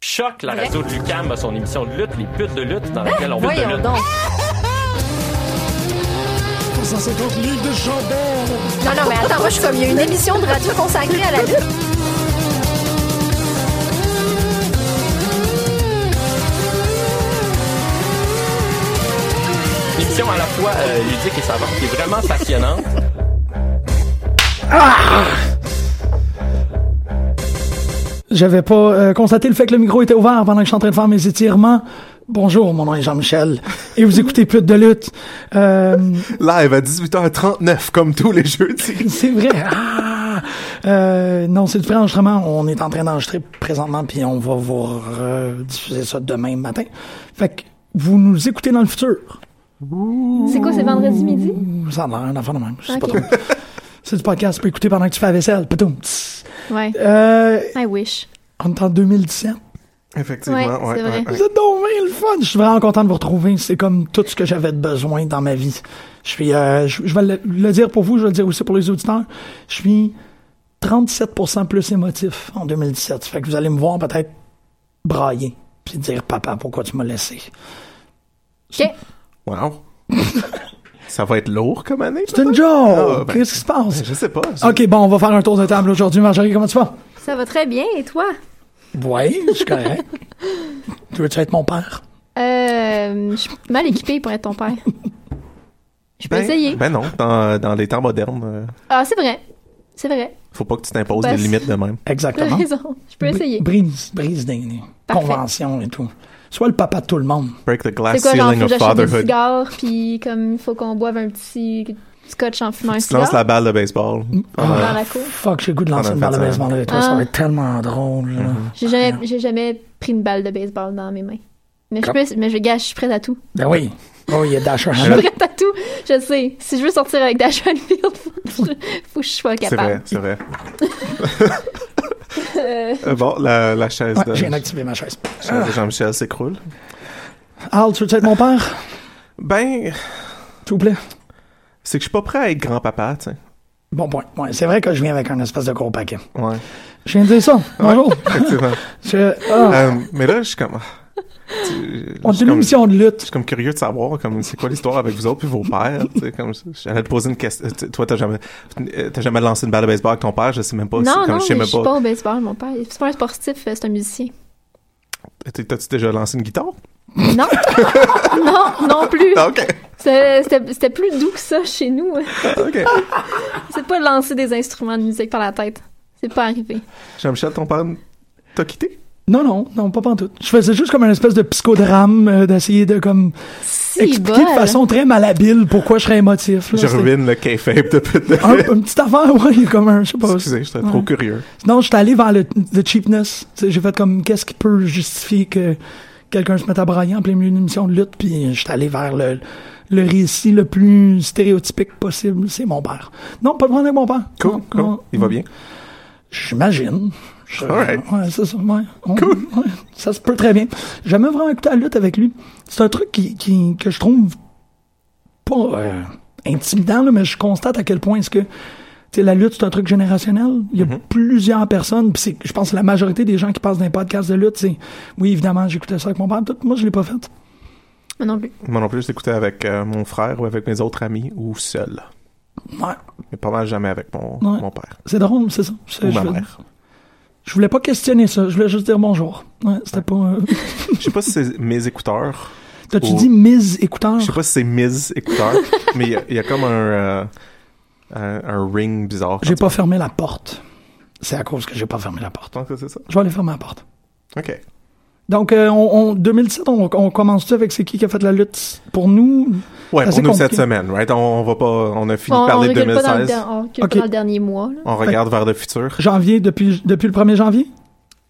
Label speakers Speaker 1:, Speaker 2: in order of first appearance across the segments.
Speaker 1: Choc, la radio de Lucam a son émission de lutte, les putes de lutte, dans laquelle on lutte de
Speaker 2: Ben, Voyons
Speaker 1: lutte.
Speaker 2: donc.
Speaker 3: 150 livres de chandelle.
Speaker 2: Non, non, mais attends, moi, je suis comme, il y a une émission de radio consacrée à la lutte.
Speaker 1: Une émission à la fois euh, ludique et savante, qui est vraiment passionnante.
Speaker 3: J'avais pas euh, constaté le fait que le micro était ouvert pendant que je suis en train de faire mes étirements. Bonjour, mon nom est Jean-Michel et vous écoutez Pute de lutte. Euh,
Speaker 4: Live à 18h39, comme tous les jeudis.
Speaker 3: c'est vrai. Ah! Euh, non, c'est du vrai enregistrement. On est en train d'enregistrer présentement puis on va vous diffuser ça demain matin. Fait que vous nous écoutez dans le futur.
Speaker 5: C'est quoi, c'est vendredi midi?
Speaker 3: Ça a l'air d'en faire de même. Je sais pas
Speaker 5: Ok.
Speaker 3: trop. C'est du podcast, tu peux écouter pendant que tu fais la vaisselle. Poutoum, tss.
Speaker 5: Ouais.
Speaker 3: Euh,
Speaker 5: I wish.
Speaker 3: on est en 2017.
Speaker 4: Effectivement,
Speaker 5: Ouais,
Speaker 4: ouais.
Speaker 5: c'est vrai.
Speaker 3: Vous êtes donc bien le fun. Je suis vraiment content de vous retrouver. C'est comme tout ce que j'avais de besoin dans ma vie. Je suis, euh, je, je vais le, le dire pour vous, je vais le dire aussi pour les auditeurs. Je suis 37% plus émotif en 2017. Fait que vous allez me voir peut-être brailler puis dire papa, pourquoi tu m'as laissé.
Speaker 5: OK.
Speaker 4: Wow. Ça va être lourd comme année.
Speaker 3: C'est une
Speaker 4: peut-être?
Speaker 3: joke.
Speaker 4: Ah, ben,
Speaker 3: Qu'est-ce qui se passe?
Speaker 4: Je sais pas. je-
Speaker 3: Ok, bon, on va faire un tour de table aujourd'hui. Marjorie, comment tu vas?
Speaker 5: Ça va très bien, et toi?
Speaker 3: Oui, je suis correct. tu veux-tu être mon père?
Speaker 5: Euh, je suis mal équipée pour être ton père. Je peux
Speaker 4: ben,
Speaker 5: essayer.
Speaker 4: Ben non, dans, dans les temps modernes, euh,
Speaker 5: Ah, c'est vrai. C'est vrai.
Speaker 4: faut pas que tu t'imposes
Speaker 5: Ben,
Speaker 4: des limites de même.
Speaker 5: T'as
Speaker 3: Exactement.
Speaker 5: raison. Je peux
Speaker 4: Ben,
Speaker 3: Bri-
Speaker 5: essayer.
Speaker 3: Brise, brise des des
Speaker 5: Parfait.
Speaker 3: conventions et tout. Sois le papa de tout le monde.
Speaker 4: Break the glass
Speaker 5: C'est quoi, genre,
Speaker 4: ceiling
Speaker 5: faut que
Speaker 4: of
Speaker 5: j'achète des
Speaker 4: fatherhood.
Speaker 5: cigares, puis comme il faut qu'on boive un petit scotch en fumant un
Speaker 4: Tu te lances
Speaker 5: cigare
Speaker 4: la balle de baseball.
Speaker 3: Mm.
Speaker 5: dans
Speaker 4: Ah,
Speaker 5: la cour.
Speaker 3: Fuck, j'ai le goût de lancer
Speaker 4: Ah,
Speaker 3: une balle de
Speaker 4: ben, ça-
Speaker 3: baseball avec toi. Ça
Speaker 5: Ah.
Speaker 3: va être tellement drôle. là.
Speaker 4: Mm-hmm.
Speaker 5: J'ai jamais, j'ai jamais pris une balle de baseball dans mes mains. Mais je,
Speaker 3: Comme-
Speaker 5: peux, mais je gâche, je suis prête à tout.
Speaker 3: Ben oui. Oh, il y a Dasher.
Speaker 4: Euh.
Speaker 5: Je suis prête à tout. Je sais. Si je veux sortir avec Dash Hanfield, faut, que je- faut que je sois
Speaker 4: C'est vrai,
Speaker 5: capable.
Speaker 4: c'est vrai. Euh, bon, la, la chaise
Speaker 3: Ouais,
Speaker 4: de,
Speaker 3: j'ai Ah. inactivé ma chaise.
Speaker 4: chaise de Jean-Michel s'écroule.
Speaker 3: Al, tu veux être mon père?
Speaker 4: Ben,
Speaker 3: S'il vous plaît.
Speaker 4: c'est que je suis pas prêt à être grand-papa, tu sais.
Speaker 3: Bon point. Ouais, c'est vrai que je viens avec un espèce de gros paquet.
Speaker 4: Ouais,
Speaker 3: Je viens de dire ça. Bonjour.
Speaker 4: effectivement.
Speaker 3: Je- ah,
Speaker 4: Euh, mais là, je suis comme... ah, tu- là,
Speaker 3: on
Speaker 4: je
Speaker 3: est
Speaker 4: suis
Speaker 3: une
Speaker 4: comme-
Speaker 3: émission de
Speaker 4: Je
Speaker 3: lutte.
Speaker 4: suis comme curieux de savoir comme c'est quoi l'histoire avec vous autres puis vos pères. tu sais, comme j'allais te poser une question. Euh, tu- Toi, t'as jamais, euh, t'as jamais lancé une balle de baseball avec ton père. Je sais même pas. c'est
Speaker 5: Non,
Speaker 4: comme,
Speaker 5: non,
Speaker 4: je sais
Speaker 5: mais je
Speaker 4: même
Speaker 5: suis pas au baseball, mon père. C'est pas un sportif, euh, c'est un musicien.
Speaker 4: T'as- T'as-tu déjà lancé une guitare Ah,
Speaker 5: Non, non, non plus.
Speaker 4: Ok,
Speaker 5: C'est- C'était c'était plus doux que ça chez nous.
Speaker 4: ok.
Speaker 5: C'est pas lancer des instruments de musique par la tête. C'est pas arrivé.
Speaker 4: Jean-Michel, ton père t'a quitté
Speaker 3: Non, non, non, pas pantoute. Je faisais juste comme un espèce de psychodrame euh, d'essayer de comme
Speaker 5: Si
Speaker 3: expliquer de
Speaker 5: bol.
Speaker 3: façon très malhabile pourquoi je serais émotif. là.
Speaker 4: Je
Speaker 3: C'était-
Speaker 4: ruine le kayfabe de de-
Speaker 3: un, une petite affaire, ouais, il y a comme un, je sais pas.
Speaker 4: Excusez, j'étais trop
Speaker 3: Ah, Ouais.
Speaker 4: curieux.
Speaker 3: Non, je suis allé vers le the cheapness. Tu sais, J'ai fait comme, qu'est-ce qui peut justifier que quelqu'un se mette à brailler en plein milieu d'une émission de lutte, puis je suis allé vers le, le récit le plus stéréotypique possible. C'est mon père. Non, pas de problème avec mon père.
Speaker 4: Cool,
Speaker 3: Non,
Speaker 4: cool.
Speaker 3: non.
Speaker 4: Il va bien.
Speaker 3: J'imagine. Je-
Speaker 4: Alright.
Speaker 3: Ouais, c'est ça. ouais. On- ouais, ça se peut très bien. J'aimais vraiment écouter la lutte avec lui. C'est un truc qui, qui- que je trouve pas euh, intimidant, là, mais je constate à quel point est-ce que tu sais, la lutte, c'est un truc générationnel. Il y a
Speaker 4: Mm-hmm.
Speaker 3: plusieurs personnes, puis c'est- je pense que la majorité des gens qui passent dans les podcasts de lutte, c'est oui, évidemment, j'écoutais ça avec mon père, tout. moi, je l'ai pas fait.
Speaker 5: Moi Ah, non plus.
Speaker 4: Moi non plus, je l'écoutais avec euh, mon frère ou avec mes autres amis ou seul.
Speaker 3: Ouais,
Speaker 4: Mais pas mal jamais avec mon,
Speaker 3: Ouais.
Speaker 4: mon père
Speaker 3: c'est drôle, c'est ça. C'est-
Speaker 4: ou
Speaker 3: je,
Speaker 4: ma
Speaker 3: voulais-
Speaker 4: mère.
Speaker 3: je voulais pas questionner ça, je voulais juste dire bonjour. Ouais, c'était pas. euh,
Speaker 4: Je sais pas si c'est mes écouteurs
Speaker 3: T'as-tu
Speaker 4: Oh.
Speaker 3: dit mise écouteur?
Speaker 4: Je
Speaker 5: Oh.
Speaker 4: sais pas si c'est Miz écouteur, mais il y a- il y, a comme un, euh, un, un ring bizarre.
Speaker 3: J'ai pas fermé la porte. C'est à cause que j'ai pas fermé la
Speaker 4: Je
Speaker 3: porte.
Speaker 4: pense que c'est ça.
Speaker 3: Je vais aller fermer la porte.
Speaker 4: OK.
Speaker 3: Donc, euh, on, on- 2007, on, on commence-tu avec c'est qui qui a fait la lutte pour nous?
Speaker 4: Ouais,
Speaker 3: Ça,
Speaker 4: pour
Speaker 3: c'est
Speaker 4: nous cette
Speaker 3: compliqué.
Speaker 4: semaine, right? On, on va pas, on a fini
Speaker 5: On,
Speaker 4: de
Speaker 5: on
Speaker 4: parler de
Speaker 5: recule pas dans le,
Speaker 4: 2016.
Speaker 5: der- on recule
Speaker 3: Ok.
Speaker 5: pas dans le dernier mois. là.
Speaker 4: On regarde vers le futur.
Speaker 3: Janvier, depuis, depuis le 1er janvier?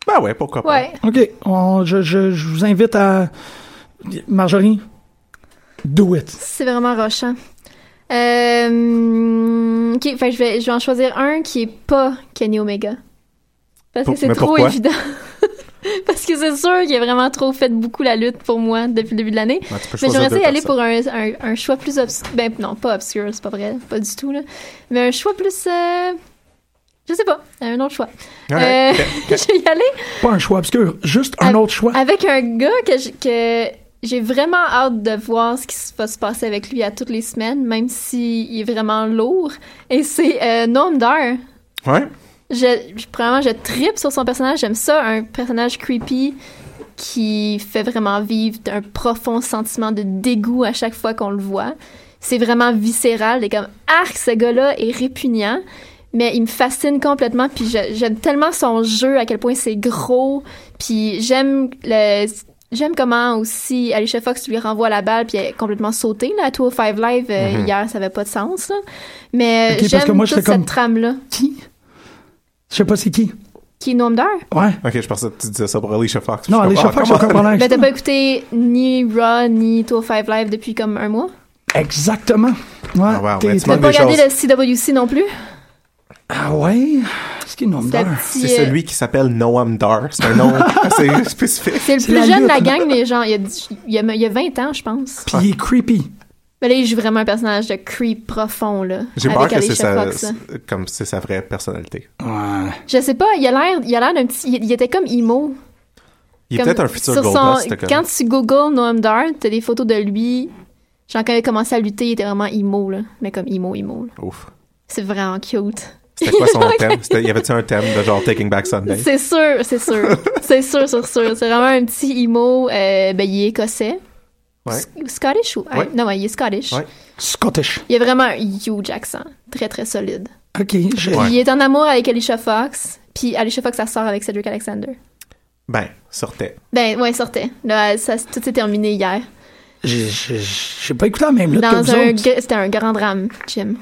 Speaker 4: Ben ouais, pourquoi pas.
Speaker 5: Ouais.
Speaker 3: OK. On- je, je- je vous invite à... Marjorie, do it.
Speaker 5: C'est vraiment rochant. Euh, ok, fait que je vais, je vais en choisir un qui est pas Kenny Omega. Parce que
Speaker 4: Pour-
Speaker 5: c'est
Speaker 4: mais
Speaker 5: trop
Speaker 4: pourquoi?
Speaker 5: évident. Parce que c'est sûr qu'il a vraiment trop fait beaucoup la lutte pour moi depuis le début de l'année.
Speaker 4: Ben, tu peux
Speaker 5: Mais
Speaker 4: choisir
Speaker 5: j'aimerais ça
Speaker 4: deux
Speaker 5: y aller
Speaker 4: personnes.
Speaker 5: pour un, un, un choix plus obscur. Ben non, pas obscur, c'est pas vrai, pas du tout. Là. Mais un choix plus. euh, Je sais pas, un autre choix.
Speaker 4: Ouais,
Speaker 5: Euh, je vais y aller
Speaker 3: Pas un choix obscur, juste un
Speaker 5: Avec-
Speaker 3: autre choix.
Speaker 5: avec un gars que j- que j'ai vraiment hâte de voir ce qui s- va se passer avec lui à toutes les semaines, même s'il est vraiment lourd. Et c'est euh, Noam Dar. euh,
Speaker 4: Ouais.
Speaker 5: Je, je- premièrement, je tripe sur son personnage. J'aime ça, un personnage creepy qui fait vraiment vivre un profond sentiment de dégoût à chaque fois qu'on le voit. C'est vraiment viscéral. Et comme, arc, ce gars-là est répugnant, mais il me fascine complètement. Puis je- j'aime tellement son jeu, à quel point c'est gros. Puis j'aime le. J'aime comment aussi Alicia Fox lui renvoie la balle puis elle est complètement sautée là, à 205 Live euh,
Speaker 4: Mhm.
Speaker 5: hier, ça avait pas de sens. Là. Mais
Speaker 3: Ok, parce que
Speaker 5: j'aime
Speaker 3: moi,
Speaker 5: toute
Speaker 3: j'étais
Speaker 5: cette
Speaker 3: comme-
Speaker 5: trame-là.
Speaker 3: Qui Je sais pas c'est qui.
Speaker 5: Qui est Noam Dar?
Speaker 3: Ouais.
Speaker 4: Ok, je pensais que tu disais ça pour Alicia Fox.
Speaker 3: Non,
Speaker 4: Je
Speaker 3: les
Speaker 4: suis comme,
Speaker 3: chauffeurs
Speaker 4: ah,
Speaker 3: sont comme pendant
Speaker 5: Mais Ben, t'as pas écouté ni Raw ni 205 Live depuis comme un mois?
Speaker 4: Ben,
Speaker 3: Exactement. Ouais.
Speaker 4: Ah, wow,
Speaker 3: t'es-
Speaker 4: ouais, tu
Speaker 3: t'es-
Speaker 5: T'as
Speaker 4: manques
Speaker 5: pas
Speaker 4: des
Speaker 5: regardé
Speaker 4: choses.
Speaker 5: le CWC non plus?
Speaker 3: Ah ouais? C'est qui le nom
Speaker 5: C'est la
Speaker 3: d'heure?
Speaker 5: petite-
Speaker 4: C'est celui qui s'appelle Noam Dar. C'est un nom assez spécifique.
Speaker 5: C'est le
Speaker 3: C'est la
Speaker 5: plus jeune de la
Speaker 3: lutte.
Speaker 5: gang, mais genre, il y a, dix- il y a- il y a 20 ans, je pense.
Speaker 3: Puis il est creepy.
Speaker 5: Mais là, il joue vraiment un personnage de creep profond, là.
Speaker 4: J'ai peur
Speaker 5: avec
Speaker 4: que c'est
Speaker 5: Alicia
Speaker 4: sa,
Speaker 5: Fox, hein. là.
Speaker 4: c'est- comme c'est sa vraie personnalité.
Speaker 3: Ouais.
Speaker 5: Je sais pas, il a l'air, il a l'air d'un petit. Il, il était comme emo.
Speaker 4: Il est
Speaker 5: Comme
Speaker 4: peut-être un futur
Speaker 5: sur
Speaker 4: Goldust.
Speaker 5: son-
Speaker 4: t'as comme-
Speaker 5: Quand tu googles Noam Dar, t'as des photos de lui. Genre, quand il a commencé à lutter, il était vraiment emo, là. Mais comme emo, emo. là.
Speaker 4: Ouf.
Speaker 5: C'est vraiment cute.
Speaker 4: C'était quoi son thème? C'était- Y avait-tu un thème de genre Taking Back
Speaker 3: Ben.
Speaker 4: Sunday?
Speaker 5: C'est sûr, c'est sûr. c'est sûr, c'est sûr. C'est vraiment un petit emo. euh, ben, il est écossais.
Speaker 4: Ouais.
Speaker 5: S- Scottish ou.
Speaker 4: Ouais.
Speaker 5: Non, ouais, il est Scottish.
Speaker 4: Ouais.
Speaker 3: Scottish.
Speaker 5: Il a vraiment un huge accent. Très, très solide.
Speaker 3: Ok, j'ai.
Speaker 5: Puis Il est en amour avec Alicia Fox. Puis Alicia Fox, ça sort avec Cedric Alexander.
Speaker 4: Ben, sortait.
Speaker 5: Ben, ouais, sortait. Là, ça, tout s'est terminé hier.
Speaker 3: j'ai- J'ai j'ai pas écouté la même lutte que
Speaker 5: Dans
Speaker 3: vous
Speaker 5: un.
Speaker 3: autres.
Speaker 5: gra- C'était un grand drame, Jim.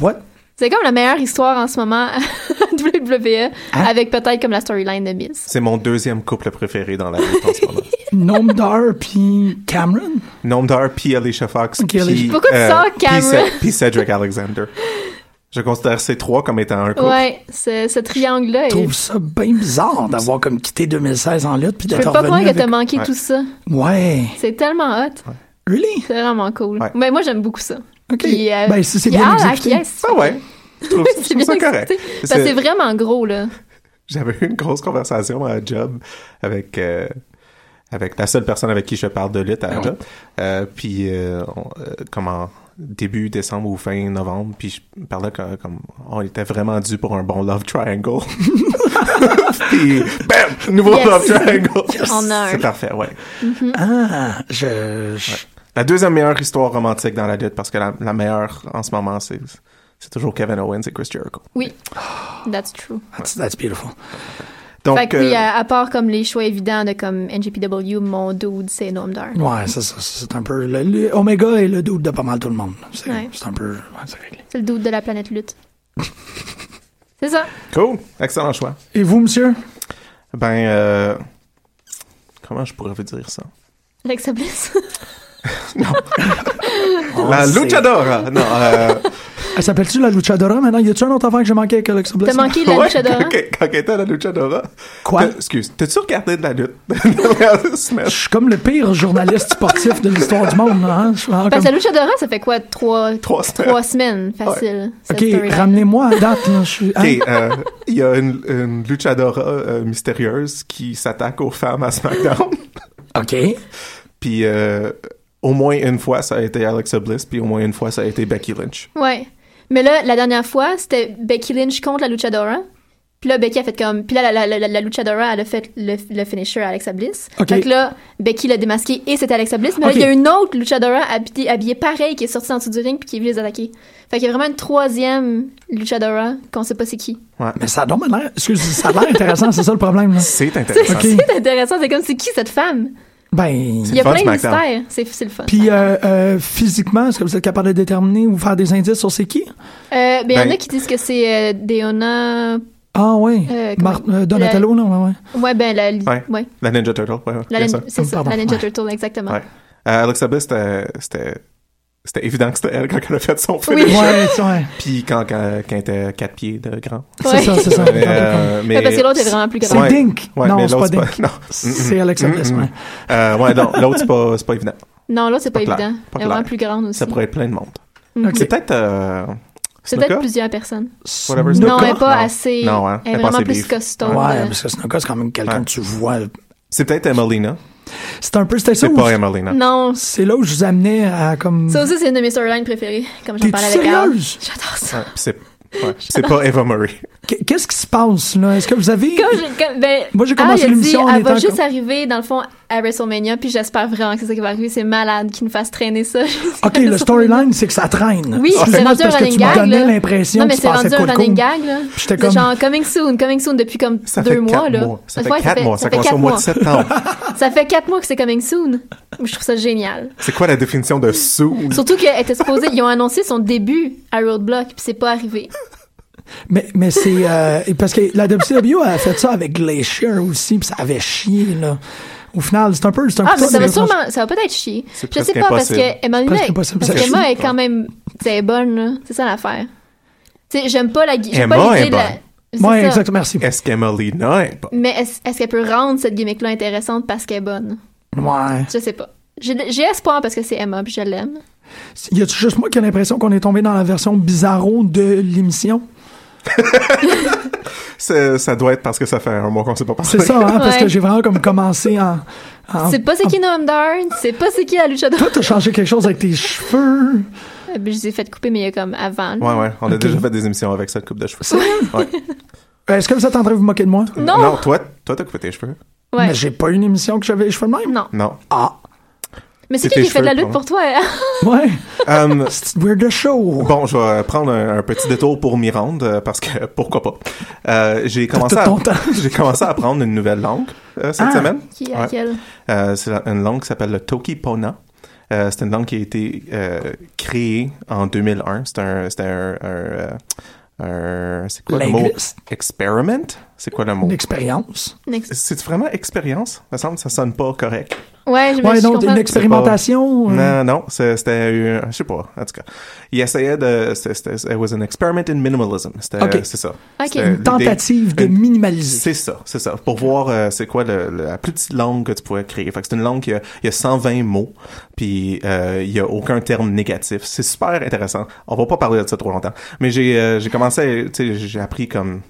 Speaker 3: What?
Speaker 5: C'est comme la meilleure histoire en ce moment à WWE,
Speaker 3: Hein?
Speaker 5: avec peut-être comme la storyline de Miz.
Speaker 4: C'est mon deuxième couple préféré dans la vie en ce moment.
Speaker 3: Nom d'heure puis Cameron?
Speaker 4: Noam Dar, puis Alicia Fox,
Speaker 3: Ok, Alicia-
Speaker 4: puis... euh,
Speaker 5: Pourquoi tu sors,
Speaker 4: puis
Speaker 5: Cameron?
Speaker 4: Ce- Puis Cedric Alexander. Je considère ces trois comme étant un couple.
Speaker 5: Ouais, ce, ce triangle-là. est-
Speaker 3: Je trouve ça bien bizarre d'avoir comme quitté 2016 en lutte puis
Speaker 5: Je
Speaker 3: d'être
Speaker 5: peux pas
Speaker 3: revenu
Speaker 5: croire que
Speaker 3: avec...
Speaker 5: t'as manqué
Speaker 4: Ouais.
Speaker 5: tout ça.
Speaker 3: Ouais.
Speaker 5: C'est tellement hot.
Speaker 3: Really?
Speaker 5: C'est vraiment cool.
Speaker 4: Ouais.
Speaker 5: Mais moi, j'aime beaucoup ça.
Speaker 3: Ok.
Speaker 5: Puis, euh,
Speaker 3: ben, si c'est
Speaker 5: puis
Speaker 3: bien
Speaker 5: Al
Speaker 3: exécuté.
Speaker 5: acquiesce.
Speaker 4: Ah ouais. Je trouve, je
Speaker 5: C'est
Speaker 4: trouve
Speaker 5: bien
Speaker 4: ça
Speaker 5: correct.
Speaker 4: correct.
Speaker 5: Parce que
Speaker 4: C'est-
Speaker 5: c'est vraiment gros, là.
Speaker 4: J'avais eu une grosse conversation à job avec euh, avec la seule personne avec qui je parle de lutte à
Speaker 3: Ah ouais.
Speaker 4: job. Euh, puis euh, on- euh, comment début décembre ou fin novembre, puis je parlais que- comme on était vraiment dû pour un bon love triangle. puis bam, nouveau
Speaker 5: Yes.
Speaker 4: love triangle.
Speaker 5: On a un.
Speaker 4: C'est parfait, ouais.
Speaker 3: Ah, je... je-
Speaker 4: La deuxième meilleure histoire romantique dans la lutte parce que la, la meilleure en ce moment c'est c'est toujours Kevin Owens et Chris Jericho.
Speaker 5: Oui. That's true.
Speaker 3: That's, that's beautiful.
Speaker 4: Ah. Donc
Speaker 5: fait que oui,
Speaker 4: euh,
Speaker 5: à, à part comme les choix évidents de comme NGPW, mon dude, c'est Noam Dar.
Speaker 3: Ouais, ça, ça, c'est un peu... Le, le- Omega est le doute de pas mal tout le monde. C'est
Speaker 5: Ouais.
Speaker 3: c'est un peu... ouais, c'est réglé.
Speaker 5: C'est le dude de la planète lutte. c'est ça.
Speaker 4: cool, excellent choix.
Speaker 3: Et vous, monsieur?
Speaker 4: Ben, euh, comment je pourrais vous dire ça?
Speaker 5: Alexa Bliss.
Speaker 4: La
Speaker 3: c'est-
Speaker 4: luchadora! Non, euh,
Speaker 3: Elle s'appelle-tu la Luchadora maintenant? Y a-tu un autre affaire que j'ai manqué avec Alexa Bliss?
Speaker 5: T'as manqué la
Speaker 4: ouais,
Speaker 5: Luchadora.
Speaker 4: Quand, quand elle était à la luchadora.
Speaker 3: Quoi?
Speaker 4: T'as- Excuse, t'as-tu regardé de la lutte dans la semaine?
Speaker 3: Je suis comme le pire journaliste sportif de l'histoire du monde. Hein? Je suis vraiment
Speaker 5: Parce que
Speaker 3: comme-
Speaker 5: la Luchadora, ça fait quoi? Trois,
Speaker 4: Trois semaines.
Speaker 5: trois semaines, facile. cette
Speaker 3: Ok,
Speaker 5: storyline.
Speaker 3: ramenez-moi à date. Là, je suis...
Speaker 4: Ok,
Speaker 3: Hein?
Speaker 4: euh, il y a une, une luchadora euh, mystérieuse qui s'attaque aux femmes à SmackDown.
Speaker 3: OK.
Speaker 4: puis euh, au moins une fois, ça a été Alexa Bliss, puis au moins une fois, ça a été Becky Lynch.
Speaker 5: Ouais. Mais là, la dernière fois, c'était Becky Lynch contre la Luchadora. Puis là, Becky a fait comme. Puis là, la, la, la- la Luchadora, elle a fait le, le finisher à Alexa Bliss.
Speaker 3: Ok.
Speaker 5: Fait que là, Becky l'a démasqué et c'était Alexa Bliss. Mais
Speaker 3: Ok.
Speaker 5: là, il y a une autre Luchadora habillée, habillée pareil qui est sortie en dessous du ring puis qui est venue les attaquer. Fait qu'il y a vraiment une troisième Luchadora qu'on sait pas c'est qui.
Speaker 3: Mais ça a donc l'air... excuse, ça a l'air intéressant, c'est ça le problème. Là.
Speaker 4: C'est intéressant.
Speaker 3: Ok.
Speaker 5: C'est intéressant, c'est comme c'est qui cette femme?
Speaker 3: Ben...
Speaker 5: Il y a
Speaker 4: fun,
Speaker 5: plein de
Speaker 4: SmackDown.
Speaker 5: mystères. C'est c'est le fun.
Speaker 3: Puis euh, euh, physiquement, est-ce que vous êtes capable de déterminer ou faire des indices sur c'est qui?
Speaker 5: Euh, ben, il y en
Speaker 4: Ben-
Speaker 5: a qui disent que c'est euh, Deonna.
Speaker 3: Ah ouais,
Speaker 5: Euh,
Speaker 3: Mar-
Speaker 5: comment-
Speaker 3: euh, Donatello, non, ouais, ouais.
Speaker 5: Ouais, ben, la. Ouais.
Speaker 4: Ouais. La Ninja Turtle, ouais, ouais,
Speaker 5: La
Speaker 4: bien
Speaker 5: Nin-
Speaker 4: sûr.
Speaker 5: C'est ça,
Speaker 3: Pardon.
Speaker 5: la Ninja
Speaker 3: Ouais.
Speaker 5: Turtle, exactement.
Speaker 4: Ouais. Euh, Alexa Bliss, c'était- c'était c'était évident que c'était elle quand elle a fait son film.
Speaker 5: Oui.
Speaker 3: Ouais, c'est ouais.
Speaker 4: Puis quand, quand, quand elle était 4 pieds de grand.
Speaker 3: C'est ça, c'est ça.
Speaker 4: Mais, euh, mais-
Speaker 5: Ouais, parce que l'autre est vraiment plus grand.
Speaker 3: Ah, C'est
Speaker 4: Ouais.
Speaker 3: Dink.
Speaker 4: Ouais,
Speaker 3: non,
Speaker 4: mais
Speaker 3: c'est pas
Speaker 4: l'autre,
Speaker 3: Dink.
Speaker 4: Non.
Speaker 3: C'est Alexa Bliss,
Speaker 4: Mm, mm,
Speaker 3: ouais.
Speaker 4: mm. Euh, ouais, non, l'autre, c'est pas, c'est pas évident.
Speaker 5: Non, l'autre, c'est pas,
Speaker 4: Pas clair.
Speaker 5: évident.
Speaker 4: Pas
Speaker 5: Elle est vraiment
Speaker 4: clair.
Speaker 5: plus grande aussi.
Speaker 4: Ça pourrait être plein de monde.
Speaker 5: Mhm.
Speaker 4: C'est peut-être. euh,
Speaker 5: C'est peut-être plusieurs personnes.
Speaker 4: Whatever,
Speaker 3: Snuka?
Speaker 5: Non, elle est pas
Speaker 4: Non.
Speaker 5: assez.
Speaker 4: Non, hein,
Speaker 5: Elle est
Speaker 4: elle est pas
Speaker 5: vraiment
Speaker 4: assez
Speaker 5: plus
Speaker 4: beef.
Speaker 5: costaud.
Speaker 3: Ouais,
Speaker 5: euh.
Speaker 3: parce que Snuka, c'est quand même quelqu'un
Speaker 4: Ouais.
Speaker 3: que tu vois.
Speaker 4: C'est peut-être Emelina.
Speaker 3: C'est un peu. C'était ça
Speaker 4: C'est
Speaker 3: où.
Speaker 4: pas Emelina.
Speaker 5: Non.
Speaker 3: C'est là où je vous amenais à comme.
Speaker 5: Ça aussi, c'est une de mes storylines préférées, comme j'en
Speaker 3: T'es-tu
Speaker 5: parlais avec Al.
Speaker 3: sérieuse?
Speaker 5: J'adore ça.
Speaker 4: Ouais, pis c'est ouais, c'est pas Eva Murray.
Speaker 3: Qu- Qu'est-ce qui se passe, là? Est-ce que vous avez.
Speaker 5: Comme j'ai- comme- ben,
Speaker 3: Moi, j'ai
Speaker 5: Al,
Speaker 3: commencé
Speaker 5: il a dit,
Speaker 3: l'émission en
Speaker 5: Elle va
Speaker 3: étant
Speaker 5: juste
Speaker 3: comme-
Speaker 5: arriver, dans le fond, à WrestleMania, puis j'espère vraiment que c'est ça qui va arriver. C'est malade qu'il nous fasse traîner ça.
Speaker 3: OK, le storyline, c'est que ça traîne.
Speaker 5: Oui, c'est
Speaker 3: Excuse-moi,
Speaker 5: rendu un
Speaker 3: parce que tu
Speaker 5: running
Speaker 3: me
Speaker 5: gag.
Speaker 3: donnais
Speaker 5: là.
Speaker 3: l'impression
Speaker 5: Non,
Speaker 3: que
Speaker 5: mais
Speaker 3: tu
Speaker 5: c'est
Speaker 3: passais
Speaker 5: rendu
Speaker 3: de
Speaker 5: un
Speaker 3: quoi de
Speaker 5: running
Speaker 3: cool.
Speaker 5: gag, là.
Speaker 3: J'étais
Speaker 5: De
Speaker 3: comme-
Speaker 5: Genre, coming soon, coming soon depuis comme
Speaker 4: Ça
Speaker 5: deux
Speaker 4: fait
Speaker 5: mois,
Speaker 4: quatre
Speaker 5: là.
Speaker 4: mois. Ça fait
Speaker 5: Ouais,
Speaker 4: quatre mois. Ça commence
Speaker 5: quatre
Speaker 4: au mois
Speaker 5: mois.
Speaker 4: de septembre.
Speaker 5: Ça fait quatre mois que c'est coming soon. Je trouve ça génial.
Speaker 4: C'est quoi la définition de soul?
Speaker 5: Surtout qu'elle était supposée, ils ont annoncé son début à Roadblock, puis c'est pas arrivé.
Speaker 3: Mais, mais c'est. euh, parce que la WCW a fait ça avec Glacier aussi, puis ça avait chié, là. Au final, c'est un peu. c'est Un
Speaker 5: Ah,
Speaker 3: peu
Speaker 5: mais ça va
Speaker 3: mais-
Speaker 5: sûrement, ça va peut-être chier.
Speaker 4: C'est
Speaker 5: Je sais
Speaker 4: presque
Speaker 5: pas, parce
Speaker 4: impossible.
Speaker 5: que Emma
Speaker 3: presque impossible,
Speaker 5: parce
Speaker 3: ça
Speaker 5: que
Speaker 3: chie.
Speaker 5: Emma est quand même, c'est bonne, là. C'est ça l'affaire. Tu sais, j'aime pas la, gui- j'aime
Speaker 4: Emma
Speaker 5: pas l'idée
Speaker 4: est
Speaker 5: de la,
Speaker 4: bonne.
Speaker 5: c'est
Speaker 3: Ouais,
Speaker 5: ça.
Speaker 3: exactement, merci.
Speaker 4: Est-ce qu'Emelina est pas?
Speaker 5: Mais est-ce est-ce qu'elle peut rendre cette gimmick-là intéressante parce qu'elle est bonne?
Speaker 3: Ouais.
Speaker 5: Je sais pas. J'ai j'ai espoir parce que c'est Emma, puis je l'aime.
Speaker 3: Y a-tu juste moi qui ai l'impression qu'on est tombé dans la version bizarro de l'émission?
Speaker 4: Ça ça doit être parce que ça fait un mois qu'on s'est pas parlé.
Speaker 3: C'est ça, hein? Parce
Speaker 5: Ouais.
Speaker 3: que j'ai vraiment comme commencé en.
Speaker 4: Ah.
Speaker 3: en-
Speaker 5: C'est pas c'est qui Noam Dar, c'est pas c'est qui la luchador.
Speaker 3: Toi, t'as changé quelque chose avec tes cheveux.
Speaker 5: Ah, Je les ai fait couper, mais il y a comme avant. là.
Speaker 4: Ouais, ouais. On a déjà fait des émissions avec cette coupe de cheveux. Ouais.
Speaker 3: Est-ce que vous êtes en train de vous moquer de moi?
Speaker 5: Non.
Speaker 4: Non, toi, toi, t'as coupé tes cheveux.
Speaker 5: Ouais.
Speaker 3: Mais j'ai pas eu une émission que j'avais les cheveux de même.
Speaker 5: Non.
Speaker 4: Non.
Speaker 3: Ah,
Speaker 5: Mais c'est
Speaker 4: C'est
Speaker 5: qui qui
Speaker 4: tes
Speaker 5: fait de la
Speaker 4: cheveux,
Speaker 5: lutte pour toi? hein?
Speaker 3: ouais.
Speaker 4: Hum,
Speaker 3: C'est weird de show.
Speaker 4: bon, je vais prendre un, un petit détour pour m'y rendre euh, parce que pourquoi pas. Euh, j'ai commencé
Speaker 3: tout
Speaker 4: à
Speaker 3: ton temps.
Speaker 4: j'ai commencé à apprendre une nouvelle langue euh, cette
Speaker 3: Ah.
Speaker 4: semaine.
Speaker 5: Qui,
Speaker 4: Ouais.
Speaker 5: à quel?
Speaker 4: Euh, c'est la- une langue qui s'appelle le Tokipona. Euh, c'est une langue qui a été euh, créée en 2001. C'est un, c'était un, un, euh, un- c'est quoi le mot?
Speaker 3: Linguiste.
Speaker 4: Experiment? C'est quoi le mot?
Speaker 3: Une expérience.
Speaker 5: Next.
Speaker 4: C'est vraiment expérience? Ça semble que ça sonne pas correct.
Speaker 5: Ouais, je me
Speaker 3: Ouais,
Speaker 5: suis
Speaker 3: non, une expérimentation. euh,
Speaker 4: Non, non, c'est- c'était, euh, je sais pas, en tout cas. Il essayait de, c'était, c'était- it was an experiment in minimalism. C'était,
Speaker 3: Ok.
Speaker 4: c'est ça.
Speaker 5: Ok.
Speaker 4: C'était
Speaker 5: Une
Speaker 4: l'idée-
Speaker 3: Tentative de
Speaker 4: une-
Speaker 3: minimaliser.
Speaker 4: C'est ça, c'est ça. Pour voir euh, c'est quoi le- le- la plus petite langue que tu pourrais créer. Fait que c'est une langue qui a, il y a 120 mots, puis euh, il y a aucun terme négatif. C'est super intéressant. On va pas parler de ça trop longtemps. Mais j'ai euh, j'ai commencé, à- tu sais, j'ai appris comme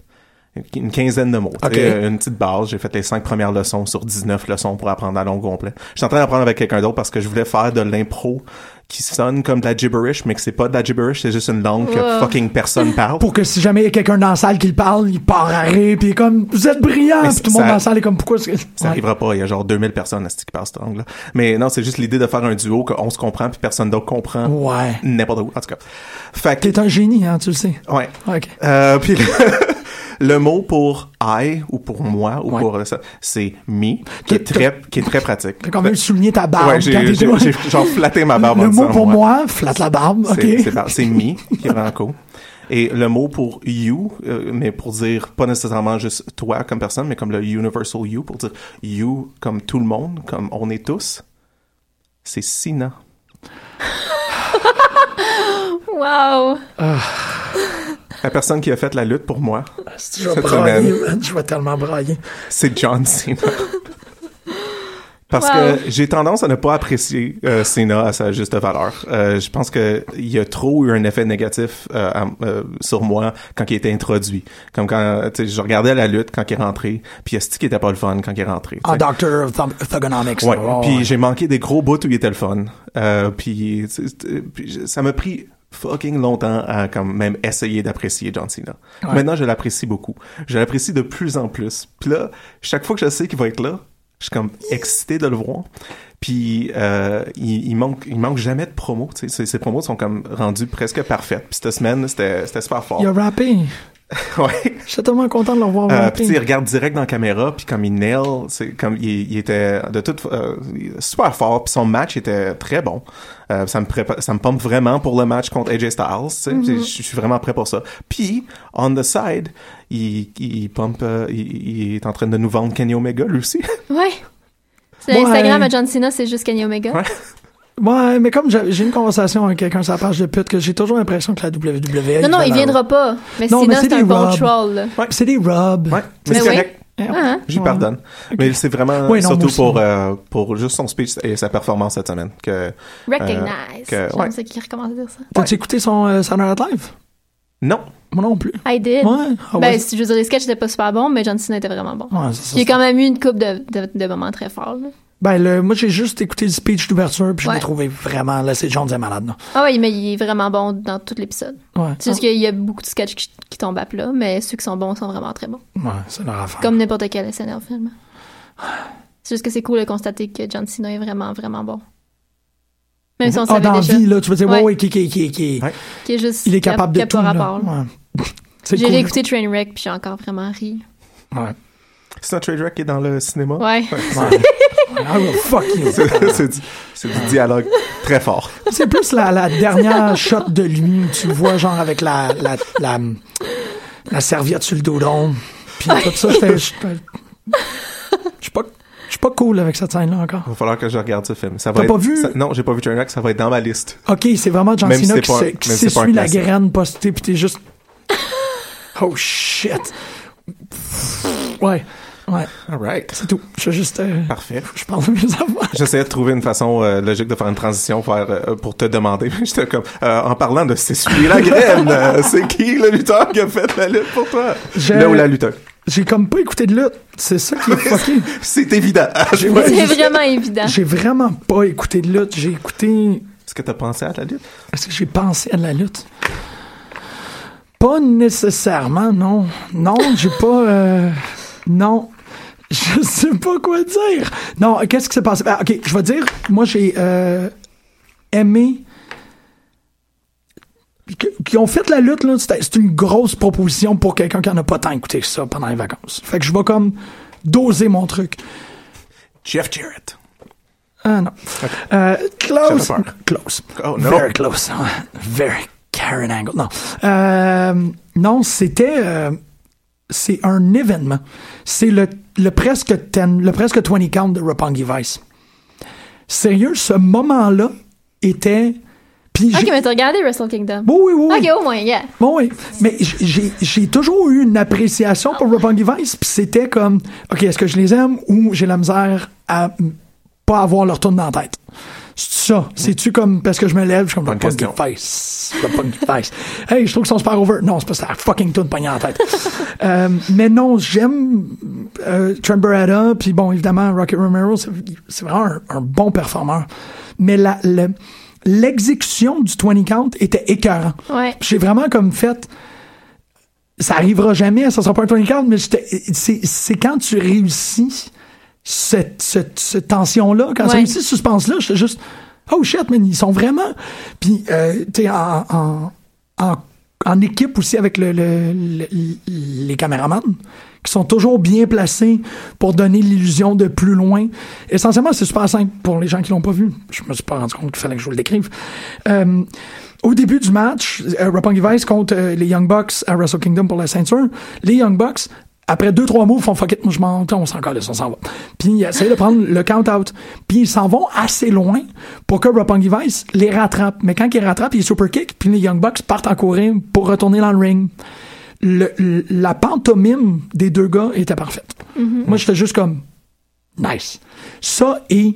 Speaker 4: une quinzaine de mots. tu
Speaker 3: Ok.
Speaker 4: sais, euh, Une petite base. J'ai fait les cinq premières leçons sur 19 leçons pour apprendre la langue complète. Je suis en train d'apprendre avec quelqu'un d'autre parce que je voulais faire de l'impro qui sonne comme de la gibberish, mais que c'est pas de la gibberish, c'est juste une langue que
Speaker 5: Wow.
Speaker 4: fucking personne parle.
Speaker 3: Pour que si jamais il y a quelqu'un dans la salle qui le parle, il part à rire, puis il est comme, vous êtes brillant,
Speaker 4: Mais
Speaker 3: puis tout le
Speaker 4: ça-
Speaker 3: monde dans la salle est comme, pourquoi est-ce que-
Speaker 4: Ça
Speaker 3: Ouais.
Speaker 4: arrivera pas. Il y a genre 2000 personnes à ce qui parlent cette langue-là. Mais non, c'est juste l'idée de faire un duo qu'on se comprend puis personne d'autre comprend.
Speaker 3: Ouais.
Speaker 4: N'importe où, en tout cas. Fait que,
Speaker 3: T'es un génie, hein, tu le sais.
Speaker 4: ouais.
Speaker 3: Ok.
Speaker 4: Euh, puis le, le mot pour I ou pour moi ou
Speaker 3: Ouais.
Speaker 4: pour euh, ça, c'est me, qui est
Speaker 3: T'as-
Speaker 4: très, qui est très pratique.
Speaker 3: T'as quand même souligné ta barbe.
Speaker 4: Ben, Ouais, j'ai,
Speaker 3: quand
Speaker 4: j'ai,
Speaker 3: t'étais-
Speaker 4: j'ai genre flatté ma barbe en
Speaker 3: Le mot
Speaker 4: disant
Speaker 3: pour moi, flatte la barbe. Ok.
Speaker 4: C'est- C'est par- c'est me qui est vraiment cool. Et le mot pour you, euh, mais pour dire pas nécessairement juste toi comme personne, mais comme le universal you, pour dire you comme tout le monde, comme on est tous, c'est Sina.
Speaker 5: Wow.
Speaker 4: La personne qui a fait la lutte pour moi,
Speaker 3: Je vais
Speaker 4: Cette
Speaker 3: brailler,
Speaker 4: semaine.
Speaker 3: man. Je vais tellement brailler.
Speaker 4: c'est John Cena. Parce
Speaker 5: Wow.
Speaker 4: que j'ai tendance à ne pas apprécier euh, Cena à sa juste valeur. Euh, je pense que il y a trop eu un effet négatif euh, à- euh, sur moi quand il était introduit. Comme quand tu sais, je regardais la lutte quand il est rentré, puis il qui était pas le fun quand il est rentré. tu
Speaker 3: En
Speaker 4: sais.
Speaker 3: Doctor Ah, of Thumb- Thugonomics.
Speaker 4: Ouais.
Speaker 3: Oh,
Speaker 4: puis
Speaker 3: ouais.
Speaker 4: j'ai manqué des gros bouts où il était le fun. Euh, puis, tu sais, euh, puis je- ça m'a pris fucking longtemps à comme même essayer d'apprécier John Cena.
Speaker 3: Ouais.
Speaker 4: Maintenant, je l'apprécie beaucoup. Je l'apprécie de plus en plus. Puis là, chaque fois que je sais qu'il va être là, je suis comme excité de le voir. Puis euh, il, il manque il manque jamais de promos. tu sais. Ses, ses promos sont comme rendus presque parfaites. Puis cette semaine, c'était c'était super fort.
Speaker 3: Il a rappé.
Speaker 4: Ouais.
Speaker 3: Je suis tellement content de le voir
Speaker 4: Euh,
Speaker 3: rapper.
Speaker 4: puis tu sais, il regarde direct dans la caméra, puis comme il nail, c'est comme il, il était de tout euh, super fort, puis son match était très bon. Euh, ça me prépa- ça me pompe vraiment pour le match contre AJ Styles. tu sais.
Speaker 3: Mm-hmm.
Speaker 4: Je- Je suis vraiment prêt pour ça. Puis on the side, il il pompe, euh, il, il est en train de nous vendre Kenny Omega lui aussi.
Speaker 5: Ouais. C'est
Speaker 3: Ouais.
Speaker 5: L'Instagram à John Cena, c'est juste Kenny Omega.
Speaker 4: Ouais.
Speaker 3: Ouais, mais comme j'ai j'ai une conversation avec quelqu'un sur la page de pute, que j'ai toujours l'impression que la WWE.
Speaker 5: Non, non, il
Speaker 3: valeur-
Speaker 5: viendra pas. Mais
Speaker 3: Non, mais
Speaker 5: Cena,
Speaker 3: c'est
Speaker 5: c'est un
Speaker 3: des
Speaker 5: bon
Speaker 3: robes.
Speaker 5: troll. là.
Speaker 4: Ouais.
Speaker 3: C'est des Eh, robes.
Speaker 4: Ouais, mais
Speaker 5: Mais
Speaker 4: c'est
Speaker 5: oui.
Speaker 4: correct.
Speaker 3: Ouais.
Speaker 5: Ah,
Speaker 4: J'y
Speaker 3: Ouais.
Speaker 4: pardonne. Mais c'est vraiment
Speaker 3: Ouais, non, moi
Speaker 4: surtout
Speaker 3: aussi.
Speaker 4: pour euh, pour juste son speech et sa performance cette semaine que euh,
Speaker 5: Recognize.
Speaker 4: que-
Speaker 5: J'aime
Speaker 4: ouais.
Speaker 5: ça qui recommence à dire ça.
Speaker 3: T'as-tu écouté son euh, Saturday Night Live?
Speaker 4: Non.
Speaker 3: Moi non plus.
Speaker 5: I
Speaker 3: Ouais,
Speaker 5: did.
Speaker 3: ah ouais.
Speaker 5: Ben, si- je veux dire, les sketchs n'étaient pas super bons, mais John Cena était vraiment bon.
Speaker 3: Ouais, c'est ça,
Speaker 5: Il y a quand même eu une coupe de, de, de moments très forts. là.
Speaker 3: Ben, le, moi, j'ai juste écouté le speech d'ouverture, puis je l'ai
Speaker 5: Ouais.
Speaker 3: trouvé vraiment. Là, c'est Jones est malade, là.
Speaker 5: Ah oui, mais il est vraiment bon dans tout l'épisode.
Speaker 3: Ouais.
Speaker 5: C'est juste qu'il y a beaucoup de sketchs qui, qui tombent à plat, mais ceux qui sont bons sont vraiment très bons.
Speaker 3: Ouais, c'est leur affaire.
Speaker 5: Comme n'importe quel SNL, finalement. C'est juste que c'est cool de constater que John Cena est vraiment, vraiment bon. Même si on
Speaker 3: Ah,
Speaker 5: savait
Speaker 3: dans la
Speaker 5: déjà
Speaker 3: vie, là, tu veux dire, ouais,
Speaker 5: Ouais.
Speaker 3: ouais, qui, qui, qui, qui-
Speaker 4: Ouais.
Speaker 5: qu'il est juste...
Speaker 3: Il est
Speaker 5: qu'il a-
Speaker 3: capable
Speaker 5: qu'il
Speaker 3: de
Speaker 5: a
Speaker 3: tout.
Speaker 5: pas
Speaker 3: là.
Speaker 5: rapport, là.
Speaker 3: Ouais. C'est
Speaker 5: J'ai
Speaker 3: cool.
Speaker 5: réécouté Trainwreck, puis j'ai encore vraiment ri.
Speaker 3: Ouais.
Speaker 4: C'est un trade qui est dans le cinéma.
Speaker 5: Ouais.
Speaker 3: I will fuck you.
Speaker 4: c'est du, c'est du dialogue très fort.
Speaker 3: C'est plus la, la dernière shot de lui, tu le vois, genre, avec la, la, la, la serviette sur le dos d'ombre. Puis tout ça, j'étais- j'étais- Je suis pas, je suis pas cool avec cette scène-là encore.
Speaker 4: Il va falloir que je regarde ce film. Ça va
Speaker 3: T'as
Speaker 4: être-
Speaker 3: pas vu?
Speaker 4: ça- non, j'ai pas vu Trainwreck, ça va être dans ma liste.
Speaker 3: Ok, c'est vraiment John
Speaker 4: Même si
Speaker 3: Cena
Speaker 4: c'est
Speaker 3: qui
Speaker 4: pas un-
Speaker 3: s'est- qui
Speaker 4: même si c'est pas un
Speaker 3: s'essuie la
Speaker 4: classique.
Speaker 3: graine postée, puis t'es juste. Oh shit! Ouais, ouais,
Speaker 4: All right.
Speaker 3: c'est tout. Je suis juste. euh,
Speaker 4: Parfait.
Speaker 3: je parle de mes affaires.
Speaker 4: J'essayais de trouver une façon euh, logique de faire une transition vers, euh, pour te demander. J'étais comme, euh, en parlant de s'essuyer la graine, euh, c'est qui le lutteur qui a fait la lutte pour toi?
Speaker 3: Je-
Speaker 4: Là où la lutteur.
Speaker 3: J'ai comme pas écouté de lutte. C'est ça qui est fucké.
Speaker 4: C'est évident.
Speaker 3: J'ai-
Speaker 4: Ouais.
Speaker 5: C'est vraiment évident.
Speaker 3: J'ai vraiment pas écouté de lutte. J'ai écouté.
Speaker 4: Est-ce que t'as pensé à la lutte?
Speaker 3: Est-ce que j'ai pensé à la lutte? Pas nécessairement, non. Non, j'ai pas. euh, non. Je sais pas quoi dire. Non, qu'est-ce qui s'est passé? Ah, ok, je vais dire, moi j'ai euh, aimé. que- Qui ont fait la lutte, là, c'était- c'est une grosse proposition pour quelqu'un qui en a pas tant écouté que ça pendant les vacances. Fait que je vais comme doser mon truc.
Speaker 4: Jeff Jarrett.
Speaker 3: Ah non. Euh, close.
Speaker 4: Ça fait peur.
Speaker 3: Close.
Speaker 4: Oh, non.
Speaker 3: Very close. Very Karen Angle. Non. Euh, non, c'était. euh, c'est un événement. C'est le, le presque 10, le presque 20 count de Roppongi Vice. Sérieux, ce moment-là était. Puis
Speaker 5: Ok,
Speaker 3: j'ai-
Speaker 5: mais t'as regardé Wrestle Kingdom.
Speaker 3: Oui, oui, oui, oui.
Speaker 5: Ok, au moins, yeah.
Speaker 3: Bon, oui. Mais j- j'ai j'ai toujours eu une appréciation pour Roppongi Vice, puis c'était comme, OK, est-ce que je les aime ou j'ai la misère à m- pas avoir leur tourne dans la tête? C'est ça. C'est-tu comme, parce que je me lève, je suis comme
Speaker 4: Bonne
Speaker 3: Roppongi
Speaker 4: question.
Speaker 3: Vice. Roppongi Vice. Hey, je trouve qu'ils sont super over. Non, c'est parce que la fucking tourne pognée en tête. Euh, mais non, j'aime euh, Trent Barretta, puis bon, évidemment, Rocket Romero, c'est c'est vraiment un, un bon performeur. Mais la, le- l'exécution du 20 count était écœurant.
Speaker 5: Ouais.
Speaker 3: J'ai vraiment comme fait. Ça arrivera jamais, ça sera pas un 20 count, mais j'étais- c'est c'est quand tu réussis cette, cette, cette tension-là, quand tu
Speaker 5: Ouais.
Speaker 3: réussis ce suspense-là, j'étais juste. Oh shit, man, ils sont vraiment. Puis, euh, tu sais, en, en, en, en équipe aussi avec le, le- le- les caméramans, qui sont toujours bien placés pour donner l'illusion de plus loin. Essentiellement, c'est super simple pour les gens qui l'ont pas vu. Je me suis pas rendu compte qu'il fallait que je vous le décrive. Euh, au début du match, euh, Roppongi Vice contre euh, les Young Bucks à Wrestle Kingdom pour la ceinture. Les Young Bucks, après deux, trois mots, font fuck it, moi je m'en on s'en calisse, on s'en va. Puis ils essayent de prendre le count-out. Puis ils s'en vont assez loin pour que Roppongi Vice les rattrape. Mais quand ils rattrapent, ils super kick, puis les Young Bucks partent en courir pour retourner dans le ring. Le- le- la pantomime des deux gars était parfaite. Moi j'étais juste comme, Nice. Ça et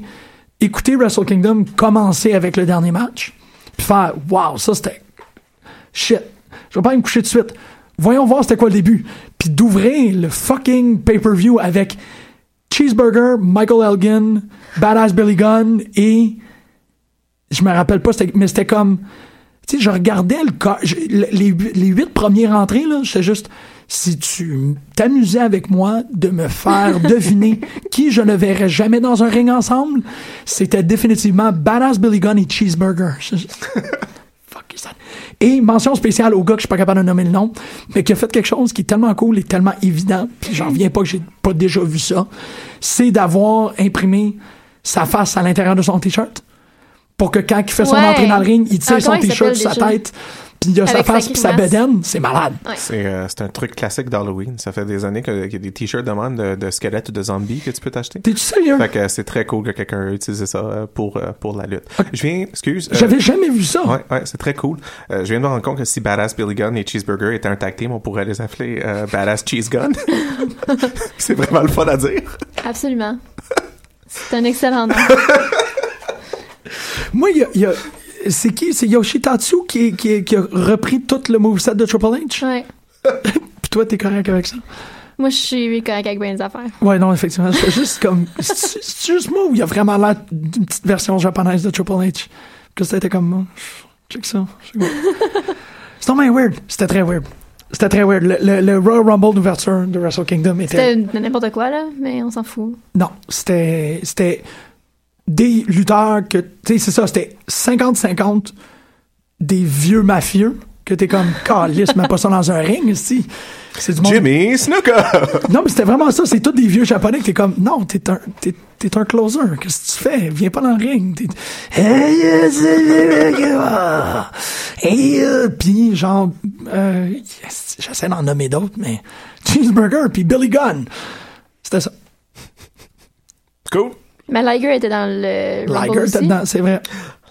Speaker 3: écouter Wrestle Kingdom commencer avec le dernier match, puis faire Wow, ça c'était shit. Je vais pas aller me coucher tout de suite. Voyons voir c'était quoi le début. Puis d'ouvrir le fucking pay-per-view avec Cheeseburger, Michael Elgin, Badass Billy Gunn et je me rappelle pas, c'était- mais c'était comme tu sais, je regardais le co- je- le- les, hu- les huit premières entrées, là, j'étais juste, si tu m- t'amusais avec moi de me faire deviner qui je ne verrais jamais dans un ring ensemble, c'était définitivement Badass Billy Gunn et Cheeseburger. J'étais juste, Fuck is that? Et mention spéciale au gars que je suis pas capable de nommer le nom, mais qui a fait quelque chose qui est tellement cool et tellement évident, puis j'en viens pas que j'ai pas déjà vu ça, c'est d'avoir imprimé sa face à l'intérieur de son t-shirt pour que quand il fait son
Speaker 5: Ouais.
Speaker 3: entrée dans le ring, il tire
Speaker 5: Ah,
Speaker 3: son
Speaker 5: comment il
Speaker 3: t-shirt
Speaker 5: s'appelle
Speaker 3: sur sa
Speaker 5: déjà?
Speaker 3: tête, puis il y a sa
Speaker 5: Avec sa
Speaker 3: face puis sa
Speaker 5: grimace.
Speaker 3: bedaine, c'est malade.
Speaker 4: C'est euh, c'est un truc classique d'Halloween. Ça fait des années que- qu'il y a des t-shirts de même de, de squelettes ou de zombies que tu peux t'acheter.
Speaker 3: T'es-tu sérieux?
Speaker 4: Fait que euh, c'est très cool que quelqu'un ait utilisé ça euh, pour, euh, pour la lutte. Je viens, excuse. euh,
Speaker 3: J'avais jamais vu ça.
Speaker 4: Ouais, ouais, c'est très cool. Euh, je viens de me rendre compte que si Badass Billy Gunn et Cheeseburger étaient un tag team, on pourrait les appeler euh, Badass Cheese Gun. c'est vraiment le fun à dire.
Speaker 5: Absolument. C'est un excellent nom.
Speaker 3: Moi, il y a, il y a- c'est qui? C'est Yoshitatsu qui, est- qui, est- qui a repris tout le moveset de Triple H? hein?
Speaker 5: Ouais.
Speaker 3: Puis toi, t'es correct avec ça?
Speaker 5: Moi, je suis correct avec bien des affaires.
Speaker 3: Ouais, non, effectivement. C'est juste comme. C'est c'est juste moi où il y a vraiment l'air d'une petite version japonaise de Triple H. Que c'était comme. moi. Check ça. C'est quoi. C'est non, mais weird. C'était très weird. C'était très weird. Le, le- le Royal Rumble d'ouverture de Wrestle Kingdom était.
Speaker 5: C'était de n'importe quoi, là, mais on s'en fout.
Speaker 3: Non, c'était. C'était des lutteurs que. Tu sais, c'est ça. C'était 50-50 des vieux mafieux que t'es comme. Calisse, mais pas ça dans un ring ici. C'est du monde.
Speaker 4: Jimmy Snuka!
Speaker 3: Non, mais c'était vraiment ça. C'est tous des vieux japonais que t'es comme, non, t'es un, t'es, t'es un closer. Qu'est-ce que tu fais? Viens pas dans le ring. T'es- Hey, euh, c'est le mec, euh, hey, euh, puis genre, euh, yes, j'essaie d'en nommer d'autres, mais Cheeseburger, puis Billy Gunn. C'était ça.
Speaker 4: Cool.
Speaker 5: Mais Liger était dans le Rumble
Speaker 3: Liger,
Speaker 5: aussi.
Speaker 3: était dedans, c'est vrai.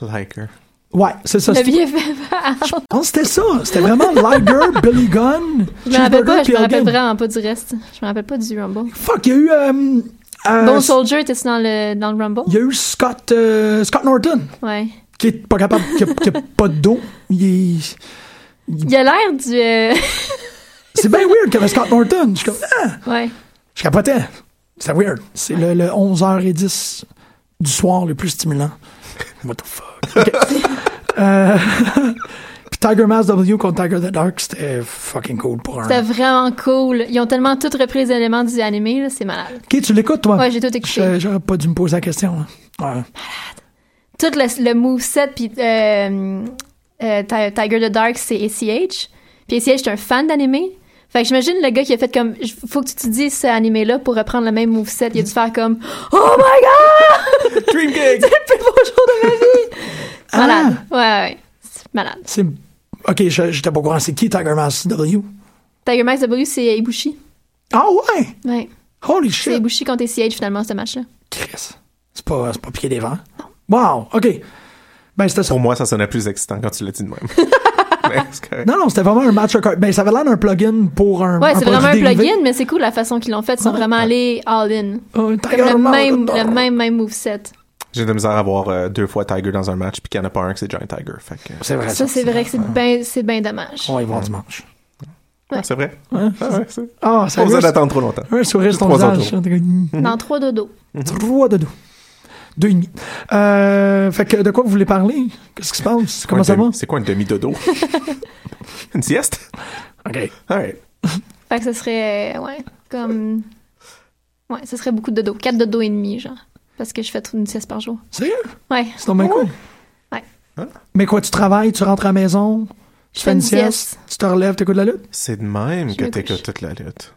Speaker 4: Liker.
Speaker 3: Ouais, c'est ça.
Speaker 5: Le
Speaker 3: C'était,
Speaker 5: vieux fait mal.
Speaker 3: non, c'était ça. C'était vraiment Liger, Billy Gunn,
Speaker 5: Je me rappelle pas, je
Speaker 3: puis
Speaker 5: me rappelle
Speaker 3: Hogan.
Speaker 5: vraiment pas du reste. Je me rappelle pas du Rumble.
Speaker 3: Fuck, il y a eu, euh, euh,
Speaker 5: Bon Soldier était dans le, dans le Rumble?
Speaker 3: il y a eu Scott, euh, Scott Norton.
Speaker 5: Ouais.
Speaker 3: qui est pas capable, qui a, qui a pas de dos. Il est-
Speaker 5: Il a l'air du. euh,
Speaker 3: C'est bien weird comme Scott Norton. Je suis comme, ah,
Speaker 5: ouais.
Speaker 3: je capotais. C'est weird. C'est le, le 11h10 du soir le plus stimulant. What the fuck? Ok. Euh, Puis Tiger Mask W contre Tiger the Dark, c'était fucking cool pour un.
Speaker 5: C'était vraiment cool. Ils ont tellement tout repris les éléments du animé, là, c'est malade.
Speaker 3: Ok, tu l'écoutes, toi?
Speaker 5: Ouais, j'ai tout écouté.
Speaker 3: Je- J'aurais pas dû me poser la question. là. Ouais.
Speaker 5: Tout le, le moveset, puis euh, euh, Ti- Tiger the Dark, c'est ACH. Puis ACH, est un fan d'animé. Fait que j'imagine le gars qui a fait comme. J- Faut que tu utilises ce animé-là pour reprendre le même moveset. Il a dû faire comme. Oh my god!
Speaker 4: Dream gig!
Speaker 5: c'est le plus beau jour de ma vie! C'est Malade. Ouais, ouais. C'est malade.
Speaker 3: C'est. Ok, je- j'étais pas au courant. C'est qui Tiger Mask W?
Speaker 5: Tiger Max W, c'est Ibushi.
Speaker 3: Ah ouais!
Speaker 5: Ouais.
Speaker 3: Holy
Speaker 5: C'est
Speaker 3: shit!
Speaker 5: Ibushi contre ACH, finalement, ce match-là.
Speaker 3: Chris. C'est pas, c'est pas pied des vents. Wow, OK. Ben, c'était ça.
Speaker 4: Pour moi, ça sonnait plus excitant quand tu l'as dit de même. Mais c'est correct.
Speaker 3: Non, non, c'était vraiment un match à carte. Ben, ça avait l'air d'un plugin pour un.
Speaker 5: Ouais, c'est
Speaker 3: produit
Speaker 5: vraiment un
Speaker 3: dérivé.
Speaker 5: plugin, mais c'est cool la façon qu'ils l'ont fait. Ils sont vraiment allés all-in.
Speaker 3: Oh, un
Speaker 5: Comme
Speaker 3: Tiger
Speaker 5: le
Speaker 3: Mask.
Speaker 5: même, le même, même moveset.
Speaker 4: J'ai de la misère à voir euh, deux fois Tiger dans un match, puis qu'il n'y en a pas un que c'est Giant Tiger. Fait que,
Speaker 3: C'est vrai.
Speaker 5: Ça, c'est vrai que c'est bien c'est ben dommage.
Speaker 3: On va y voir dimanche.
Speaker 4: Ah, c'est vrai.
Speaker 3: Ouais.
Speaker 4: Ah, ouais, c'est-
Speaker 3: Ah,
Speaker 4: Pas besoin
Speaker 3: sérieux?
Speaker 4: d'attendre trop longtemps.
Speaker 3: Un sourire sur ton
Speaker 4: Trois
Speaker 3: visage.
Speaker 4: autres jours.
Speaker 3: T'es comme,
Speaker 5: Dans trois dodos.
Speaker 3: hmm, Trois de deux. Deux et demi. Euh, fait que de quoi vous voulez parler? Qu'est-ce qui se passe? Comment
Speaker 4: Un
Speaker 3: ça va?
Speaker 4: demi- C'est quoi un demi-dodo? Une sieste?
Speaker 3: OK.
Speaker 4: Alright.
Speaker 5: Fait que ce serait, euh, ouais, comme... Ouais, ce serait beaucoup de dodos. Quatre dodos et demi, genre. Parce que je fais toute une sieste par jour.
Speaker 3: Sérieux?
Speaker 5: Ouais.
Speaker 3: C'est ton bien cool.
Speaker 5: Ouais.
Speaker 4: Hein?
Speaker 3: Mais quoi, tu travailles, tu rentres à la maison, tu fais une sieste, tu te relèves, t'écoutes la lutte?
Speaker 4: C'est de même
Speaker 5: Je
Speaker 4: que
Speaker 5: me
Speaker 4: t'écoutes
Speaker 5: couche.
Speaker 4: toute la lutte.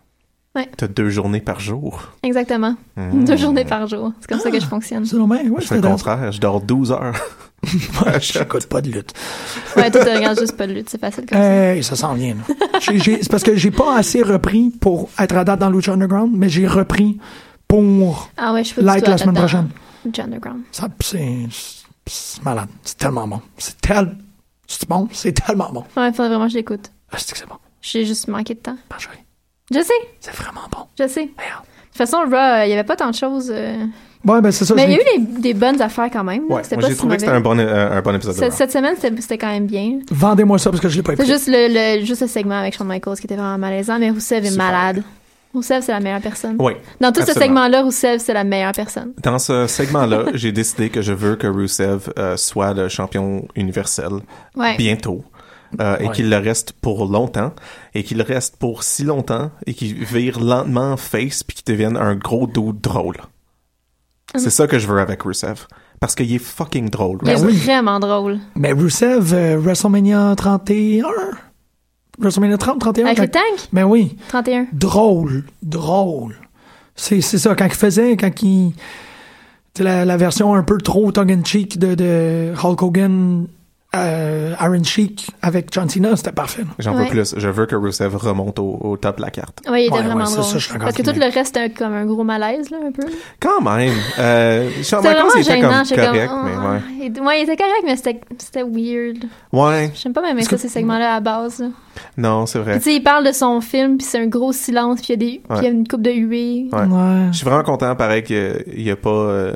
Speaker 5: Ouais.
Speaker 4: T'as deux journées par jour.
Speaker 5: Exactement.
Speaker 3: Ah.
Speaker 4: Mm.
Speaker 5: Deux journées par jour. C'est comme ça que je fonctionne.
Speaker 3: C'est normal. Ouais,
Speaker 4: Je fais le
Speaker 3: intéressant.
Speaker 4: contraire, je dors 12 heures.
Speaker 3: J'écoute pas de lutte.
Speaker 5: Ouais, toi, tu regardes juste pas de lutte. C'est facile comme ça.
Speaker 3: Hey, Euh, ça s'en vient. là. J'ai- j'ai- C'est parce que j'ai pas assez repris pour être à date dans Lucha Underground, mais j'ai repris pour
Speaker 5: Ah ouais, je peux
Speaker 3: Like la semaine prochaine.
Speaker 5: Underground.
Speaker 3: Ça, c'est c'est malade. C'est tellement bon. C'est tel... C'est bon, c'est tellement bon.
Speaker 5: Ouais, faudrait vraiment que je l'écoute.
Speaker 3: Ah, c'est que c'est bon.
Speaker 5: J'ai juste manqué de temps.
Speaker 3: Ben, chérie,
Speaker 5: Je sais,
Speaker 3: C'est vraiment bon.
Speaker 5: je sais. De
Speaker 3: Merde.
Speaker 5: toute façon, Raw, il y avait pas tant de choses. euh,
Speaker 3: Ouais, ben c'est ça.
Speaker 5: Mais il
Speaker 3: j'ai-
Speaker 5: y a eu des, des bonnes affaires quand même. là.
Speaker 4: Ouais,
Speaker 5: C'était
Speaker 4: moi
Speaker 5: pas
Speaker 4: j'ai
Speaker 5: si
Speaker 4: trouvé que c'était
Speaker 5: mauvais.
Speaker 4: un bon, euh, un bon épisode. de
Speaker 5: Cette,
Speaker 4: Raw.
Speaker 5: cette semaine, c'était c'était quand même bien.
Speaker 3: Vendez-moi ça parce que je l'ai pas
Speaker 5: C'est
Speaker 3: écouté.
Speaker 5: juste le, le- juste le segment avec Shawn Michaels qui était vraiment malaisant, mais Rousseff est
Speaker 4: Super.
Speaker 5: malade. Rousseff, c'est la meilleure personne.
Speaker 4: Oui.
Speaker 5: Dans tout ce
Speaker 4: absolument.
Speaker 5: segment-là, Rousseff, c'est la meilleure personne.
Speaker 4: Dans ce segment-là, j'ai décidé que je veux que Rusev euh, soit le champion universel
Speaker 5: Ouais.
Speaker 4: bientôt. euh, Et
Speaker 3: Ouais.
Speaker 4: qu'il le reste pour longtemps, et qu'il reste pour si longtemps, et qu'il vire lentement face, puis qu'il devienne un gros dos drôle.
Speaker 5: Hum.
Speaker 4: C'est ça que je veux avec Rusev. Parce qu'il est fucking drôle.
Speaker 5: Il est
Speaker 4: Rusev.
Speaker 3: oui.
Speaker 5: vraiment drôle.
Speaker 3: Mais Rusev, euh, WrestleMania 31? WrestleMania 30, 31?
Speaker 5: Avec
Speaker 3: quand-
Speaker 5: le tank,
Speaker 3: Ben oui.
Speaker 5: 31.
Speaker 3: drôle, drôle. C'est c'est ça, quand il faisait, quand il... C'est la, la version un peu trop tongue-in-cheek de, de Hulk Hogan, euh, Iron Sheik avec John Cena, c'était parfait. là.
Speaker 4: J'en
Speaker 5: Ouais.
Speaker 4: veux plus. Je veux que Rusev remonte au, au top de la carte.
Speaker 5: Ouais, il était
Speaker 3: Ouais, ouais,
Speaker 5: vraiment
Speaker 3: ça,
Speaker 5: drôle.
Speaker 3: ça, je suis d'accord
Speaker 5: Parce que tout
Speaker 3: avec
Speaker 5: le reste, c'était un- comme un gros malaise, là, un peu.
Speaker 4: Quand même! Euh, Shawn
Speaker 5: C'était
Speaker 4: Michaels, il
Speaker 5: vraiment
Speaker 4: était
Speaker 5: gênant.
Speaker 4: comme
Speaker 5: j'étais comme,
Speaker 4: correct, mais
Speaker 5: Ah,
Speaker 4: ouais.
Speaker 5: il- ouais, il était correct, mais c'était- c'était weird.
Speaker 4: Ouais,
Speaker 5: J'aime pas même ça, ces segments-là, à la base. là.
Speaker 4: non, c'est vrai.
Speaker 5: Puis, tu sais, il parle de son film, puis c'est un gros silence, puis il y a des- puis il y a une coupe de huées.
Speaker 4: Ouais.
Speaker 3: Ouais.
Speaker 4: Je suis vraiment content, pareil, qu'il n'y a pas euh,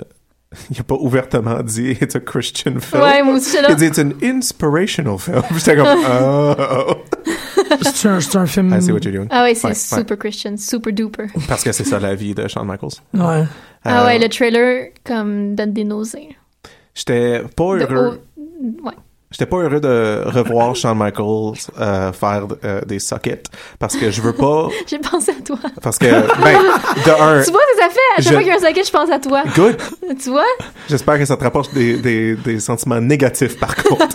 Speaker 4: il a pas ouvertement dit it's a Christian film.
Speaker 5: Ouais, moi aussi,
Speaker 4: il
Speaker 5: là.
Speaker 4: a dit it's an inspirational film. J'étais comme oh, oh.
Speaker 3: C'est un, c'est un film.
Speaker 4: I see what you're doing.
Speaker 5: Ah ouais, c'est
Speaker 4: Ouais,
Speaker 5: super Christian, super duper.
Speaker 4: Parce que c'est ça la vie de Shawn Michaels.
Speaker 3: Ouais.
Speaker 5: ah
Speaker 4: Euh,
Speaker 5: ouais, le trailer, comme, donne des nausées.
Speaker 4: J'étais pas
Speaker 5: De
Speaker 4: heureux.
Speaker 5: haut- Ouais.
Speaker 4: J'étais pas heureux de revoir Shawn Michaels euh, faire euh, des sockets parce que je veux pas
Speaker 5: J'ai pensé à toi.
Speaker 4: parce que ben de un
Speaker 5: Tu vois ce que ça fait? À chaque
Speaker 4: Je-
Speaker 5: fois qu'il y a un socket, je pense à toi.
Speaker 4: good
Speaker 5: Tu vois?
Speaker 4: J'espère que ça te rapporte des, des, des sentiments négatifs, par contre.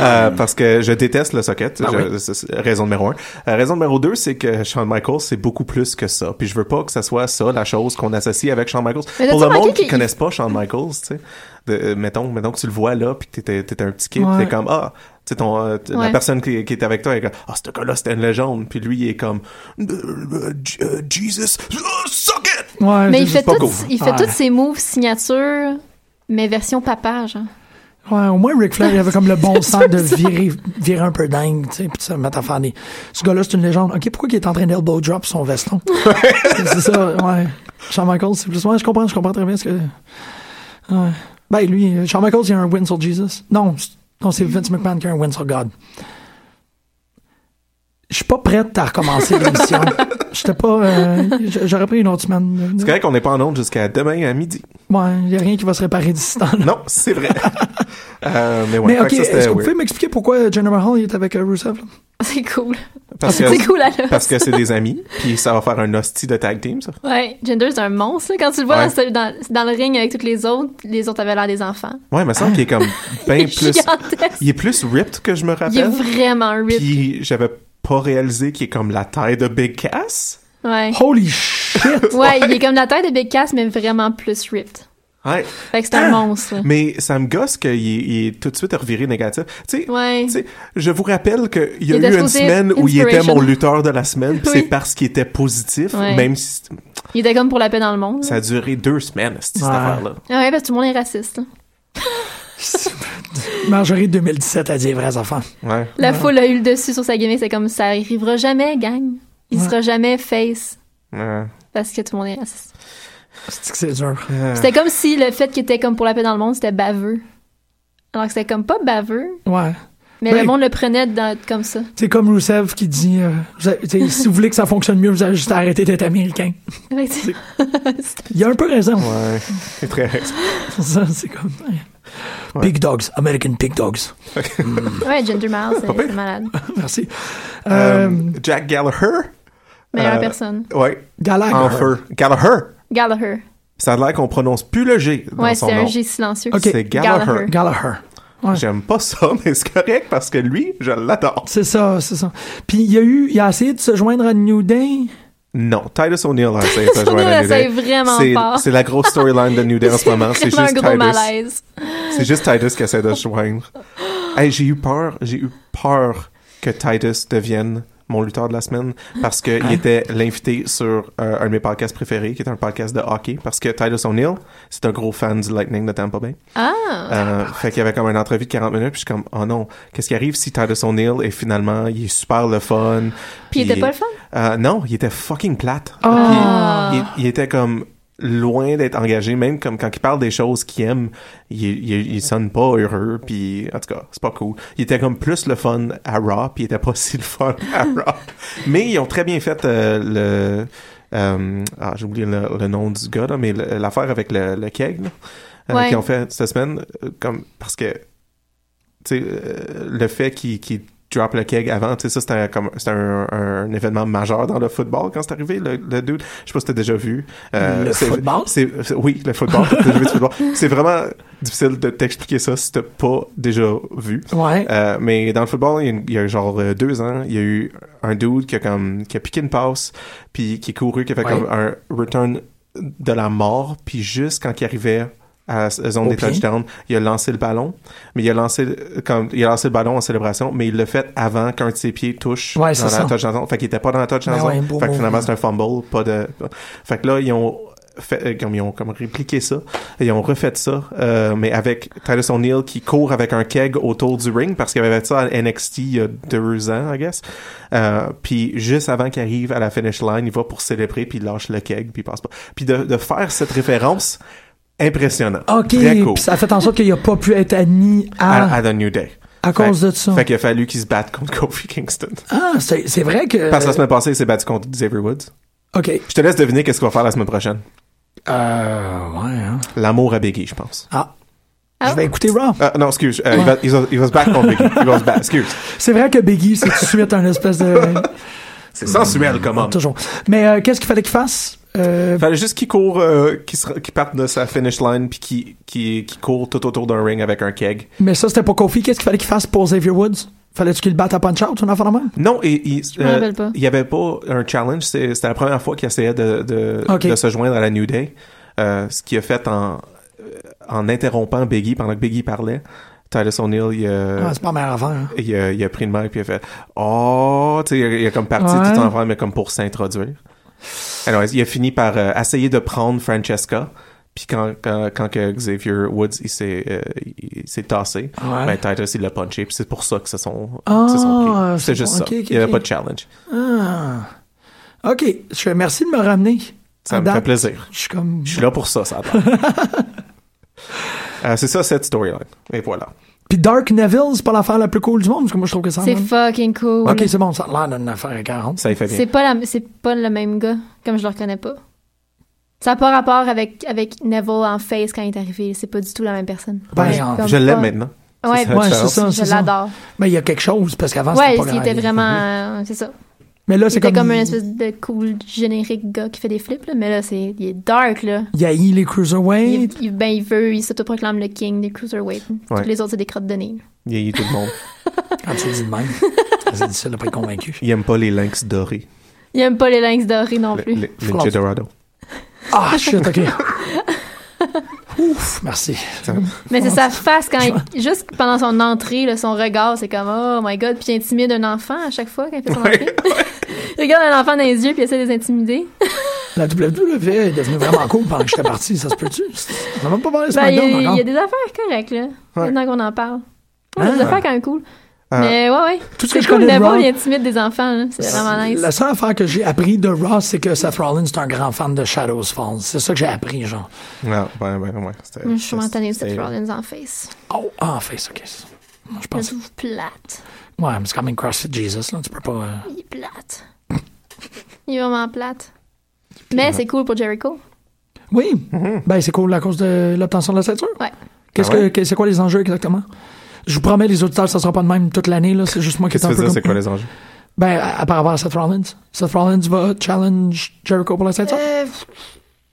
Speaker 4: Euh, parce que je déteste le socket. Je- c'est- c'est Raison numéro un. Euh, raison numéro deux, c'est que Shawn Michaels, c'est beaucoup plus que ça. Puis je veux pas que ça soit ça, la chose qu'on associe avec Shawn Michaels.
Speaker 5: Mais
Speaker 4: Pour le
Speaker 5: t'as-tu
Speaker 4: monde
Speaker 5: remarqué
Speaker 4: qui
Speaker 5: qu'il-
Speaker 4: connaisse pas Shawn Michaels, tu sais, de- euh, mettons, mettons que tu le vois là, puis que t'es, t'es un petit kid,
Speaker 3: Ouais.
Speaker 4: puis t'es comme, ah, tu sais, ton, euh, t- la
Speaker 5: Ouais.
Speaker 4: personne qui, qui est avec toi, elle est comme, ah, ce gars-là, c'était une légende. Puis lui, il est comme, Euh, euh, J- euh, Jesus, oh, socket!
Speaker 3: Ouais,
Speaker 5: Mais
Speaker 3: c'est-
Speaker 5: il fait,
Speaker 4: pas
Speaker 5: tout,
Speaker 4: cool.
Speaker 5: il fait
Speaker 3: Ouais.
Speaker 5: tous ses moves signature, mais version papa, genre.
Speaker 3: Ouais, au moins Ric Flair, il avait comme le bon sens de
Speaker 5: ça.
Speaker 3: virer, virer un peu dingue, tu sais, puis de se mettre à faire des. Ce gars-là, c'est une légende. OK, pourquoi il est en train d'elbow drop son veston? c'est ça, ouais. Shawn Michaels, c'est plus. Ouais, je comprends, je comprends très bien ce que. Ouais. Ben, lui, euh, Shawn Michaels, il a un win sur Jesus. Non, c'est- non c'est Vince McMahon qui a un win sur God. Je suis pas prête à recommencer l'émission. J'étais pas. euh, j- J'aurais pris une autre semaine.
Speaker 4: C'est correct qu'on n'est pas en onde jusqu'à demain à midi.
Speaker 3: Ouais, il y a rien qui va se réparer d'ici ce temps-là.
Speaker 4: Non, c'est vrai. Euh, mais ouais,
Speaker 3: Mais
Speaker 4: fait
Speaker 3: ok,
Speaker 4: que ça, c'était
Speaker 3: est-ce que vous
Speaker 4: weird.
Speaker 3: pouvez m'expliquer pourquoi General Hall il est avec euh, Rusev? là?
Speaker 5: C'est cool.
Speaker 4: parce que
Speaker 5: Ah, C'est cool, là. là.
Speaker 4: parce que c'est des amis, puis ça va faire un hostie de tag team, ça.
Speaker 5: Ouais, Gender, c'est un monstre. là. Quand tu le vois
Speaker 4: Ouais.
Speaker 5: dans, ce- dans, dans le ring avec toutes les autres, les autres avaient l'air des enfants.
Speaker 4: Ouais, mais ça, il est comme
Speaker 5: Il
Speaker 4: bien
Speaker 5: est
Speaker 4: plus.
Speaker 5: gigantesque.
Speaker 4: Il est plus ripped que je me
Speaker 5: Il est
Speaker 4: rappelle.
Speaker 5: vraiment ripped.
Speaker 4: Puis j'avais pas réalisé qu'il est comme la taille de Big Cass.
Speaker 5: Ouais.
Speaker 4: oh,
Speaker 3: Holy shit!
Speaker 5: Ouais, il est comme la taille de Big Cass, mais vraiment plus ripped.
Speaker 4: Ouais.
Speaker 5: Fait que c'est un
Speaker 4: Ah!
Speaker 5: monstre. là.
Speaker 4: Mais ça me gosse qu'il est, il est tout de suite reviré négatif. Tu sais,
Speaker 5: Ouais.
Speaker 4: tu sais, je vous rappelle qu'il y a
Speaker 5: Il était
Speaker 4: eu une
Speaker 5: supposé
Speaker 4: semaine où il était
Speaker 5: inspiration.
Speaker 4: mon lutteur de la semaine, puis
Speaker 5: Oui.
Speaker 4: c'est parce qu'il était positif,
Speaker 5: Ouais.
Speaker 4: même si
Speaker 5: Il était comme pour la paix dans le monde.
Speaker 4: ça a duré deux semaines, cette
Speaker 3: Ouais.
Speaker 4: affaire-là.
Speaker 5: Ah Ouais, parce que tout le monde est raciste. là.
Speaker 3: Marjorie 2017 a dit les vrais enfants.
Speaker 4: Ouais.
Speaker 5: La foule a eu le dessus sur sa gimmick. C'est comme ça arrivera jamais, gang. Il
Speaker 3: Ouais.
Speaker 5: sera jamais face
Speaker 4: Ouais.
Speaker 5: parce que tout le monde est raciste.
Speaker 3: C'est que c'est dur.
Speaker 4: Ah.
Speaker 5: C'était comme si le fait qu'il était comme pour la paix dans le monde, c'était baveux. Alors que c'était comme pas baveux,
Speaker 3: Ouais.
Speaker 5: mais
Speaker 3: Ben-
Speaker 5: le monde le prenait dans- comme ça.
Speaker 3: C'est comme Rusev qui dit euh, vous avez- tu sais, si vous voulez que ça fonctionne mieux, vous avez juste à arrêter d'être américain.
Speaker 5: Effectivement.
Speaker 3: Il a un peu raison.
Speaker 4: Ouais. C'est très ex-
Speaker 3: Ça, c'est comme. ouais.
Speaker 4: Ouais.
Speaker 3: Big Dogs, American Big Dogs.
Speaker 5: Ouais, Ginger Miles, c'est
Speaker 4: Pas pire.
Speaker 5: c'est malade.
Speaker 3: Merci. Euh,
Speaker 4: Euh, Jack Gallagher.
Speaker 5: Meilleure
Speaker 4: Euh,
Speaker 5: personne.
Speaker 4: Ouais.
Speaker 3: Gallagher.
Speaker 4: En feu. Gallagher.
Speaker 5: Gallagher.
Speaker 4: Ça a l'air qu'on prononce plus le G dans
Speaker 5: Ouais,
Speaker 4: son
Speaker 5: c'est
Speaker 4: nom.
Speaker 5: un G silencieux.
Speaker 3: Ok.
Speaker 4: C'est Gallagher.
Speaker 3: Gallagher. Ouais.
Speaker 4: J'aime pas ça, mais c'est correct parce que lui, je l'adore.
Speaker 3: C'est ça, c'est ça. Puis il a eu, il a essayé de se joindre à New Day.
Speaker 4: Non, Titus O'Neill a essayé de se
Speaker 5: Titus
Speaker 4: joindre
Speaker 5: O'Neill
Speaker 4: à New Day.
Speaker 5: essaye vraiment
Speaker 4: C'est-
Speaker 5: fort.
Speaker 4: C'est la grosse storyline de New Day en ce moment. C'est
Speaker 5: vraiment
Speaker 4: juste
Speaker 5: un gros
Speaker 4: Titus.
Speaker 5: malaise.
Speaker 4: C'est juste Titus qui essaie de se joindre. Hey, j'ai eu peur, j'ai eu peur que Titus devienne mon lutteur de la semaine parce qu'il était l'invité sur euh, un de mes podcasts préférés, qui est un podcast de hockey, parce que Titus O'Neill, c'est un gros fan du Lightning de Tampa Bay.
Speaker 5: Ah!
Speaker 4: Euh, fait qu'il y avait comme une entrevue de 40 minutes, puis je suis comme, oh non, qu'est-ce qui arrive si Titus O'Neill est finalement, il est super le fun.
Speaker 5: Puis il était pas le fun?
Speaker 4: Euh, non, il était fucking plate.
Speaker 3: Ah.
Speaker 4: Puis Il, il était comme loin d'être engagé, même comme quand il parle des choses qu'il aime, il, il, il sonne pas heureux, puis en tout cas, c'est pas cool. Il était comme plus le fun à Raw, puis il était pas si le fun à Raw. Mais ils ont très bien fait euh, le... euh, ah, j'ai oublié le, le nom du gars, là, mais le- l'affaire avec le, le keg, là, euh,
Speaker 5: Ouais.
Speaker 4: qu'ils ont fait cette semaine, euh, comme, parce que tu sais, euh, le fait qu'il qu'il drop le keg avant, tu sais, ça, c'était comme, c'était un, un événement majeur dans le football quand c'est arrivé, le, le dude. Je sais pas si t'as déjà vu. Euh,
Speaker 3: Le
Speaker 4: c'est-
Speaker 3: football?
Speaker 4: c'est- c'est- oui, le football. T'as déjà vu du football. C'est vraiment difficile de t'expliquer ça si t'as pas déjà vu.
Speaker 3: Ouais.
Speaker 4: Euh, mais dans le football, il y, a une- il y a genre euh, deux ans, il y a eu un dude qui a, comme, qui a piqué une passe, puis qui est couru, qui a fait
Speaker 3: Ouais.
Speaker 4: comme un return de la mort, puis juste quand il arrivait à la zone
Speaker 3: Au
Speaker 4: des
Speaker 3: pied.
Speaker 4: touchdowns, il a lancé le ballon, mais il a lancé, le- comme, il a lancé le ballon en célébration, mais il l'a fait avant qu'un de ses pieds touche
Speaker 3: Ouais,
Speaker 4: dans
Speaker 3: c'est
Speaker 4: la
Speaker 3: ça.
Speaker 4: touchdown zone. Fait qu'il était pas dans la touchdown
Speaker 3: Ben
Speaker 4: zone.
Speaker 3: ouais, beau
Speaker 4: fait que finalement,
Speaker 3: mouvement.
Speaker 4: c'est un fumble, pas de... Fait que là, ils ont fait, euh, comme ils ont comme répliqué ça, et ils ont refait ça, euh, mais avec Titus O'Neill qui court avec un keg autour du ring parce qu'il avait fait ça à NXT il y a deux ans, I guess. Euh, puis juste avant qu'il arrive à la finish line, il va pour célébrer puis il lâche le keg puis il passe pas. Puis de, de faire cette référence impressionnant.
Speaker 3: OK.
Speaker 4: Très cool.
Speaker 3: Puis ça a fait en sorte qu'il n'a pas pu être admis
Speaker 4: À,
Speaker 3: à.
Speaker 4: à The New Day.
Speaker 3: À cause de ça.
Speaker 4: Fait qu'il a fallu qu'il se batte contre Kofi Kingston.
Speaker 3: Ah, c'est c'est vrai que.
Speaker 4: Parce que la semaine passée, il s'est battu contre Xavier Woods.
Speaker 3: OK.
Speaker 4: Je te laisse deviner qu'est-ce qu'on va faire la semaine prochaine.
Speaker 3: Euh, ouais, hein.
Speaker 4: L'amour à Biggie, je pense.
Speaker 3: Ah.
Speaker 5: Ah.
Speaker 3: Je vais écouter Raw.
Speaker 4: Ah, non, excuse. euh, il, va, il va- il va se battre contre Biggie. Il va se battre. Excuse.
Speaker 3: C'est vrai que Biggie, c'est tout de suite un espèce de.
Speaker 4: C'est sensuel comme homme.
Speaker 3: Toujours. Mais euh, qu'est-ce qu'il fallait qu'il fasse? Euh,
Speaker 4: Fallait juste qu'il court, euh, qu'il se- qu'il parte de sa finish line puis qu'il qu'il- qu'il court tout autour d'un ring avec un keg.
Speaker 3: mais ça, c'était pour Kofi. Qu'est-ce qu'il fallait qu'il fasse pour Xavier Woods? Fallait-tu qu'il le batte à Punch-Out, une affaire de même?
Speaker 4: Non, et, il euh,
Speaker 5: me rappelle pas.
Speaker 4: il y avait pas un challenge. C'est- C'était la première fois qu'il essayait de, de,
Speaker 3: Ok.
Speaker 4: de se joindre à la New Day. Euh, ce qu'il a fait en, euh, en interrompant Biggie pendant que Biggie parlait. Titus O'Neill, il, a-
Speaker 3: Ah, c'est pas mal avant, hein.
Speaker 4: il, a, il a pris le mic puis il a fait Oh, tu sais, il, a- il a comme parti
Speaker 3: Ouais.
Speaker 4: tout en avant, mais comme pour s'introduire. Alors, il a fini par euh, essayer de prendre Francesca. Puis quand, quand, quand que Xavier Woods il s'est euh, il s'est tassé,
Speaker 3: Ouais.
Speaker 4: ben Titus il l'a punché. Puis c'est pour ça que se sont,
Speaker 3: Ah,
Speaker 4: se sont pris.
Speaker 3: c'est
Speaker 4: C'est juste
Speaker 3: bon,
Speaker 4: ça.
Speaker 3: ok, ok,
Speaker 4: il n'y avait
Speaker 3: ok.
Speaker 4: pas de challenge.
Speaker 3: Ah. OK. Je, merci de me ramener.
Speaker 4: Ça
Speaker 3: À
Speaker 4: me
Speaker 3: date,
Speaker 4: fait plaisir.
Speaker 3: Je suis comme.
Speaker 4: Je suis là pour ça, ça. a l'air. Euh, c'est ça cette storyline. Et voilà.
Speaker 3: Puis Dark Neville, c'est pas l'affaire la plus cool du monde, parce que moi, je trouve que ça.
Speaker 5: C'est hein.
Speaker 3: en-
Speaker 5: fucking cool.
Speaker 3: OK, c'est bon. Ça a l'air d'une affaire à 40.
Speaker 4: Ça y fait bien.
Speaker 5: C'est pas, la- c'est pas le même gars, comme je le reconnais pas. Ça n'a pas rapport avec, avec Neville en face quand il est arrivé. C'est pas du tout la même personne.
Speaker 3: Ben,
Speaker 5: Ouais,
Speaker 3: en-
Speaker 5: comme
Speaker 4: Je l'aime
Speaker 5: pas-
Speaker 4: maintenant. C'est
Speaker 5: Ouais,
Speaker 4: ça la
Speaker 3: ouais, c'est
Speaker 4: différence.
Speaker 3: ça,
Speaker 5: Je
Speaker 3: c'est ça.
Speaker 5: l'adore.
Speaker 3: Mais il y a quelque chose, parce qu'avant,
Speaker 5: Ouais,
Speaker 3: c'était pas
Speaker 5: il était
Speaker 3: grand-
Speaker 5: vraiment. euh, c'est ça.
Speaker 3: Mais là, c'est
Speaker 5: C'était
Speaker 3: comme.
Speaker 5: comme, un espèce de cool générique gars qui fait des flips, là, mais là, c'est, il est dark, là.
Speaker 3: Il haït les
Speaker 5: Il,
Speaker 3: Cruiserweights.
Speaker 5: il- ben, il veut, il s'autoproclame le king des cruiserweight.
Speaker 4: Ouais.
Speaker 5: Tous les autres, c'est des crottes de nez.
Speaker 4: Il haït tout le monde.
Speaker 3: Quand Ah, tu le dis de même, c'est difficile de pas être convaincu.
Speaker 4: Il aime pas les lynx dorés.
Speaker 5: Il aime pas les lynx dorés non
Speaker 4: Le-
Speaker 5: plus.
Speaker 4: le- le
Speaker 3: Flore.
Speaker 4: Dorado.
Speaker 3: Ah, shit, OK. Ouf, merci.
Speaker 5: Mais c'est sa face quand il- juste pendant son entrée, là, son regard, c'est comme oh my god, puis il intimide un enfant à chaque fois quand il fait son entrée. il regarde un enfant dans les yeux puis il essaie de les intimider.
Speaker 3: La WWE est devenue vraiment cool pendant que j'étais parti, ça se peut-tu? On n'a même pas parlé de
Speaker 5: Ben, il, y a,
Speaker 3: SmackDown
Speaker 5: il
Speaker 3: encore.
Speaker 5: y a des affaires correctes là. Maintenant qu'on en parle. Ouais,
Speaker 3: Hein?
Speaker 5: des affaires quand même cool.
Speaker 4: Ah.
Speaker 5: Mais ouais ouais.
Speaker 3: Tout ce
Speaker 5: C'est
Speaker 3: que je
Speaker 5: cool,
Speaker 3: connais de
Speaker 5: Neville,
Speaker 3: Raw-
Speaker 5: il intimide des enfants là. C'est vraiment nice.
Speaker 3: La seule affaire que j'ai appris de Ross, c'est que Seth Rollins est un grand fan de Shadows Falls. C'est ça que j'ai appris, genre.
Speaker 4: Non, ben, ben, ouais. c'était-
Speaker 5: Je suis
Speaker 4: c'était-
Speaker 5: mentannée de
Speaker 4: c'était-
Speaker 5: Seth Rollins en face.
Speaker 3: Oh, ah, en face, ok. Moi, Je
Speaker 5: Je le
Speaker 3: pense.
Speaker 5: trouve plate.
Speaker 3: Ouais, mais c'est quand même CrossFit Jesus, là. Tu peux pas. euh,
Speaker 5: Il est plate. il est vraiment plate. Mais c'est cool pour Jericho.
Speaker 3: Oui! Ben, c'est cool à cause de l'obtention de la ceinture.
Speaker 5: Ouais.
Speaker 3: Qu'est-ce
Speaker 4: Ah ouais?
Speaker 3: que, que- c'est quoi les enjeux exactement? Je vous promets, les auditeurs, ça sera pas de même toute l'année, là. C'est juste moi qui est
Speaker 4: Qu'est-ce que
Speaker 3: un
Speaker 4: tu veux
Speaker 3: peu
Speaker 4: dire, c'est
Speaker 3: comme...
Speaker 4: quoi les enjeux?
Speaker 3: Ben, à, à par rapport à Seth Rollins. Seth Rollins va challenge Jericho pour la ceinture.
Speaker 5: Euh,
Speaker 3: Il me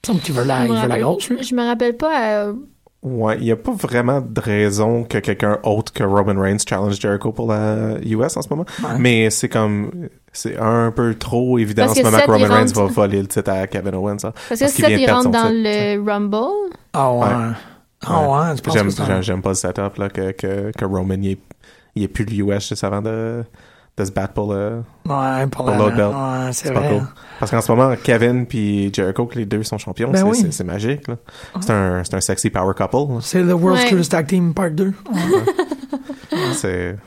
Speaker 3: semble qu'il veut
Speaker 4: Ah,
Speaker 3: la,
Speaker 5: je
Speaker 3: il
Speaker 5: me
Speaker 3: veut la
Speaker 5: rappelle-
Speaker 3: grosse, lui.
Speaker 5: Je me rappelle pas. euh,
Speaker 4: Ouais, il n'y a pas vraiment de raison que quelqu'un autre que Roman Reigns challenge Jericho pour la US en ce moment. Mais c'est comme. C'est un peu trop évident
Speaker 5: Parce
Speaker 4: en ce
Speaker 5: que
Speaker 4: moment que
Speaker 5: Seth, il
Speaker 4: Roman Reigns va
Speaker 5: rentre-
Speaker 4: voler le titre à Kevin Owens. hein,
Speaker 5: Parce que
Speaker 4: qu'il
Speaker 5: Seth,
Speaker 4: vient de
Speaker 5: il
Speaker 4: perdre
Speaker 5: rentre
Speaker 4: son
Speaker 5: dans
Speaker 4: titre.
Speaker 5: le Rumble.
Speaker 3: Ah ouais. Ah ouais, tu penses que
Speaker 4: J'aime,
Speaker 3: c'est un-
Speaker 4: j'aime- j'aime pas le setup là, que, que, que Roman il est, il est plus le US juste avant de, de se battre pour le.
Speaker 3: Ouais, pour
Speaker 4: Pour
Speaker 3: la...
Speaker 4: l'autre belt.
Speaker 3: Ouais, c'est
Speaker 4: c'est pas
Speaker 3: vrai. hein.
Speaker 4: cool. Parce qu'en ce moment, Kevin puis Jericho, que les deux sont champions,
Speaker 3: Ben
Speaker 4: c'est,
Speaker 3: oui.
Speaker 4: c'est- c'est magique. là. C'est, un, c'est un sexy power couple. là.
Speaker 3: C'est le World
Speaker 5: Ouais.
Speaker 3: Cruise Tag Team Part 2.
Speaker 4: C'est.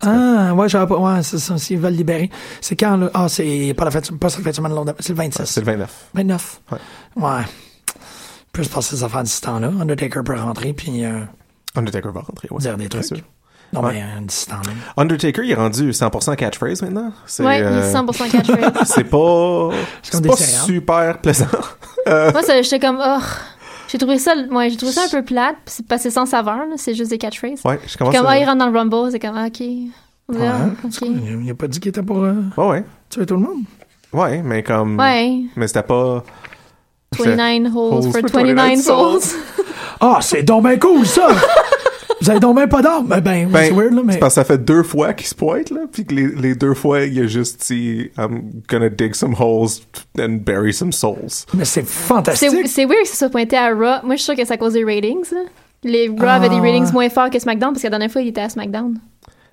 Speaker 3: Ah, ouais, j'avais pas. Ouais, c'est ça, s'ils veulent libérer. C'est quand, là? Ah, c'est pas la fête, pas cette fête semaine l'autre, c'est le 26.
Speaker 4: C'est le 29.
Speaker 3: 29.
Speaker 4: Ouais.
Speaker 3: Ouais. Plus passer des affaires d'ici ce temps-là. Undertaker peut rentrer, puis euh,
Speaker 4: Undertaker va rentrer, ouais.
Speaker 3: dire des
Speaker 4: bien
Speaker 3: trucs.
Speaker 4: sûr.
Speaker 3: Non,
Speaker 4: Ouais.
Speaker 3: mais euh, d'ici ce temps-là.
Speaker 4: Undertaker, il est rendu 100% catchphrase maintenant. C'est,
Speaker 5: Ouais, il
Speaker 4: euh,
Speaker 5: est 100% catchphrase.
Speaker 4: c'est pas,
Speaker 3: comme
Speaker 4: c'est
Speaker 3: des
Speaker 4: pas
Speaker 3: céréales.
Speaker 4: super plaisant.
Speaker 5: Moi, ça, j'étais comme, oh, j'ai trouvé ça, ouais, j'ai trouvé ça un peu plate. puis C'est passé sans saveur, là, c'est juste des catchphrases.
Speaker 4: Ouais, je commence
Speaker 5: Comme, ah,
Speaker 4: à...
Speaker 5: il rentre dans le Rumble, c'est comme, ah, ok. On dirait,
Speaker 3: Ouais,
Speaker 5: ah, ok.
Speaker 3: Il il a pas dit qu'il était pour euh,
Speaker 4: Ouais, ouais,
Speaker 3: tuer tout le monde.
Speaker 4: ouais, mais comme...
Speaker 5: Ouais,
Speaker 4: Mais c'était pas...
Speaker 5: 29 holes
Speaker 4: Holes
Speaker 5: for
Speaker 4: for
Speaker 5: 29
Speaker 4: souls.
Speaker 5: souls.
Speaker 3: Ah, c'est donc bien cool, ça! Vous avez donc bien pas d'armes? Ben, ben,
Speaker 4: Ben,
Speaker 3: c'est weird, là, mais.
Speaker 4: c'est parce que ça fait deux fois qu'il se pointe, là, puis que les, les deux fois, il a juste dit « I'm gonna dig some holes and bury some souls
Speaker 3: Mais c'est
Speaker 5: C'est
Speaker 3: fantastique.
Speaker 5: c'est weird que ça soit pointé à Raw. Moi, je suis sûre que c'est à cause des ratings, là. Les Raw avaient des
Speaker 3: Ah.
Speaker 5: ratings moins forts que SmackDown parce que la dernière fois, il était à SmackDown.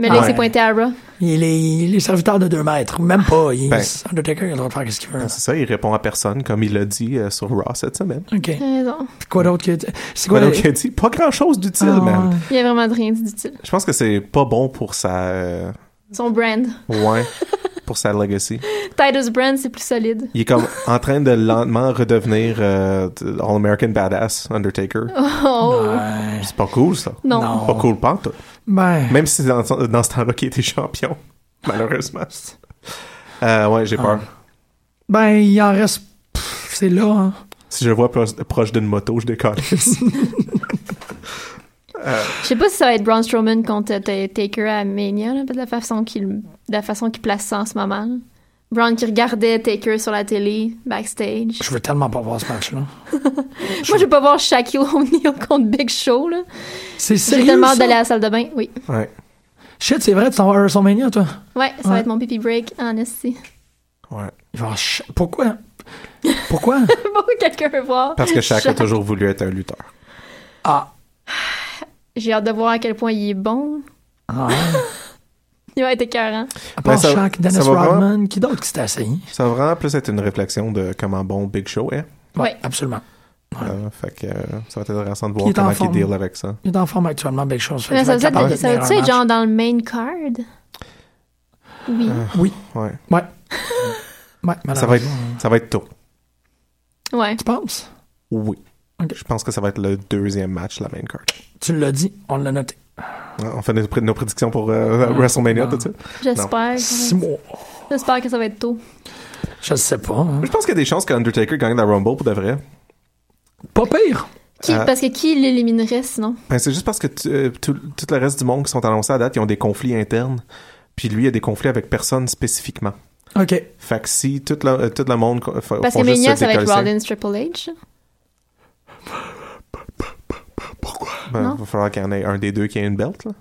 Speaker 5: Mais là, il
Speaker 3: Ah Ouais.
Speaker 5: s'est pointé à Raw.
Speaker 3: Il est, il est serviteur de 2 mètres. Même pas. Il,
Speaker 4: Ben.
Speaker 3: Undertaker, il a le droit de faire ce qu'il veut. ».
Speaker 4: C'est ça, il répond à personne, comme il l'a dit euh, sur Raw cette semaine.
Speaker 3: OK.
Speaker 5: T'as raison.
Speaker 3: Puis quoi d'autre que. C'est quoi
Speaker 4: Voilà,
Speaker 3: le.
Speaker 4: donc, il a dit pas grand-chose d'utile,
Speaker 3: Ah,
Speaker 4: man.
Speaker 3: ouais.
Speaker 5: Il y a vraiment de rien d'utile.
Speaker 4: Je pense que c'est pas bon pour sa... euh,
Speaker 5: Son brand.
Speaker 4: Ouais. pour sa legacy.
Speaker 5: Titus Brand, c'est plus solide.
Speaker 4: Il est comme en train de lentement redevenir euh, All-American Badass Undertaker.
Speaker 5: Oh!
Speaker 3: Ouais.
Speaker 4: C'est pas cool, ça.
Speaker 5: Non.
Speaker 3: Ah, Non.
Speaker 4: Pas cool, pas en tout.
Speaker 3: Ben,
Speaker 4: Même si c'est dans, dans ce temps-là qu'il était champion, malheureusement. Euh, ouais, j'ai peur.
Speaker 3: ben, il en reste. pff, C'est là, hein.
Speaker 4: Si je le vois pro- proche d'une moto, je décolle.
Speaker 5: Je sais pas si ça va être Braun Strowman contre T- Taker à Mania, là, de la façon qu'il de la façon qu'il place ça en ce moment. là. Braun qui regardait Taker sur la télé, backstage.
Speaker 3: Je veux tellement pas voir ce match-là.
Speaker 5: Moi, je vais pas voir Shaquille O'Neal contre Big Show. là.
Speaker 3: C'est
Speaker 5: J'ai
Speaker 3: sérieux.
Speaker 5: tellement hâte
Speaker 3: ça?
Speaker 5: d'aller à la salle de bain. Oui.
Speaker 4: ouais.
Speaker 3: Shit, c'est vrai, tu t'en vas à WrestleMania, toi.
Speaker 5: Ouais, ça
Speaker 3: Ouais.
Speaker 5: va être mon pipi break, en esti.
Speaker 4: Ouais.
Speaker 3: Il va en ch- Pourquoi? Pourquoi?
Speaker 5: Bon, quelqu'un veut voir.
Speaker 4: Parce que Shaq a
Speaker 5: Shaq.
Speaker 4: toujours voulu être un lutteur.
Speaker 3: Ah.
Speaker 5: J'ai hâte de voir à quel point il est bon.
Speaker 3: Ah, ouais.
Speaker 5: Il va être écœurant.
Speaker 3: à part
Speaker 4: Ben, ça-
Speaker 3: Shaq, Dennis
Speaker 4: ça va vraiment-
Speaker 3: Rodman, qui d'autre qui s'est essayé?
Speaker 4: Ça va vraiment plus être une réflexion de comment bon Big Show est.
Speaker 3: Ouais,
Speaker 5: Ouais.
Speaker 3: absolument.
Speaker 4: Euh, fait que euh, ça va être intéressant de
Speaker 3: il
Speaker 4: voir
Speaker 3: est en
Speaker 4: comment il
Speaker 3: forme.
Speaker 4: deal avec ça.
Speaker 3: Il est en forme actuellement, belle chose. Fait
Speaker 5: Mais
Speaker 3: qu'il
Speaker 5: ça
Speaker 3: va
Speaker 5: va-tu
Speaker 3: être capable
Speaker 5: être,
Speaker 3: de
Speaker 5: ça va-tu
Speaker 3: tenir un
Speaker 5: être genre
Speaker 3: match.
Speaker 5: dans le main card? Oui.
Speaker 4: Euh,
Speaker 3: Oui,
Speaker 4: Ouais.
Speaker 3: ouais. ouais,
Speaker 4: Ça va, être,
Speaker 3: malheureusement.
Speaker 4: ça va être tôt.
Speaker 5: Ouais.
Speaker 3: Tu penses?
Speaker 4: Oui.
Speaker 3: Ok.
Speaker 4: Je pense que ça va être le deuxième match, la main card.
Speaker 3: Tu l'as dit, on l'a noté.
Speaker 4: On fait nos, pr- nos prédictions pour euh, WrestleMania tout de suite.
Speaker 5: J'espère.
Speaker 3: Six mois.
Speaker 5: J'espère que ça va être tôt.
Speaker 3: Je sais pas. hein.
Speaker 4: Je pense qu'il y a des chances qu'Undertaker gagne la Rumble pour de vrai.
Speaker 3: Pas pire.
Speaker 5: Qui-
Speaker 4: Euh,
Speaker 5: Parce que qui l'éliminerait sinon?
Speaker 4: Ben, c'est juste parce que tu- euh, tout, tout le reste du monde qui sont annoncés à date, ils ont des conflits internes. Puis lui, il a des conflits avec personne spécifiquement.
Speaker 3: OK.
Speaker 4: Fait que si tout le, euh, tout le monde. co- fa-
Speaker 5: Parce
Speaker 4: font
Speaker 5: que
Speaker 4: juste
Speaker 5: Mania,
Speaker 4: se
Speaker 5: ça va être
Speaker 4: décoller,
Speaker 5: Rollins Triple H.
Speaker 4: ben,
Speaker 5: non?
Speaker 4: Il va falloir qu'il y en ait un des deux qui ait une belt. là.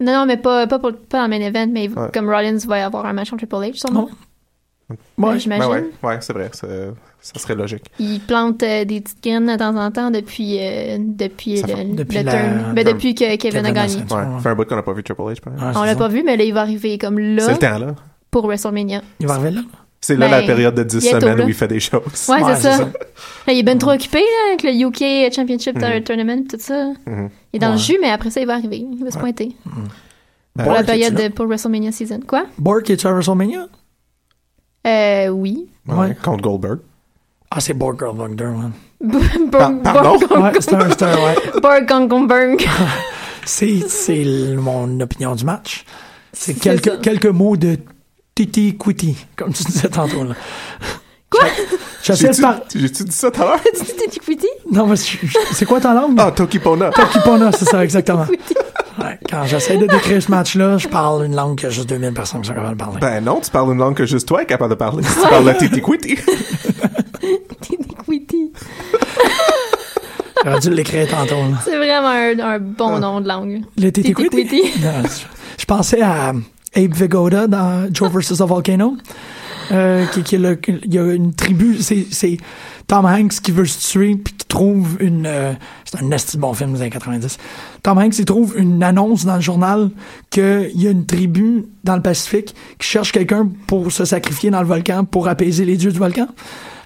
Speaker 5: Non, non, mais pas, pas, pour, pas dans le main event, mais
Speaker 4: Ouais.
Speaker 5: comme Rollins va avoir un match contre Triple H, sûrement.
Speaker 3: Ouais.
Speaker 5: Euh,
Speaker 4: Ben
Speaker 5: J'imagine.
Speaker 4: ouais, ouais c'est vrai. c'est- Ça serait logique.
Speaker 5: Il plante euh, des petites graines de temps en temps depuis, euh, depuis,
Speaker 4: Ça fait-
Speaker 5: le,
Speaker 3: Depuis
Speaker 5: le
Speaker 3: la-
Speaker 5: turn. Ben,
Speaker 4: Turn.
Speaker 5: depuis que Kevin, a
Speaker 3: Kevin a
Speaker 5: gagné.
Speaker 3: ceinture.
Speaker 4: Ouais.
Speaker 3: Ouais.
Speaker 4: Fait un bout qu'on n'a pas vu Triple H. par exemple.
Speaker 3: Ouais,
Speaker 5: On
Speaker 3: c'est
Speaker 5: l'a
Speaker 3: ça.
Speaker 5: pas vu, mais là, il va arriver comme là
Speaker 4: Ah, C'est le temps, là.
Speaker 5: pour WrestleMania.
Speaker 3: Il va arriver là.
Speaker 4: C'est là
Speaker 5: Ben,
Speaker 4: la période de 10
Speaker 5: bientôt,
Speaker 4: semaines
Speaker 5: là.
Speaker 4: où il fait des choses.
Speaker 5: Ouais,
Speaker 3: Ouais, c'est
Speaker 5: c'est ça.
Speaker 3: ça.
Speaker 5: Là, il est ben trop occupé là, avec le UK Championship Tournament tout ça.
Speaker 4: Mhm.
Speaker 5: Il est dans
Speaker 3: Ouais.
Speaker 5: le jus, mais après ça, il va arriver. Il va se pointer. Pour
Speaker 3: Bork,
Speaker 5: la
Speaker 3: es-tu
Speaker 5: période
Speaker 3: là?
Speaker 5: de, pour WrestleMania season. Quoi?
Speaker 3: Bork, est tu à WrestleMania?
Speaker 5: Euh, oui.
Speaker 4: Ouais,
Speaker 3: Ouais.
Speaker 4: Contre Goldberg.
Speaker 3: Ah, c'est Bork Girl Wonder, ouais.
Speaker 5: Borg-
Speaker 4: Par- pardon?
Speaker 5: Borg-
Speaker 3: Ouais, c'est un, c'est un, ouais.
Speaker 5: Borg- Gongonberg.
Speaker 3: C'est, c'est l- mon opinion du match. C'est
Speaker 5: C'est ça.
Speaker 3: quelques, quelques mots de titi quitty, comme tu disais tantôt, là.
Speaker 5: Quoi?
Speaker 3: J'essaie de
Speaker 4: J'ai-tu
Speaker 3: par-
Speaker 4: j'ai-tu dit ça tout à l'heure?
Speaker 5: Tu dis Titi Quiti?
Speaker 3: Non, mais je- je- c'est quoi ta langue?
Speaker 4: Ah, Tokipona!
Speaker 3: Takipona, c'est ça, exactement.
Speaker 5: Quiti.
Speaker 3: Ouais, quand j'essaie de décrire ce match-là, je parle une langue que juste 2000 personnes qui sont capables de parler.
Speaker 4: Ben non, tu parles une langue que juste toi est capable de parler. Tu parles la titiquiti.
Speaker 5: Titi Quiti.
Speaker 3: J'aurais dû l'écrire tantôt. Là.
Speaker 5: C'est vraiment un, un
Speaker 4: Ah.
Speaker 5: bon nom de langue.
Speaker 3: Le titi
Speaker 5: Titi
Speaker 3: quitty.
Speaker 5: Quiti.
Speaker 3: Non, Je pensais à Abe Vigoda dans Joe vs. the Volcano. euh, qui, qui est le- il y a une tribu, c'est c'est Tom Hanks qui veut se tuer puis qui trouve une euh, c'est un nasty bon film des années 90. Tom Hanks il trouve une annonce dans le journal qu'il y a une tribu dans le Pacifique qui cherche quelqu'un pour se sacrifier dans le volcan pour apaiser les dieux du volcan.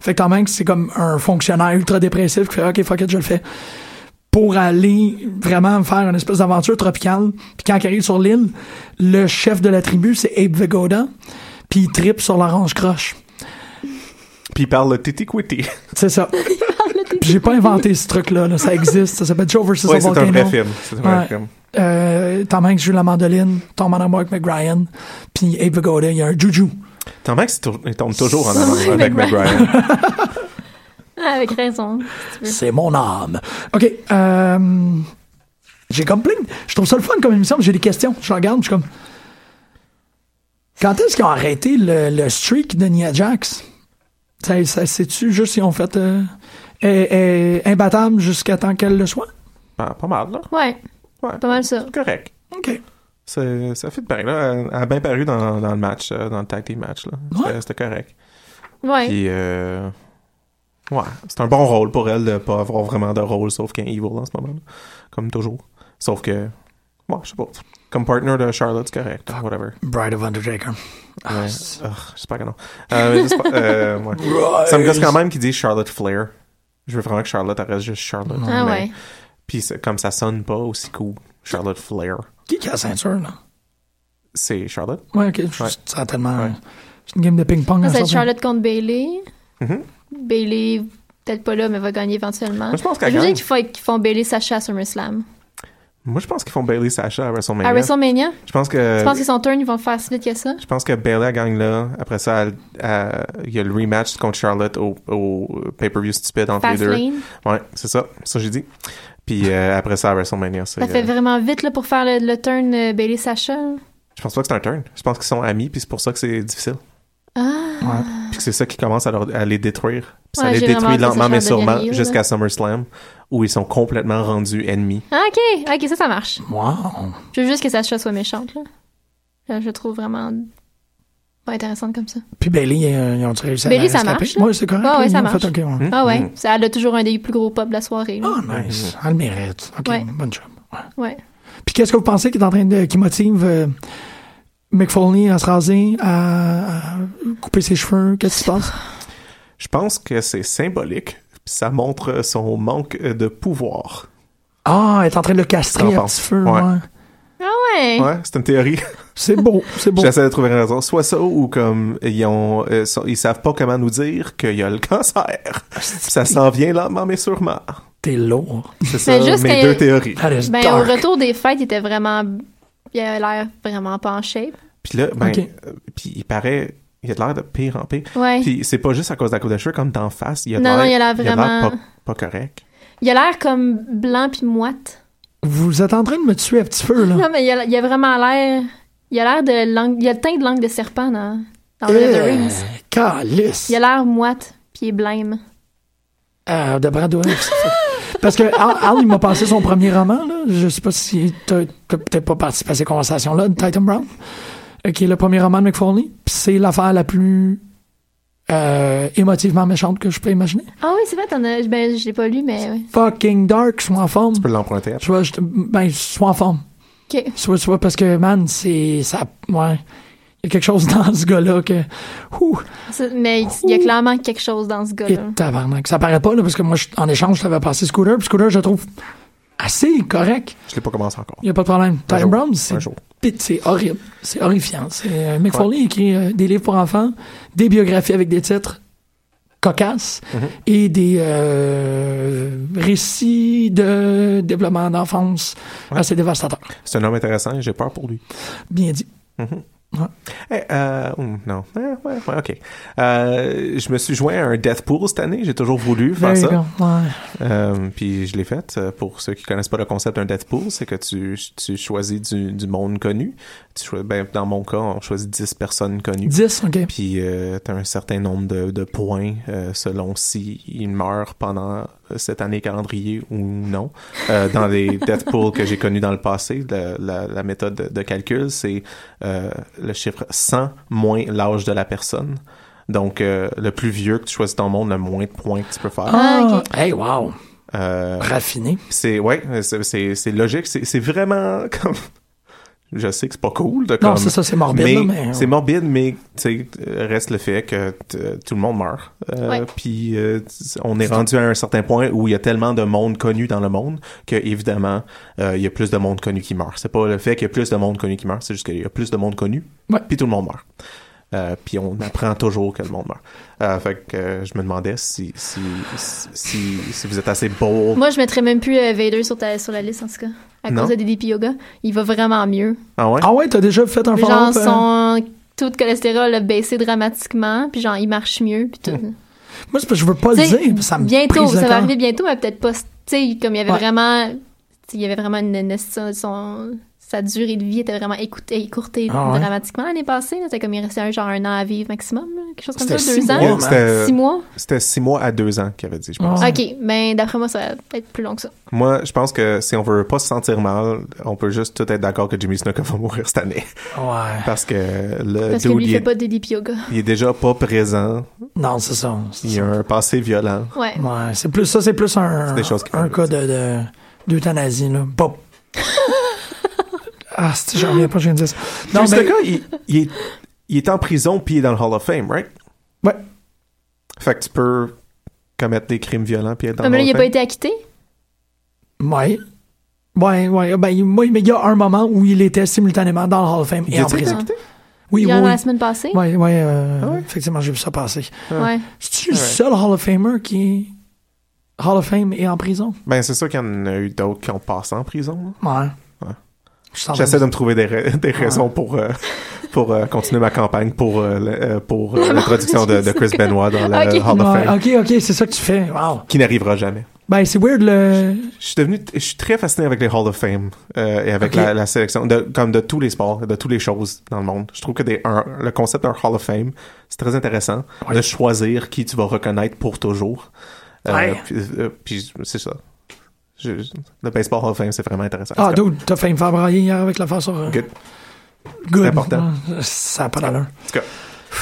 Speaker 3: Fait que Tom Hanks c'est comme un fonctionnaire ultra dépressif qui fait ok fuck it je le fais pour aller vraiment faire une espèce d'aventure tropicale. Puis quand il arrive sur l'île, le chef de la tribu, c'est Abe Vigoda, puis il tripe sur l'orange croche.
Speaker 4: Puis il parle le titiquiti.
Speaker 3: C'est ça. Puis j'ai pas inventé ce truc-là, là. ça existe, ça s'appelle Joe vs.
Speaker 4: Ouais,
Speaker 3: the
Speaker 4: c'est un
Speaker 3: Volcano.
Speaker 4: vrai film. C'est un vrai
Speaker 3: Ouais.
Speaker 4: film.
Speaker 3: Euh, Tom Hanks joue la mandoline, tombe en amour avec McBrien, puis Abe Vigoda, il y a un juju.
Speaker 4: Tant bien qu'il tombe toujours en avant Ben,
Speaker 5: Sorry,
Speaker 4: avec
Speaker 5: McBride.
Speaker 4: McBride.
Speaker 5: Ah, avec raison.
Speaker 3: Mmh. C'est mon âme. OK, euh, j'ai comme plein de- Je trouve ça le fun comme émission, mais j'ai des questions. Je regarde, je suis comme... Quand est-ce qu'ils ont arrêté le, le streak de Nia Jax? Ça, ça c'est-tu juste si on fait... euh, est- est imbattable jusqu'à temps qu'elle le soit?
Speaker 4: Pas, pas mal, là.
Speaker 5: Ouais.
Speaker 4: Ouais.
Speaker 5: Pas mal ça.
Speaker 4: Correct.
Speaker 3: OK.
Speaker 4: C'est- Ça fait de bien, là. Elle- Elle a bien paru dans, dans le match, euh, dans le tag team match, là. C'était-
Speaker 3: Ouais.
Speaker 4: C'était correct.
Speaker 5: Ouais.
Speaker 4: Puis, euh... Ouais, c'est un bon rôle pour elle de pas avoir vraiment de rôle, sauf qu'un evil en ce moment, là. Comme toujours. Sauf que... Ouais, je sais pas. Comme partner de Charlotte, c'est correct.
Speaker 5: Ah,
Speaker 4: Whatever.
Speaker 3: Bride of Undertaker. Ah,
Speaker 4: Ouais.
Speaker 3: c'est-
Speaker 4: Ugh, J'espère que non. Euh, mais j'espère- euh, ouais. Ça me gosse quand même qu'ils disent Charlotte Flair. Je veux vraiment que Charlotte elle reste juste Charlotte.
Speaker 5: Ah
Speaker 4: mais-
Speaker 5: ouais.
Speaker 4: Puis c'est- comme ça sonne pas aussi cool, Charlotte Flair.
Speaker 3: Qui qui a la ceinture, là?
Speaker 4: C'est Charlotte.
Speaker 3: Ouais, ok. Je-
Speaker 4: Ouais.
Speaker 3: Ça a tellement.
Speaker 4: Ouais.
Speaker 3: C'est une game de ping-pong.
Speaker 5: Ça
Speaker 3: en
Speaker 5: va être
Speaker 3: sortant.
Speaker 5: Charlotte contre Bailey.
Speaker 4: Mhm.
Speaker 5: Bailey, peut-être pas là, mais va gagner éventuellement.
Speaker 4: Moi, je pense
Speaker 5: Ah. Je
Speaker 4: qu'elle
Speaker 5: veux dire
Speaker 4: gagne.
Speaker 5: qu'ils font, qu'ils font Bailey Sacha à SummerSlam.
Speaker 4: Moi, je pense qu'ils font Bailey Sacha à WrestleMania.
Speaker 5: À WrestleMania,
Speaker 4: Je pense que.
Speaker 5: tu penses que son turn, ils vont le faire si vite que ça?
Speaker 4: Je pense que Bailey gagne là. Après ça, elle- elle- il y a le rematch contre Charlotte au, au pay-per-view stupide entre les deux.
Speaker 5: Fastlane.
Speaker 4: Ouais, c'est ça. Ça, j'ai dit. Puis euh, après ça, à WrestleMania, c'est.
Speaker 5: Ça fait
Speaker 4: euh,
Speaker 5: vraiment vite là, pour faire le, le turn euh, Bailey Sacha.
Speaker 4: je pense pas que c'est un turn. Je pense qu'ils sont amis, puis c'est pour ça que c'est difficile.
Speaker 5: Ah,
Speaker 4: Puis que c'est ça qui commence à, leur- à les détruire. Puis ça
Speaker 5: Ouais,
Speaker 4: les
Speaker 5: j'ai
Speaker 4: détruit
Speaker 5: vraiment hâte que
Speaker 4: lentement
Speaker 5: ça
Speaker 4: mais
Speaker 5: change de
Speaker 4: sûrement
Speaker 5: Bailey, là.
Speaker 4: jusqu'à SummerSlam, où ils sont complètement rendus ennemis.
Speaker 5: Ah, ok, ok, ça, ça marche.
Speaker 3: Wow.
Speaker 5: Je veux juste que Sacha soit méchante. Là. Là, je le trouve vraiment pas intéressante comme ça.
Speaker 3: Puis Bailey, euh, ils ont réussi à
Speaker 5: Bailey,
Speaker 3: la
Speaker 5: ça
Speaker 3: rescaper?
Speaker 5: marche, là?
Speaker 3: Ouais, c'est correct.
Speaker 5: Ouais,
Speaker 3: là,
Speaker 5: ouais,
Speaker 3: ils
Speaker 5: ça
Speaker 3: ont
Speaker 5: marche.
Speaker 3: Fait, ok,
Speaker 4: Hmm?
Speaker 3: ouais.
Speaker 5: Ah ouais,
Speaker 4: Mm-hmm.
Speaker 5: ça, elle a toujours un des plus gros pop de la soirée. là.
Speaker 3: Ah, nice. Elle le mérite. OK,
Speaker 5: Ouais.
Speaker 3: bonne job. Ouais.
Speaker 5: Ouais.
Speaker 3: Puis qu'est-ce que vous pensez qui est en train de... qui motive euh, Mick Foley à se raser, à, à couper ses cheveux? Qu'est-ce qui se passe?
Speaker 4: Je pense que c'est symbolique. Puis ça montre son manque euh, de pouvoir.
Speaker 3: Ah, elle est en train de le
Speaker 4: T'en
Speaker 3: castrer à
Speaker 4: penses?
Speaker 3: petit feu.
Speaker 4: Ouais.
Speaker 3: ouais.
Speaker 5: Ah ouais!
Speaker 4: Ouais, c'est une théorie.
Speaker 3: C'est beau, c'est beau.
Speaker 4: J'essaie de trouver une raison. Soit ça ou comme ils ont, euh, sont- ils savent pas comment nous dire qu'il y a le cancer. ça s'en vient lentement mais sûrement.
Speaker 3: T'es lourd.
Speaker 4: C'est ça
Speaker 5: juste
Speaker 4: mes
Speaker 5: que-
Speaker 4: deux théories.
Speaker 3: That is
Speaker 5: Ben,
Speaker 3: dark.
Speaker 5: au retour des fêtes, il était vraiment. Il a l'air vraiment pas en shape.
Speaker 4: Puis là, ben,
Speaker 3: Ok.
Speaker 4: euh, puis il paraît, il a de l'air de pire en pire.
Speaker 5: Ouais.
Speaker 4: Puis c'est pas juste à cause de la coupe de cheveux comme d'en face. Il a de
Speaker 5: Non, non, il a l'air
Speaker 4: de
Speaker 5: vraiment-
Speaker 4: pas, pas correct.
Speaker 5: Il a l'air comme blanc puis moite.
Speaker 3: Vous êtes en train de me tuer à petit feu, là.
Speaker 5: Non, mais il a, il a vraiment l'air. Il a l'air de langue. Il a le teint de langue de serpent dans, dans Lord of the
Speaker 3: Eh,
Speaker 5: Rings.
Speaker 3: Calice.
Speaker 5: Il a l'air moite puis il est blême.
Speaker 3: Euh, de Brad Dourif, c'est ça. Parce que Al, Al, il m'a passé son premier roman, là. Je sais pas si t'as t'as peut-être pas participé à ces conversations-là, de Titan Brown, euh, qui est le premier roman de McFarlane. Puis c'est l'affaire la plus euh, émotivement méchante que je peux imaginer.
Speaker 5: Ah oui, c'est vrai, t'en as. Ben, je l'ai pas lu, mais. ouais.
Speaker 3: Fucking dark, sois en forme.
Speaker 4: Tu peux l'emprunter. après.
Speaker 3: Je vois, je te- ben, sois en forme.
Speaker 5: Ok.
Speaker 3: Soit, soit parce que, man, c'est. ça, Ouais. Il y a quelque chose dans ce gars-là que. Ouh!
Speaker 5: C'est- Mais il il y a clairement quelque chose dans ce
Speaker 3: Et
Speaker 5: gars-là.
Speaker 3: tabarnak. Ça paraît pas, là, parce que moi, je- en échange, je t'avais passé Scooter, puis Scooter, je le trouve assez correct.
Speaker 4: Je l'ai pas commencé encore.
Speaker 3: Il n'y a pas de problème.
Speaker 4: Un
Speaker 3: Time
Speaker 4: jour.
Speaker 3: Brown,
Speaker 4: Un
Speaker 3: c'est
Speaker 4: jour.
Speaker 3: pit- c'est horrible. C'est horrifiant. C'est, euh, Mick Foley écrit euh, des livres pour enfants, des biographies avec des titres cocasses
Speaker 4: Mm-hmm.
Speaker 3: et des euh, récits de développement d'enfance assez dévastateurs.
Speaker 4: C'est un homme intéressant. et J'ai peur pour lui.
Speaker 3: Bien dit.
Speaker 4: Eh, euh, hum, non. Eh, ouais, ouais, ok. Euh, je me suis joint à un Deathpool cette année. J'ai toujours voulu faire
Speaker 3: There you
Speaker 4: ça.
Speaker 3: go. Ouais.
Speaker 4: Euh, puis je l'ai faite. Euh, Pour ceux qui connaissent pas le concept d'un Deathpool, c'est que tu, tu choisis du, du monde connu. Tu choi- ben, dans mon cas, on choisit 10 personnes connues.
Speaker 3: 10, OK.
Speaker 4: Puis tu as un certain nombre de, de points euh, selon si il meurt pendant euh, cette année calendrier ou non. Euh, dans les Deathpools que j'ai connus dans le passé, la, la- la méthode de, de calcul, c'est euh, le chiffre 100 moins l'âge de la personne. Donc, euh, le plus vieux que tu choisis ton monde, le moins de points que tu peux faire.
Speaker 5: Ah, ok.
Speaker 3: Hey, wow.
Speaker 4: Euh,
Speaker 3: Raffiné.
Speaker 4: c'est ouais, c'est- c'est c'est logique, c'est c'est vraiment comme je sais que c'est pas cool de comme
Speaker 3: Non, c'est ça, c'est morbide. là,
Speaker 4: mais,
Speaker 3: mais-
Speaker 4: c'est morbide mais tu sais euh, reste le fait que t- tout le monde meurt. Euh,
Speaker 5: Ouais.
Speaker 4: puis euh, t- on est rendu à un certain point où il y a tellement de monde connu dans le monde que évidemment euh, il y a plus de monde connu qui meurt. C'est pas le fait qu'il y a plus de monde connu qui meurt, c'est juste qu'il y a plus de monde connu.
Speaker 3: Ouais.
Speaker 4: Puis tout le monde meurt. Euh, puis on apprend toujours que le monde meurt. Euh, fait que euh, je me demandais si si, si, si, si vous êtes assez bold
Speaker 5: Moi, je mettrais même plus euh, Vader sur, ta, sur la liste, en tout cas. À
Speaker 4: Non.
Speaker 5: cause de DDP Yoga. Il va vraiment mieux.
Speaker 4: Ah ouais?
Speaker 3: Ah ouais, t'as déjà fait un
Speaker 5: Les gens
Speaker 4: hein.
Speaker 3: follow-up? euh,
Speaker 5: sont. Tout le cholestérol a baissé dramatiquement, puis genre, il marche mieux, puis
Speaker 4: Hmm.
Speaker 5: tout.
Speaker 3: euh? Moi, c'est parce que je veux pas le
Speaker 5: Tu sais,
Speaker 3: dire. Ça me
Speaker 5: bientôt,
Speaker 3: brise le
Speaker 5: ça va
Speaker 3: cœur.
Speaker 5: arriver bientôt, mais peut-être pas. Tu sais, comme il y avait
Speaker 3: Ouais.
Speaker 5: vraiment, tu sais, il y avait vraiment une, une- son, son- sa durée de vie était vraiment écoutée, écourtée
Speaker 3: Ah ouais.
Speaker 5: dramatiquement l'année passée. là. C'était comme il restait un genre un an à vivre maximum, là, quelque chose comme ça,
Speaker 3: C'était
Speaker 5: deux
Speaker 3: six
Speaker 5: ans,
Speaker 3: mois,
Speaker 4: Yeah,
Speaker 3: man.
Speaker 4: Oh, c'était,
Speaker 5: six mois.
Speaker 4: c'était six mois à deux ans qu'il avait dit, je pense.
Speaker 3: Ah.
Speaker 5: Ok, mais d'après moi, ça va être plus long que ça.
Speaker 4: Moi, je pense que si on veut pas se sentir mal, on peut juste tout être d'accord que Jimmy Snuka va mourir cette année.
Speaker 3: Ouais.
Speaker 4: Parce que le
Speaker 5: Parce que
Speaker 4: dude,
Speaker 5: lui, il
Speaker 4: il,
Speaker 5: fait
Speaker 4: est,
Speaker 5: pas de DDP yoga.
Speaker 4: il est déjà pas présent.
Speaker 3: Non, c'est ça. c'est
Speaker 4: Il a un passé violent.
Speaker 5: Ouais.
Speaker 3: ça. Ouais, c'est plus ça, c'est plus un,
Speaker 4: des choses qui
Speaker 3: un
Speaker 4: arrivent,
Speaker 3: cas de, de- d'euthanasie, là. Bon. ah, si j'en reviens pas, je viens de dire ça. Non,
Speaker 4: Jimmy
Speaker 3: mais-
Speaker 4: Snuka, il, il est, il est en prison puis il est dans le Hall of Fame, right?
Speaker 3: Ouais.
Speaker 4: Fait que tu peux commettre des crimes violents puis être dans
Speaker 5: Ah,
Speaker 4: le
Speaker 5: mais là,
Speaker 4: Hall
Speaker 5: il a
Speaker 4: of
Speaker 5: pas
Speaker 4: Fame.
Speaker 5: été acquitté.
Speaker 3: Ouais. Ouais, ouais. Ben, il- moi, mais il y a un moment où il était simultanément dans le Hall of Fame et en
Speaker 4: a-t-il été
Speaker 3: prison.
Speaker 4: acquitté?
Speaker 3: Oui,
Speaker 5: Il y
Speaker 3: oui,
Speaker 5: en a
Speaker 3: oui.
Speaker 5: la semaine passée.
Speaker 3: Ouais, ouais, euh,
Speaker 4: Ah
Speaker 3: effectivement, j'ai vu ça passer.
Speaker 5: Ouais.
Speaker 3: C'est-tu le seul Hall of Famer qui est Hall of Fame et en prison?
Speaker 4: Ben, c'est sûr qu'il y en a eu d'autres qui ont passé en prison.
Speaker 3: Ouais.
Speaker 4: Ouais.
Speaker 3: Je sens-
Speaker 4: J'essaie de me trouver des, ra-
Speaker 3: Ah.
Speaker 4: des raisons pour, euh, pour euh, continuer ma campagne pour, euh, le- euh, pour euh, l'introduction de, de Chris Benoit dans le
Speaker 5: Ok.
Speaker 4: Hall of
Speaker 3: Ouais,
Speaker 4: Fame,
Speaker 3: ok, ok, c'est ça que tu fais. Wow.
Speaker 4: qui n'arrivera jamais.
Speaker 3: Ben, c'est weird le.
Speaker 4: Je suis devenu, je suis très fasciné avec les Hall of Fame euh, et avec
Speaker 3: Ok.
Speaker 4: la, la sélection, de, comme de tous les sports, de toutes les choses dans le monde. Je trouve que des, un- le concept d'un Hall of Fame, c'est très intéressant de choisir qui tu vas reconnaître pour toujours. Euh,
Speaker 3: Ouais.
Speaker 4: puis, euh, puis c'est ça. Je- je- le baseball Hall of Fame, c'est vraiment intéressant.
Speaker 3: Ah,
Speaker 4: C'est
Speaker 3: dude, t'as failli me faire brailler hier avec l'affaire sur. euh,
Speaker 4: Good.
Speaker 3: Good.
Speaker 4: C'est important.
Speaker 3: Ouais, Ça n'a pas d'allure.
Speaker 4: En tout cas,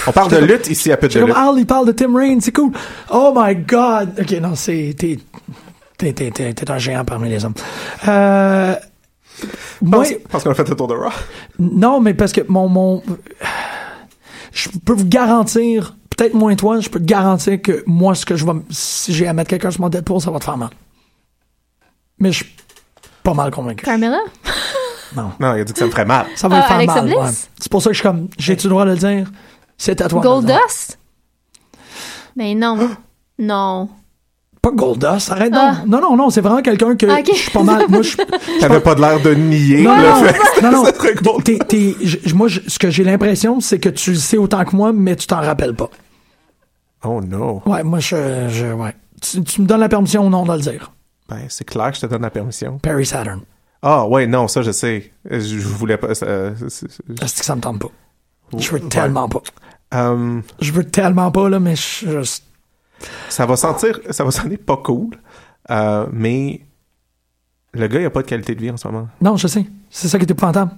Speaker 4: on parle de lutte ici à peu de
Speaker 3: C'est comme
Speaker 4: lutte.
Speaker 3: Al, il parle de Tim Raines, c'est cool. Oh my god. Ok, non, c'est. T'es, t'es, t'es, t'es, t'es un géant parmi les hommes. Euh. Moi,
Speaker 4: Parce, parce qu'on a fait le tour de Raw.
Speaker 3: non, mais parce que mon. mon je peux vous garantir, peut-être moins toi, je peux te garantir que moi, ce que je vais. m- Si j'ai à mettre quelqu'un sur mon Deadpool, ça va te faire mal. Mais je suis pas mal convaincu.
Speaker 5: Carmela?
Speaker 4: Non, il a dit que ça me ferait mal.
Speaker 3: Ça va
Speaker 5: Ah,
Speaker 3: lui faire
Speaker 5: Alexa
Speaker 3: mal.
Speaker 5: Bliss?
Speaker 3: ouais. C'est pour ça que je suis comme. J'ai-tu le droit de le dire? C'est à toi. maintenant.
Speaker 5: Goldust? Ben non. non.
Speaker 3: Pas Goldust, arrête
Speaker 5: Ah.
Speaker 3: donc. Non, non, non, c'est vraiment quelqu'un que
Speaker 5: Ah, ok.
Speaker 3: je suis pas mal. Moi, je,
Speaker 4: T'avais pas de l'air de nier
Speaker 3: non,
Speaker 4: le
Speaker 3: non,
Speaker 4: fait.
Speaker 3: non, non.
Speaker 4: C'est très cool.
Speaker 3: T'es- t'es- je- moi, je- ce que j'ai l'impression, c'est que tu le sais autant que moi, mais tu t'en rappelles pas.
Speaker 4: Oh no.
Speaker 3: Ouais, moi, je. je- ouais. Tu, tu me donnes la permission ou non de le dire?
Speaker 4: Ben, c'est clair que je te donne la permission.
Speaker 3: Perry Saturn.
Speaker 4: Ah, ouais, non, ça, je sais. Je, je voulais pas. ça- c'est- c'est- je-
Speaker 3: Est-ce que ça me tente pas? Je veux
Speaker 4: Oh, Ouais.
Speaker 3: tellement pas.
Speaker 4: Hum,
Speaker 3: Je veux tellement pas, là, mais je. je-
Speaker 4: ça va sentir. Ça va sonner pas cool, euh, mais le gars, il a pas de qualité de vie en ce moment.
Speaker 3: Non, je sais. C'est ça qui est épouvantable.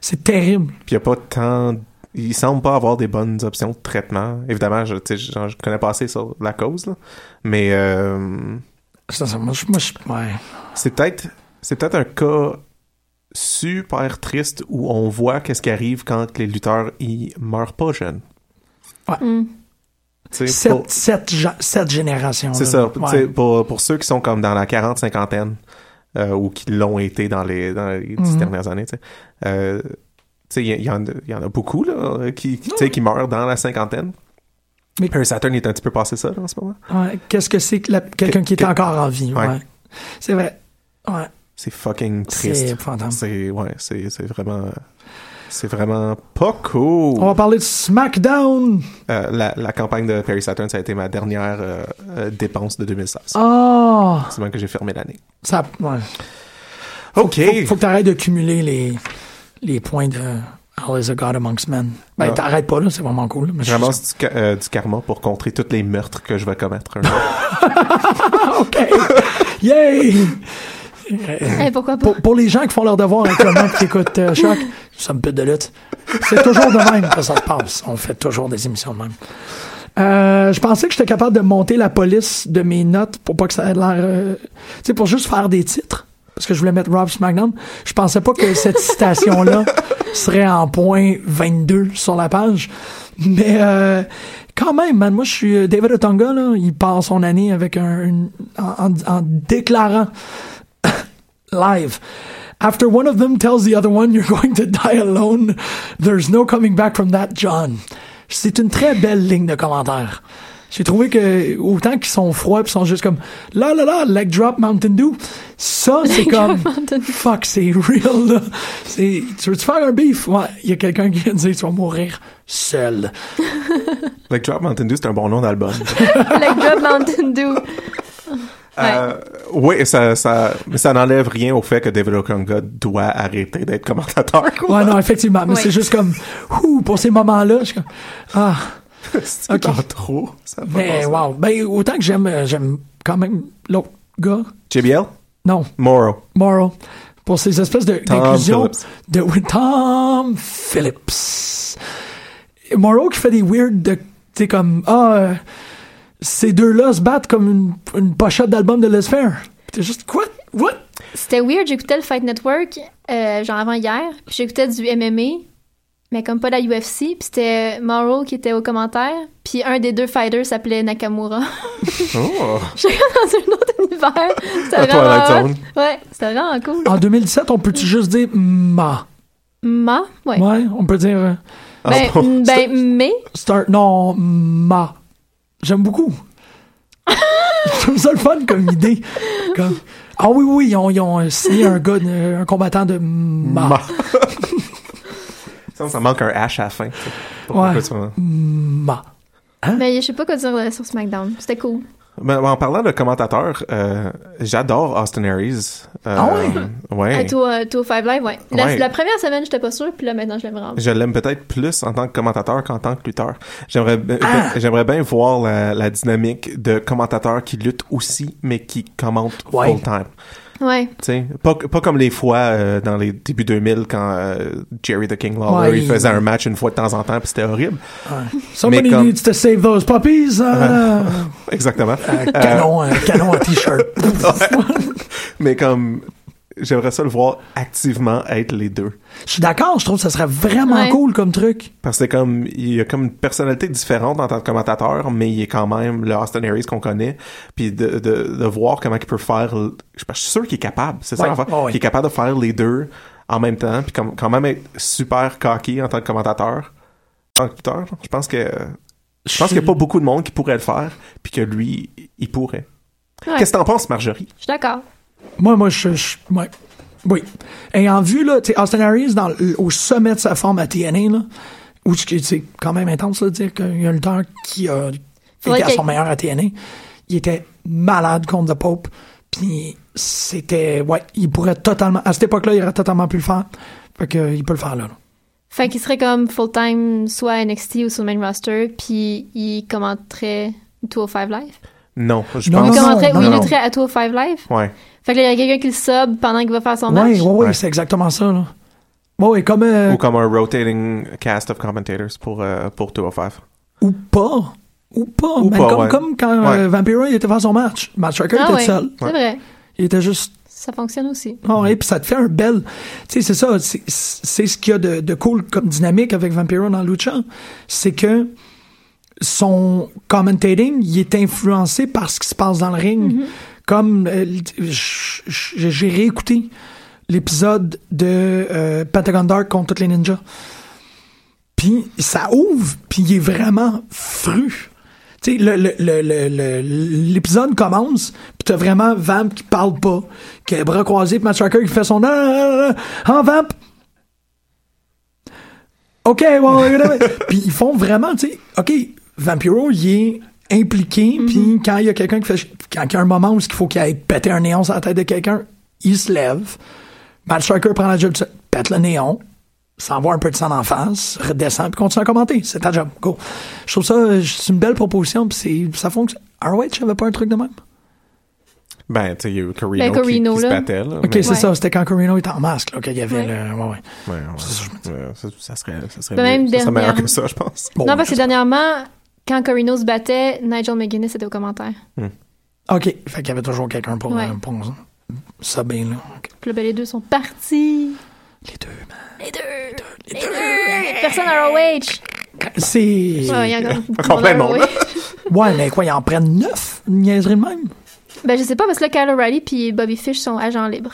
Speaker 3: C'est terrible.
Speaker 4: Puis il a pas tant. Il semble pas avoir des bonnes options de traitement. Évidemment, je, tu sais, je, je connais pas assez sur la cause, là. Mais. euh,
Speaker 3: Ça, ça, moi, je. moi, je- ouais.
Speaker 4: C'est peut-être c'est peut-être un cas super triste où on voit qu'est-ce qui arrive quand les lutteurs ils meurent pas jeunes.
Speaker 3: Ouais.
Speaker 4: Tu sais, pour-
Speaker 3: Cette, cette, gen- cette génération.
Speaker 4: C'est
Speaker 3: là.
Speaker 4: ça.
Speaker 3: Ouais.
Speaker 4: Tu sais, Pour, pour ceux qui sont comme dans la 40 cinquantaine euh, ou qui l'ont été dans les, dans les
Speaker 3: Mm-hmm.
Speaker 4: dix dernières années, tu sais, euh, tu sais, il y, il y en a- il y en a beaucoup là, qui, qui, tu sais, qui meurent dans la cinquantaine.
Speaker 3: Mais-
Speaker 4: Mais Perry Saturn est un petit peu passé ça là, en ce moment.
Speaker 3: Ouais, Qu'est-ce que c'est que la- quelqu'un qui est
Speaker 4: que-
Speaker 3: encore en vie? Ouais.
Speaker 4: Ouais.
Speaker 3: C'est vrai. Ouais.
Speaker 4: C'est fucking
Speaker 3: C'est
Speaker 4: triste.
Speaker 3: épouvantable.
Speaker 4: C'est ouais, c'est c'est vraiment c'est vraiment pas cool.
Speaker 3: On va parler de SmackDown.
Speaker 4: Euh, la, la campagne de Perry Saturn, ça a été ma dernière euh, euh, dépense de 2016.
Speaker 3: Oh!
Speaker 4: C'est même que j'ai fermé l'année.
Speaker 3: Ça, ouais.
Speaker 4: OK.
Speaker 3: Faut, faut que t'arrêtes de cumuler les, les points de All is a God Amongst Men. Ben,
Speaker 4: Ah.
Speaker 3: t'arrêtes pas là, c'est vraiment cool. là, Mais
Speaker 4: Je
Speaker 3: je-
Speaker 4: ramasse du, ca- euh, du karma pour contrer tous les meurtres que je vais commettre un jour.
Speaker 3: OK! Yay!
Speaker 5: Eh, pourquoi pas?
Speaker 3: Pour, pour les gens qui font leur devoir actuellement et qui écoutent euh, Choc, ça me pute de lutte. C'est toujours de même que ça se passe. On fait toujours des émissions de même. Euh, je pensais que j'étais capable de monter la police de mes notes pour pas que ça ait l'air. euh, tu sais, pour juste faire des titres. Parce que je voulais mettre Rob SmackDown. Je pensais pas que cette citation-là serait en point 22 sur la page. Mais euh, quand même, man, moi je suis euh, David Otonga, là, il passe son année avec un, une- en- en- en déclarant live. After one of them tells the other one you're going to die alone, there's no coming back from that, John. C'est une très belle ligne de commentaire. J'ai trouvé que autant qu'ils sont froids pis sont juste comme la la la leg drop Mountain Dew, ça c'est comme fuck c'est real. Là. C'est tu veux tu faire un beef Ouais, il y a quelqu'un qui vient de dire tu vas mourir seul.
Speaker 4: Like Drop Mountain Dew, c'est un bon nom d'album.
Speaker 5: Like Drop Mountain Dew.
Speaker 4: Euh, oui, ça, ça, mais ça n'enlève rien au fait que David Okonga doit arrêter d'être commentateur. quoi.
Speaker 3: Ouais non effectivement, mais
Speaker 5: Ouais.
Speaker 3: c'est juste comme ouh pour ces moments-là, je suis comme ah
Speaker 4: C'est
Speaker 3: Ok.
Speaker 4: pas trop. Ça va
Speaker 3: Mais
Speaker 4: pas, ça.
Speaker 3: wow, ben autant que j'aime, euh, j'aime quand même l'autre gars.
Speaker 4: JBL?
Speaker 3: Non,
Speaker 4: Morrow.
Speaker 3: Morrow. Pour ces espèces de-
Speaker 4: Tom
Speaker 3: d'inclusions
Speaker 4: Phillips.
Speaker 3: de oui, Tom Phillips. Et Morrow qui fait des weird de, tu sais, comme, ah, euh, ces deux-là se battent comme une, une pochette d'album de Les Fair. T'es juste, quoi? What?
Speaker 5: C'était weird, j'écoutais le Fight Network, euh, genre avant hier, puis j'écoutais du MMA, mais comme pas la UFC, puis c'était Morrow qui était au commentaire, puis un des deux fighters s'appelait Nakamura.
Speaker 4: Oh!
Speaker 5: J'étais dans un autre univers. C'était
Speaker 4: À Twilight
Speaker 5: vraiment...
Speaker 4: Zone.
Speaker 5: Ouais, c'était vraiment cool.
Speaker 3: En 2017, on peut-tu juste dire ma?
Speaker 5: Ma, ouais.
Speaker 3: Ouais, on peut dire euh,
Speaker 4: Ah,
Speaker 5: Ben,
Speaker 4: bon.
Speaker 5: m- ben, mais,
Speaker 3: star. Non, ma. J'aime beaucoup. Je trouve ça le fun comme idée. Comme- Ah oui, oui, ils ont, ils ont signé un gars, de- un combattant de ma.
Speaker 4: Ma- Ça, ça manque un H à la fin. tu sais. Pourquoi
Speaker 3: Ouais.
Speaker 4: ça-
Speaker 3: Ma.
Speaker 4: Ah.
Speaker 5: mais je sais pas quoi dire euh, sur SmackDown. C'était cool.
Speaker 4: Ben, en parlant de commentateur, euh, j'adore Austin Aries. Euh,
Speaker 3: Ah ouais?
Speaker 5: À
Speaker 4: Ouais.
Speaker 5: tout, euh, tout au Five Live, ouais. La,
Speaker 4: Ouais.
Speaker 5: la première semaine, j'étais pas sûre, puis là, maintenant, je l'aime vraiment.
Speaker 4: Je l'aime peut-être plus en tant que commentateur qu'en tant que lutteur. J'aimerais bi-
Speaker 3: Ah!
Speaker 4: j'aimerais bien voir la, la dynamique de commentateurs qui luttent aussi, mais qui commentent
Speaker 3: Ouais.
Speaker 4: full time.
Speaker 5: Ouais.
Speaker 4: Tu sais, Pas, pas comme les fois euh, dans les débuts 2000 quand euh, Jerry the King Lawler
Speaker 3: Ouais,
Speaker 4: il faisait
Speaker 3: il-
Speaker 4: un match une fois de temps en temps puis c'était horrible.
Speaker 3: Somebody
Speaker 4: Mais comme-
Speaker 3: needs to save those puppies. euh,
Speaker 4: Exactement. Euh,
Speaker 3: un Euh, canon, un canon à t-shirt.
Speaker 4: mais comme j'aimerais ça le voir activement être les deux.
Speaker 3: Je suis d'accord, je trouve que ça serait vraiment
Speaker 5: Ouais.
Speaker 3: cool comme truc.
Speaker 4: Parce que comme il a comme une personnalité différente en tant que commentateur, mais il est quand même le Austin Aries qu'on connaît. Puis de, de, de voir comment il peut faire. l- Je, je suis sûr qu'il est capable. C'est ça
Speaker 3: Ouais,
Speaker 4: l'affaire.
Speaker 3: ouais, ouais.
Speaker 4: Il est capable de faire les deux en même temps. Puis comme, quand même être super cocky en tant que commentateur. En tant que lutteur, je pense que je pense qu'il n'y a pas beaucoup de monde qui pourrait le faire. Puis que lui, il pourrait.
Speaker 5: Ouais.
Speaker 4: Qu'est-ce que t'en penses, Marjorie?
Speaker 5: Je suis d'accord.
Speaker 3: Moi, moi, je. je- ouais. Oui. Et en vue, là, tu sais, Austin Harris, dans, le- au sommet de sa forme à TNA, là, où je- c'est quand même intense là, de dire qu'il y a un lutteur qui a
Speaker 5: Faudrait
Speaker 3: été à son
Speaker 5: qu'il-
Speaker 3: meilleur à TNA, il était malade contre The Pope. Puis c'était. Ouais, il pourrait totalement. À cette époque-là, il aurait totalement pu le faire. Fait qu'il peut le faire là. là.
Speaker 5: Fait qu'il serait comme full-time, soit à NXT ou sur le main roster, puis il commenterait tout au Five Live.
Speaker 4: Non, je
Speaker 3: Ah Non,
Speaker 5: Il
Speaker 4: pense.
Speaker 5: commenterait
Speaker 3: non,
Speaker 5: ou il
Speaker 4: non.
Speaker 5: lutterait à tout au Five Live.
Speaker 4: Ouais.
Speaker 5: Fait que là, il y a quelqu'un qui le sub pendant qu'il va faire son match.
Speaker 3: Ouais, ouais, ouais,
Speaker 4: Ouais.
Speaker 3: c'est exactement ça. Là. Ouais, ouais, comme. euh,
Speaker 4: Ou comme un rotating cast of commentators pour, euh, pour 205.
Speaker 3: ou pas. Ou pas.
Speaker 4: Ou
Speaker 3: Mais
Speaker 4: pas,
Speaker 3: comme,
Speaker 4: ouais.
Speaker 3: comme quand
Speaker 4: Ouais.
Speaker 3: euh, Vampiro, il était faire son match. Matt Striker
Speaker 5: Ah
Speaker 3: était
Speaker 5: ouais,
Speaker 3: seul.
Speaker 5: c'est vrai.
Speaker 3: Il était juste.
Speaker 5: Ça fonctionne aussi.
Speaker 3: Oh, et puis ça te fait un bel. Tu sais, c'est ça. c'est- C'est ce qu'il y a de, de cool comme dynamique avec Vampiro dans Lucha. C'est que son commentating, il est influencé par ce qui se passe dans le ring. Comme euh, j- j- j'ai réécouté l'épisode de euh, Pentagon Dark contre toutes les ninjas. Puis ça ouvre, puis il est vraiment fru. Tu sais, le- le- le- le- le- l'épisode commence, puis t'as vraiment Vamp qui parle pas, qui a les bras croisés, puis Matt Striker qui fait son... Ah, ah, ah, En Vamp! OK, ouais, ouais, ouais, ouais. Puis ils font vraiment, tu sais, OK, Vampiro, il est impliqué, puis quand il y a quelqu'un qui fait... ch- Quand il y a un moment où il faut qu'il aille péter un néon sur la tête de quelqu'un, il se lève, Matt Striker prend la job, pète le néon, s'envoie un peu de sang en face, redescend, puis continue à commenter. C'est ta job. Go. Je trouve ça, euh, c'est une belle proposition, puis c'est- ça fonctionne. Ah ouais, je savais pas un truc de même.
Speaker 4: Ben, tu sais, il y a eu Corino,
Speaker 5: Ben,
Speaker 4: qui-
Speaker 5: Corino,
Speaker 4: qui,
Speaker 5: là.
Speaker 4: se battait, là.
Speaker 3: Ok,
Speaker 4: mais-
Speaker 3: c'est ça, c'était quand Corino était en masque, là, qu'il y avait
Speaker 5: Ouais.
Speaker 3: le. Ouais, ouais.
Speaker 4: Ouais, ouais.
Speaker 3: ça, je me
Speaker 4: Ouais, ça, ça serait, ça serait,
Speaker 5: Ben,
Speaker 4: mieux.
Speaker 5: même
Speaker 4: Ça serait meilleur
Speaker 5: dernière-
Speaker 4: que ça, je pense.
Speaker 3: Bon,
Speaker 5: non, parce que dernièrement, quand Corino se battait, Nigel McGuinness était au commentaire.
Speaker 3: Ok, fait qu'il y avait toujours quelqu'un pour,
Speaker 5: Ouais.
Speaker 3: euh, pour ça bien, là. Ok.
Speaker 5: Puis là, ben, les deux sont partis.
Speaker 3: Les deux, man.
Speaker 5: Les deux! Les deux! Personne à ROH!
Speaker 3: C'est.
Speaker 5: Ouais, il y a encore
Speaker 4: Encore
Speaker 5: beaucoup de
Speaker 4: plein de monde,
Speaker 5: monde à ROH.
Speaker 3: Ouais, mais quoi, ils en prennent neuf? Une niaiserie de même?
Speaker 5: Ben, je sais pas, parce que là, Kyle O'Reilly puis Bobby Fish sont agents libres.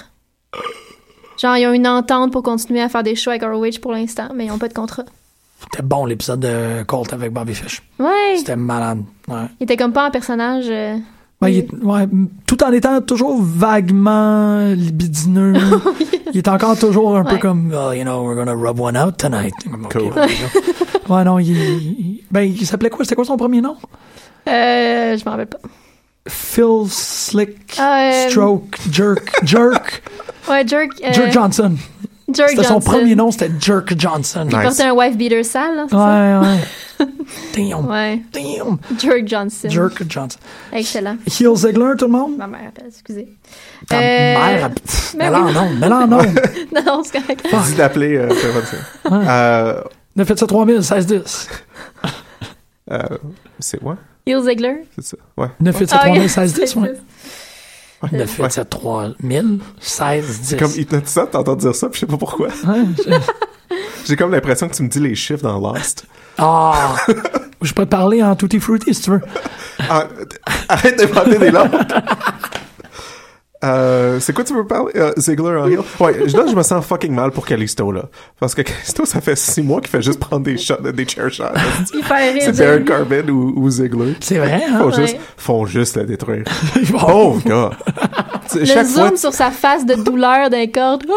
Speaker 5: Genre, ils ont une entente pour continuer à faire des shows avec ROH pour l'instant, mais ils ont pas de contrat.
Speaker 3: C'était bon l'épisode de Colt avec Bobby Fish.
Speaker 5: Ouais!
Speaker 3: C'était malade. Ouais.
Speaker 5: Il était comme pas en personnage. euh,
Speaker 3: Ouais, il est- ouais, m- tout en étant toujours vaguement libidineux, il est encore toujours un peu
Speaker 5: Ouais.
Speaker 3: comme, Well, you know, we're gonna rub one out tonight. Comme, ok,
Speaker 4: Cool.
Speaker 3: ouais, non. ouais, non, il, il- ben, il s'appelait quoi? C'était quoi son premier nom?
Speaker 5: Euh, je m'en rappelle pas.
Speaker 3: Phil Slick,
Speaker 5: Euh,
Speaker 3: Stroke, Jerk, Jerk,
Speaker 5: Ouais, Jerk. euh,
Speaker 3: Jerk Johnson.
Speaker 5: Jerk
Speaker 3: C'était son
Speaker 5: Johnson.
Speaker 3: premier nom, c'était Jerk Johnson.
Speaker 5: Il
Speaker 4: Nice.
Speaker 5: portait un wife beater sale, là, c'est ça?
Speaker 3: Ouais, ouais. damn,
Speaker 5: Ouais.
Speaker 3: damn.
Speaker 5: Jerk Johnson.
Speaker 3: Jerk Johnson.
Speaker 5: Excellent.
Speaker 3: Heel Ziggler, tout le monde?
Speaker 5: Ma mère appelle, excusez.
Speaker 3: Ta
Speaker 5: Euh,
Speaker 3: mère, pff,
Speaker 5: mais
Speaker 3: mais là,
Speaker 5: oui.
Speaker 3: non, mais là, non.
Speaker 5: Non, non, c'est correct.
Speaker 4: Dis d'appeler, euh, c'est pas possible. euh,
Speaker 3: Ne faites ça 3000, 16-10.
Speaker 4: euh, c'est ouais,
Speaker 5: Hill Ziegler.
Speaker 4: c'est ça. Ouais.
Speaker 3: 9, 8, 7,
Speaker 5: Ah,
Speaker 3: 3,
Speaker 5: oui.
Speaker 3: 000, 16, 10, ouais.
Speaker 4: Ouais.
Speaker 3: 9, 8,
Speaker 4: Ouais.
Speaker 3: 7, 3 000, 16, 10. Ah!
Speaker 4: Comme hypnotisant, t'entends dire ça, puis je sais pas pourquoi.
Speaker 3: Ouais, je-
Speaker 4: J'ai comme l'impression que tu me dis les chiffres dans Lost.
Speaker 3: Ah! je peux te parler en tutti frutti si tu veux.
Speaker 4: Ah, t- arrête d'inventer des langues. Euh, c'est quoi tu veux parler? Euh, Ziegler, Ariel? Ouais, je- là, je me sens fucking mal pour Callisto, là. Parce que Callisto, ça fait six mois qu'il fait juste prendre des shots, des chair shots.
Speaker 5: Il fait rire.
Speaker 4: C'est
Speaker 5: Jerry.
Speaker 4: Baron Corbin ou, ou Ziegler.
Speaker 3: C'est vrai, hein?
Speaker 4: Font juste,
Speaker 5: Ouais.
Speaker 4: font juste la détruire.
Speaker 3: Bon.
Speaker 4: Pauvre gars. Tu-
Speaker 5: Le
Speaker 4: Chaque
Speaker 5: zoom
Speaker 4: fois,
Speaker 5: sur sa face de douleur d'un cordes. Ah!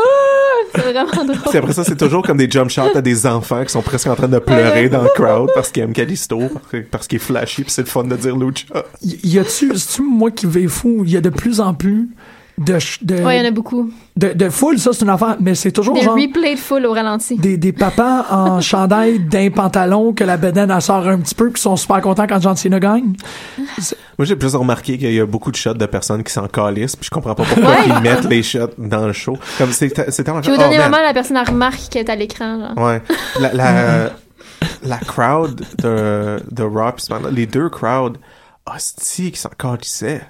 Speaker 5: c'est vraiment
Speaker 4: puis
Speaker 5: drôle.
Speaker 4: après ça, c'est toujours comme des jump shots à des enfants qui sont presque en train de pleurer dans le crowd parce qu'ils aiment Callisto, parce que- parce qu'il est flashy, puis c'est le fun de dire Lucha.
Speaker 3: Y y a-tu, c'est-tu moi qui vais fou? Il y a de plus en plus de, ch- de,
Speaker 5: Ouais, il y en a beaucoup.
Speaker 3: de, de foule, ça, c'est une affaire, mais c'est toujours
Speaker 5: Des
Speaker 3: genre
Speaker 5: replays de full au ralenti.
Speaker 3: des, des papas en chandail d'un pantalon que la bedaine elle sort un petit peu, qui sont super contents quand John Cena gagne.
Speaker 4: Moi, j'ai plus remarqué qu'il y a beaucoup de shots de personnes qui s'en calissent, puis je comprends pas pourquoi
Speaker 5: Ouais.
Speaker 4: ils mettent les shots dans le show. Comme c'est c'est tellement...
Speaker 3: Ah,
Speaker 5: Puis au
Speaker 4: oh,
Speaker 5: dernier
Speaker 4: man.
Speaker 5: moment, la personne elle remarque qu'elle est à l'écran. genre.
Speaker 4: Ouais. La, la, la crowd de, de Rock, pis Smackdown, les deux crowds, hostie, qui s'en calissaient.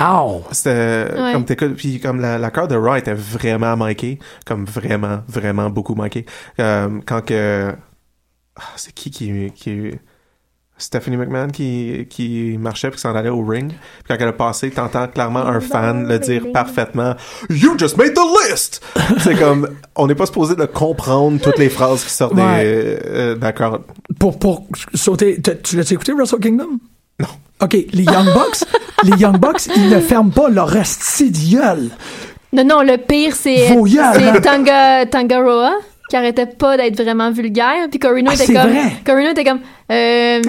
Speaker 3: Ow!
Speaker 4: C'était
Speaker 5: Ouais.
Speaker 4: comme t'écoutes, puis comme la, la crowd de Raw était vraiment manquée, comme vraiment, vraiment beaucoup manquée. Euh, quand que... ah, c'est qui qui... qui Stephanie McMahon qui, qui marchait puis qui s'en allait au ring. Puis quand elle a passé, t'entends clairement un fan le dire parfaitement You just made the list! c'est comme, on n'est pas supposé de comprendre toutes les phrases qui sortent
Speaker 3: Ouais.
Speaker 4: des, euh, d'accord.
Speaker 3: Pour, pour sauter, t'as- tu l'as écouté, Wrestle Kingdom?
Speaker 4: Non.
Speaker 3: OK, les Young Bucks, les Young Bucks, ils ne ferment pas leur esti de gueule.
Speaker 5: Non, non, le pire, c'est
Speaker 3: Vos yeux, hein.
Speaker 5: c'est Tanga, Tangaroa qui arrêtait pas d'être vraiment vulgaire. Puis Corino
Speaker 3: Ah,
Speaker 5: était
Speaker 3: c'est
Speaker 5: comme.
Speaker 3: vrai.
Speaker 5: Corino était comme. euh,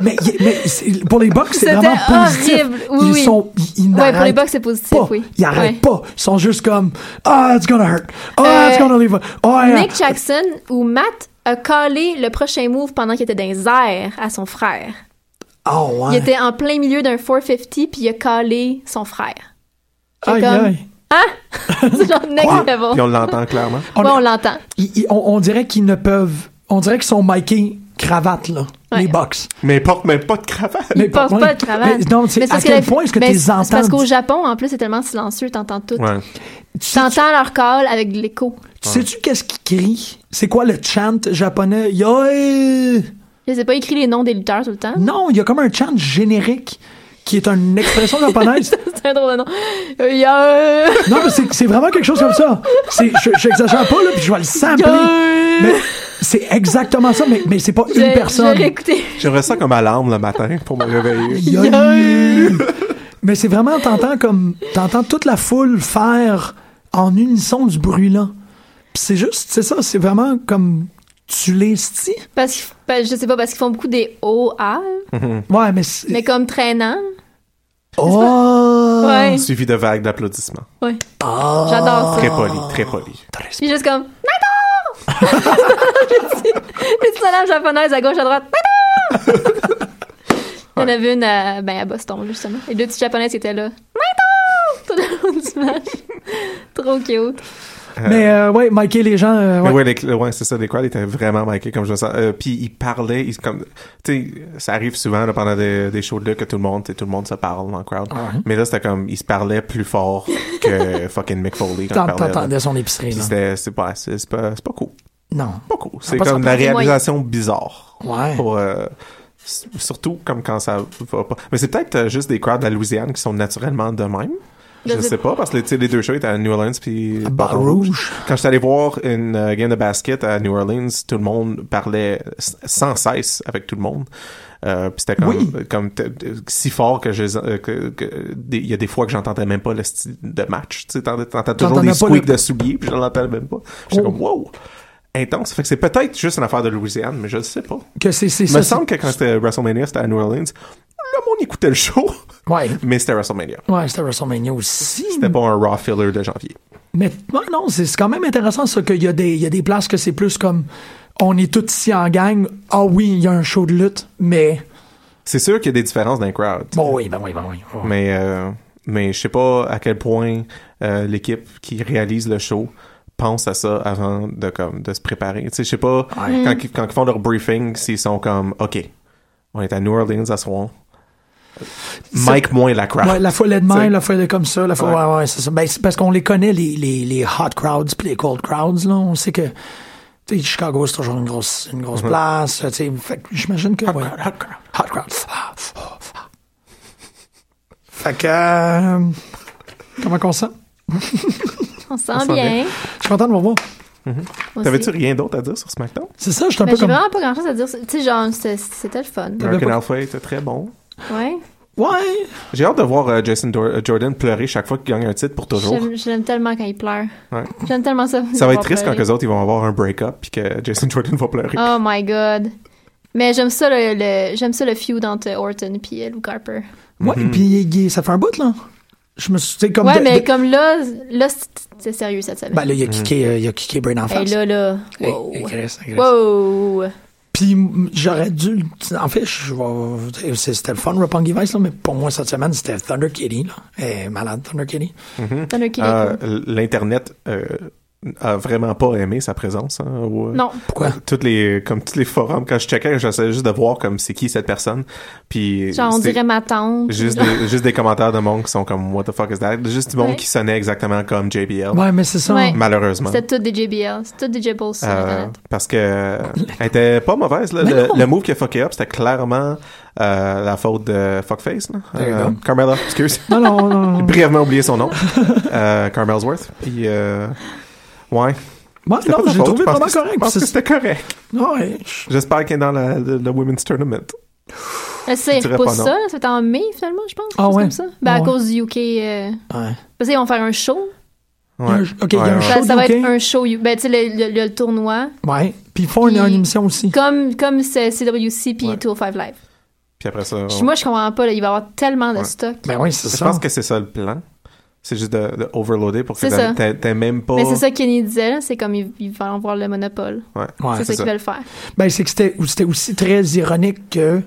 Speaker 3: Mais, y- mais c'est- pour les Bucks, c'est
Speaker 5: C'était
Speaker 3: vraiment positif.
Speaker 5: horrible. Oui,
Speaker 3: ils
Speaker 5: oui.
Speaker 3: sont, ils, ils
Speaker 5: ouais, pour les
Speaker 3: n'arrêtent
Speaker 5: Bucks, c'est positif,
Speaker 3: pas.
Speaker 5: oui.
Speaker 3: Ils n'arrêtent
Speaker 5: Ouais.
Speaker 3: pas. Ils sont juste comme Ah, it's gonna hurt. Ah,
Speaker 5: Euh,
Speaker 3: it's gonna leave. a- Ah, yeah.
Speaker 5: Nick Jackson ou Matt a collé le prochain move pendant qu'il était dans les airs à son frère.
Speaker 3: Ah,
Speaker 5: Il
Speaker 3: ouais.
Speaker 5: était en plein milieu d'un 450 puis il a collé son frère. J'ai
Speaker 3: Aïe,
Speaker 5: comme-
Speaker 3: aïe.
Speaker 5: Hein? c'est genre next
Speaker 3: Quoi?
Speaker 5: level.
Speaker 4: Puis on l'entend clairement.
Speaker 3: On-
Speaker 5: Ouais, on l'entend.
Speaker 3: ils- ils- on, on dirait qu'ils ne peuvent. On dirait qu'ils sont mikés cravate, là.
Speaker 5: Ouais.
Speaker 3: Les Bucks.
Speaker 4: Mais ils portent même pas de cravate.
Speaker 3: Mais
Speaker 5: Ils portent
Speaker 3: pour-
Speaker 5: pas de cravate.
Speaker 3: Mais non, c'est à
Speaker 5: c'est parce
Speaker 3: quel
Speaker 5: la-
Speaker 3: point est-ce que
Speaker 5: mais
Speaker 3: tu les
Speaker 5: c'est- c'est Parce
Speaker 3: entends?
Speaker 5: qu'au Japon, en plus, c'est tellement silencieux, t'entends tout.
Speaker 4: Ouais.
Speaker 3: Tu sais-
Speaker 5: T'entends leur call avec de l'écho.
Speaker 3: tu Sais-tu qu'est-ce qu'ils crient? C'est quoi le chant japonais? Yoey!
Speaker 5: Je sais pas écrit les noms des lutteurs tout le temps.
Speaker 3: Non, il y a comme un chant générique qui est une expression japonaise.
Speaker 5: C'est un drôle de nom. Euh, yeah.
Speaker 3: Non, mais c'est- c'est vraiment quelque chose comme ça. C'est- Je n'exagère pas, là, puis je vais le sampler.
Speaker 5: Yeah.
Speaker 3: Mais c'est exactement ça, mais, mais c'est pas une
Speaker 5: J'ai-
Speaker 3: personne.
Speaker 5: J'ai réécouté.
Speaker 4: J'aimerais ça comme alarme le matin pour me réveiller.
Speaker 3: Yo- Mais c'est vraiment, t'entends comme. T'entends toute la foule faire en unisson du bruit là. Puis c'est juste, c'est ça, c'est vraiment comme. Tu les stis?
Speaker 5: Parce qu'ils f- ben, je sais pas, parce qu'ils font beaucoup des OA,
Speaker 3: Ouais, mais. c'est-
Speaker 5: mais comme traînant.
Speaker 3: oh!
Speaker 5: Ouais.
Speaker 4: Suivi de vagues d'applaudissements.
Speaker 5: ouais. J'adore ça.
Speaker 4: Très poli, très poli.
Speaker 5: Puis juste comme Nato! Les sonnages japonaises à gauche, à droite. Nato! Il y en avait une à, ben, à Boston, justement. Et deux petites japonaises qui étaient là. Nato! Tout le long du match. Trop cute.
Speaker 3: Mais euh, ouais, Mikey, les gens. euh,
Speaker 4: Mais
Speaker 3: ouais.
Speaker 4: ouais, les- ouais, c'est ça, les crowds étaient vraiment marqués comme je le sens. Euh, puis ils parlaient, ils, comme, tu sais, ça arrive souvent là, pendant des, des shows de lutte que tout le monde, tu sais, tout le monde se parle en
Speaker 3: Ah
Speaker 4: crowd. Mais là, c'était comme, ils se parlaient plus fort que fucking Mick Foley quand ils
Speaker 3: T'en-
Speaker 4: parlaient. là.
Speaker 3: T'entendais son épicerie,
Speaker 4: Puis
Speaker 3: là.
Speaker 4: c'était, c'est pas, c'est c'est pas, c'est pas cool.
Speaker 3: Non.
Speaker 4: Pas cool. C'est
Speaker 3: pas
Speaker 4: comme
Speaker 3: ça,
Speaker 4: la
Speaker 5: c'est moyen.
Speaker 4: réalisation bizarre.
Speaker 3: Ouais.
Speaker 4: Pour, euh, s- surtout comme quand ça va pas. Mais c'est peut-être euh, juste des crowds de la Louisiane qui sont naturellement de même.
Speaker 5: Je
Speaker 4: Je
Speaker 5: sais
Speaker 4: sais pas, parce que tu sais, les deux shows étaient à New Orleans puis
Speaker 3: Bas
Speaker 4: Baton Rouge.
Speaker 3: Rouge.
Speaker 4: Quand j'étais allé voir une euh, game de basket à New Orleans, tout le monde parlait s- sans cesse avec tout le monde. Euh, puis c'était comme,
Speaker 3: Oui.
Speaker 4: comme t- t- si fort que je les en- euh, que- que des- il y a des fois que j'entendais même pas le style de match tu sais t'en- t'entends toujours
Speaker 3: T'entendais
Speaker 4: des
Speaker 3: pas
Speaker 4: squeaks
Speaker 3: le- Oh.
Speaker 4: de souliers puis je l'entendais même pas j'étais comme wow intense fait que c'est peut-être juste une affaire de Louisiane mais je le sais pas
Speaker 3: Que c'est c'est
Speaker 4: il me
Speaker 3: ça.
Speaker 4: semble que quand c'était WrestleMania c'était à New Orleans le monde écoutait le show
Speaker 3: Ouais.
Speaker 4: mais c'était WrestleMania
Speaker 3: Ouais, c'était WrestleMania aussi.
Speaker 4: c'était pas un Raw filler de janvier
Speaker 3: Mais ouais, non, c'est c'est quand même intéressant ça qu'il y, a des- il y a des places que c'est plus comme on est tous ici en gang. Ah oui, il y a un show de lutte, mais.
Speaker 4: c'est sûr qu'il y a des différences dans les crowds
Speaker 3: Bon, oui, ben oui, ben oui. ouais.
Speaker 4: Mais, euh, mais je sais pas à quel point euh, l'équipe qui réalise le show pense à ça avant de, comme, de se préparer. Tu sais, je sais pas, quand, ils- quand ils font leur briefing, s'ils sont comme, OK, on est à New Orleans à soir. Mike moins la crowd.
Speaker 3: Ouais, la foule est de
Speaker 4: Tu sais.
Speaker 3: même, la foule est comme ça, la foule, ouais, ouais, c'est ça. Ben, c'est parce qu'on les connaît, les, les, les hot crowds puis les cold crowds, là. On sait que tu sais, Chicago, c'est toujours une grosse, une grosse place. Tu sais, fait que j'imagine que. ouais. Mm-hmm. Hot crowd. Ah, oh, ah. Fait que. euh, comment qu'on se sent?
Speaker 5: On se sent bien.
Speaker 3: Je suis content de me voir.
Speaker 5: moi
Speaker 4: T'avais-tu
Speaker 5: aussi.
Speaker 4: rien d'autre à dire sur SmackDown?
Speaker 3: C'est ça, je suis un
Speaker 5: Ben,
Speaker 3: peu
Speaker 5: J'ai
Speaker 3: comme.
Speaker 5: vraiment pas grand chose à dire. Tu sais, genre, c'était- c'était le fun.
Speaker 3: T'avais
Speaker 4: American
Speaker 3: pas-
Speaker 4: Alpha était très bon.
Speaker 5: Ouais.
Speaker 3: Ouais!
Speaker 4: J'ai hâte de voir euh, Jason Dor- euh, Jordan pleurer chaque fois qu'il gagne un titre pour toujours.
Speaker 5: J'aime- Je l'aime tellement quand il pleure.
Speaker 4: Ouais.
Speaker 5: J'aime tellement ça.
Speaker 4: Ça va être triste quand eux autres ils vont avoir un break-up puis que Jason Jordan va pleurer.
Speaker 5: Oh my god. Mais j'aime ça le, le- j'aime ça le feud entre Orton puis euh, Luke Harper.
Speaker 3: Moi, puis il- il- ça fait un bout, là. Je me suis. tu sais, Comme
Speaker 5: ouais,
Speaker 3: de-
Speaker 5: mais
Speaker 3: de-
Speaker 5: comme là, là c'est- c'est sérieux cette semaine.
Speaker 3: Ben là, il a kické, euh, il a kické Brain en
Speaker 5: Hey,
Speaker 3: face.
Speaker 5: là là.
Speaker 3: Hey,
Speaker 5: Wow.
Speaker 3: hey, Chris, hey, Chris.
Speaker 5: Wow.
Speaker 3: Puis m- j'aurais dû. En fait, je vais- c'est- c'était le fun, Roppongi Vice, là, mais pour moi, cette semaine, c'était Thunder Kitty. Là. Eh, malade, Thunder Kitty.
Speaker 5: Thunder Kitty.
Speaker 4: Euh, L'Internet euh, a vraiment pas aimé sa présence. hein, au-
Speaker 5: Non.
Speaker 3: Pourquoi?
Speaker 4: Toutes les, comme tous les forums, quand je checkais, j'essayais juste de voir comme c'est qui cette personne. Puis,
Speaker 5: Genre, on
Speaker 4: c'était
Speaker 5: dirait ma tante.
Speaker 4: Juste des, juste des commentaires de monde qui sont comme What the fuck is that? Juste du monde
Speaker 5: Ouais.
Speaker 4: qui sonnait exactement comme JBL.
Speaker 3: Ouais, mais c'est ça.
Speaker 5: Ouais.
Speaker 4: Malheureusement.
Speaker 5: C'était tout des JBL. C'était tout des JBL sur
Speaker 4: Euh,
Speaker 5: Internet.
Speaker 4: parce que euh, elle était pas mauvaise. Là.
Speaker 3: Mais
Speaker 4: Le,
Speaker 3: non.
Speaker 4: le move qui a fucké up, c'était clairement euh, la faute de Fuckface. Là.
Speaker 3: There you
Speaker 4: Euh,
Speaker 3: go.
Speaker 4: Carmella, excuse.
Speaker 3: Non, non, non, non.
Speaker 4: Brièvement oublié son nom. euh, Carmelsworth. Puis, euh, ouais.
Speaker 3: Moi,
Speaker 4: C'était
Speaker 3: non,
Speaker 4: pas de
Speaker 3: j'ai
Speaker 4: faute.
Speaker 3: trouvé
Speaker 4: Je pense
Speaker 3: vraiment
Speaker 4: que- Je
Speaker 3: correct.
Speaker 4: pense que
Speaker 3: c'est-
Speaker 4: c'était correct.
Speaker 3: Ouais, je-
Speaker 4: J'espère qu'il est dans la- le, le Women's Tournament.
Speaker 5: Euh, ça,
Speaker 4: dirais
Speaker 5: ils
Speaker 4: pas
Speaker 5: repoussent
Speaker 4: non.
Speaker 5: ça. là. C'était en mai, finalement, je pense. quelque
Speaker 3: Ah
Speaker 5: chose
Speaker 3: ouais.
Speaker 5: Comme ça. Ben, à
Speaker 3: Ouais.
Speaker 5: cause du UK. euh,
Speaker 3: ouais.
Speaker 5: Parce qu'ils vont faire un show.
Speaker 3: y a un-
Speaker 4: Ouais.
Speaker 3: ok, il y a un
Speaker 4: Ouais,
Speaker 3: show.
Speaker 5: Ça, ça va
Speaker 3: du
Speaker 5: être
Speaker 3: UK.
Speaker 5: un show. Ben, tu sais, le, le- le- le tournoi.
Speaker 3: Ouais. Puis ils font une,
Speaker 5: Puis-
Speaker 3: une émission aussi.
Speaker 5: Comme, comme c'est CWC puis
Speaker 4: Ouais.
Speaker 5: 205 Live.
Speaker 4: Puis après ça. on-
Speaker 5: Je- Moi, je comprends pas. là, il va y avoir tellement de
Speaker 4: Ouais.
Speaker 5: stock.
Speaker 3: Ben oui, c'est
Speaker 4: Je
Speaker 3: ça.
Speaker 4: pense que c'est ça le plan. C'est juste de, de overloader pour que
Speaker 5: C'est
Speaker 4: t'aies-
Speaker 5: ça.
Speaker 4: t'aies t'aies même pas.
Speaker 5: Mais c'est ça que Kenny disait. là, C'est comme ils, ils vont avoir le monopole.
Speaker 4: Oh. Ouais.
Speaker 3: Ouais,
Speaker 4: c'est
Speaker 5: c'est ça qu'ils
Speaker 4: ça.
Speaker 5: veulent faire.
Speaker 3: Ben, c'est que c'était c'était aussi très ironique que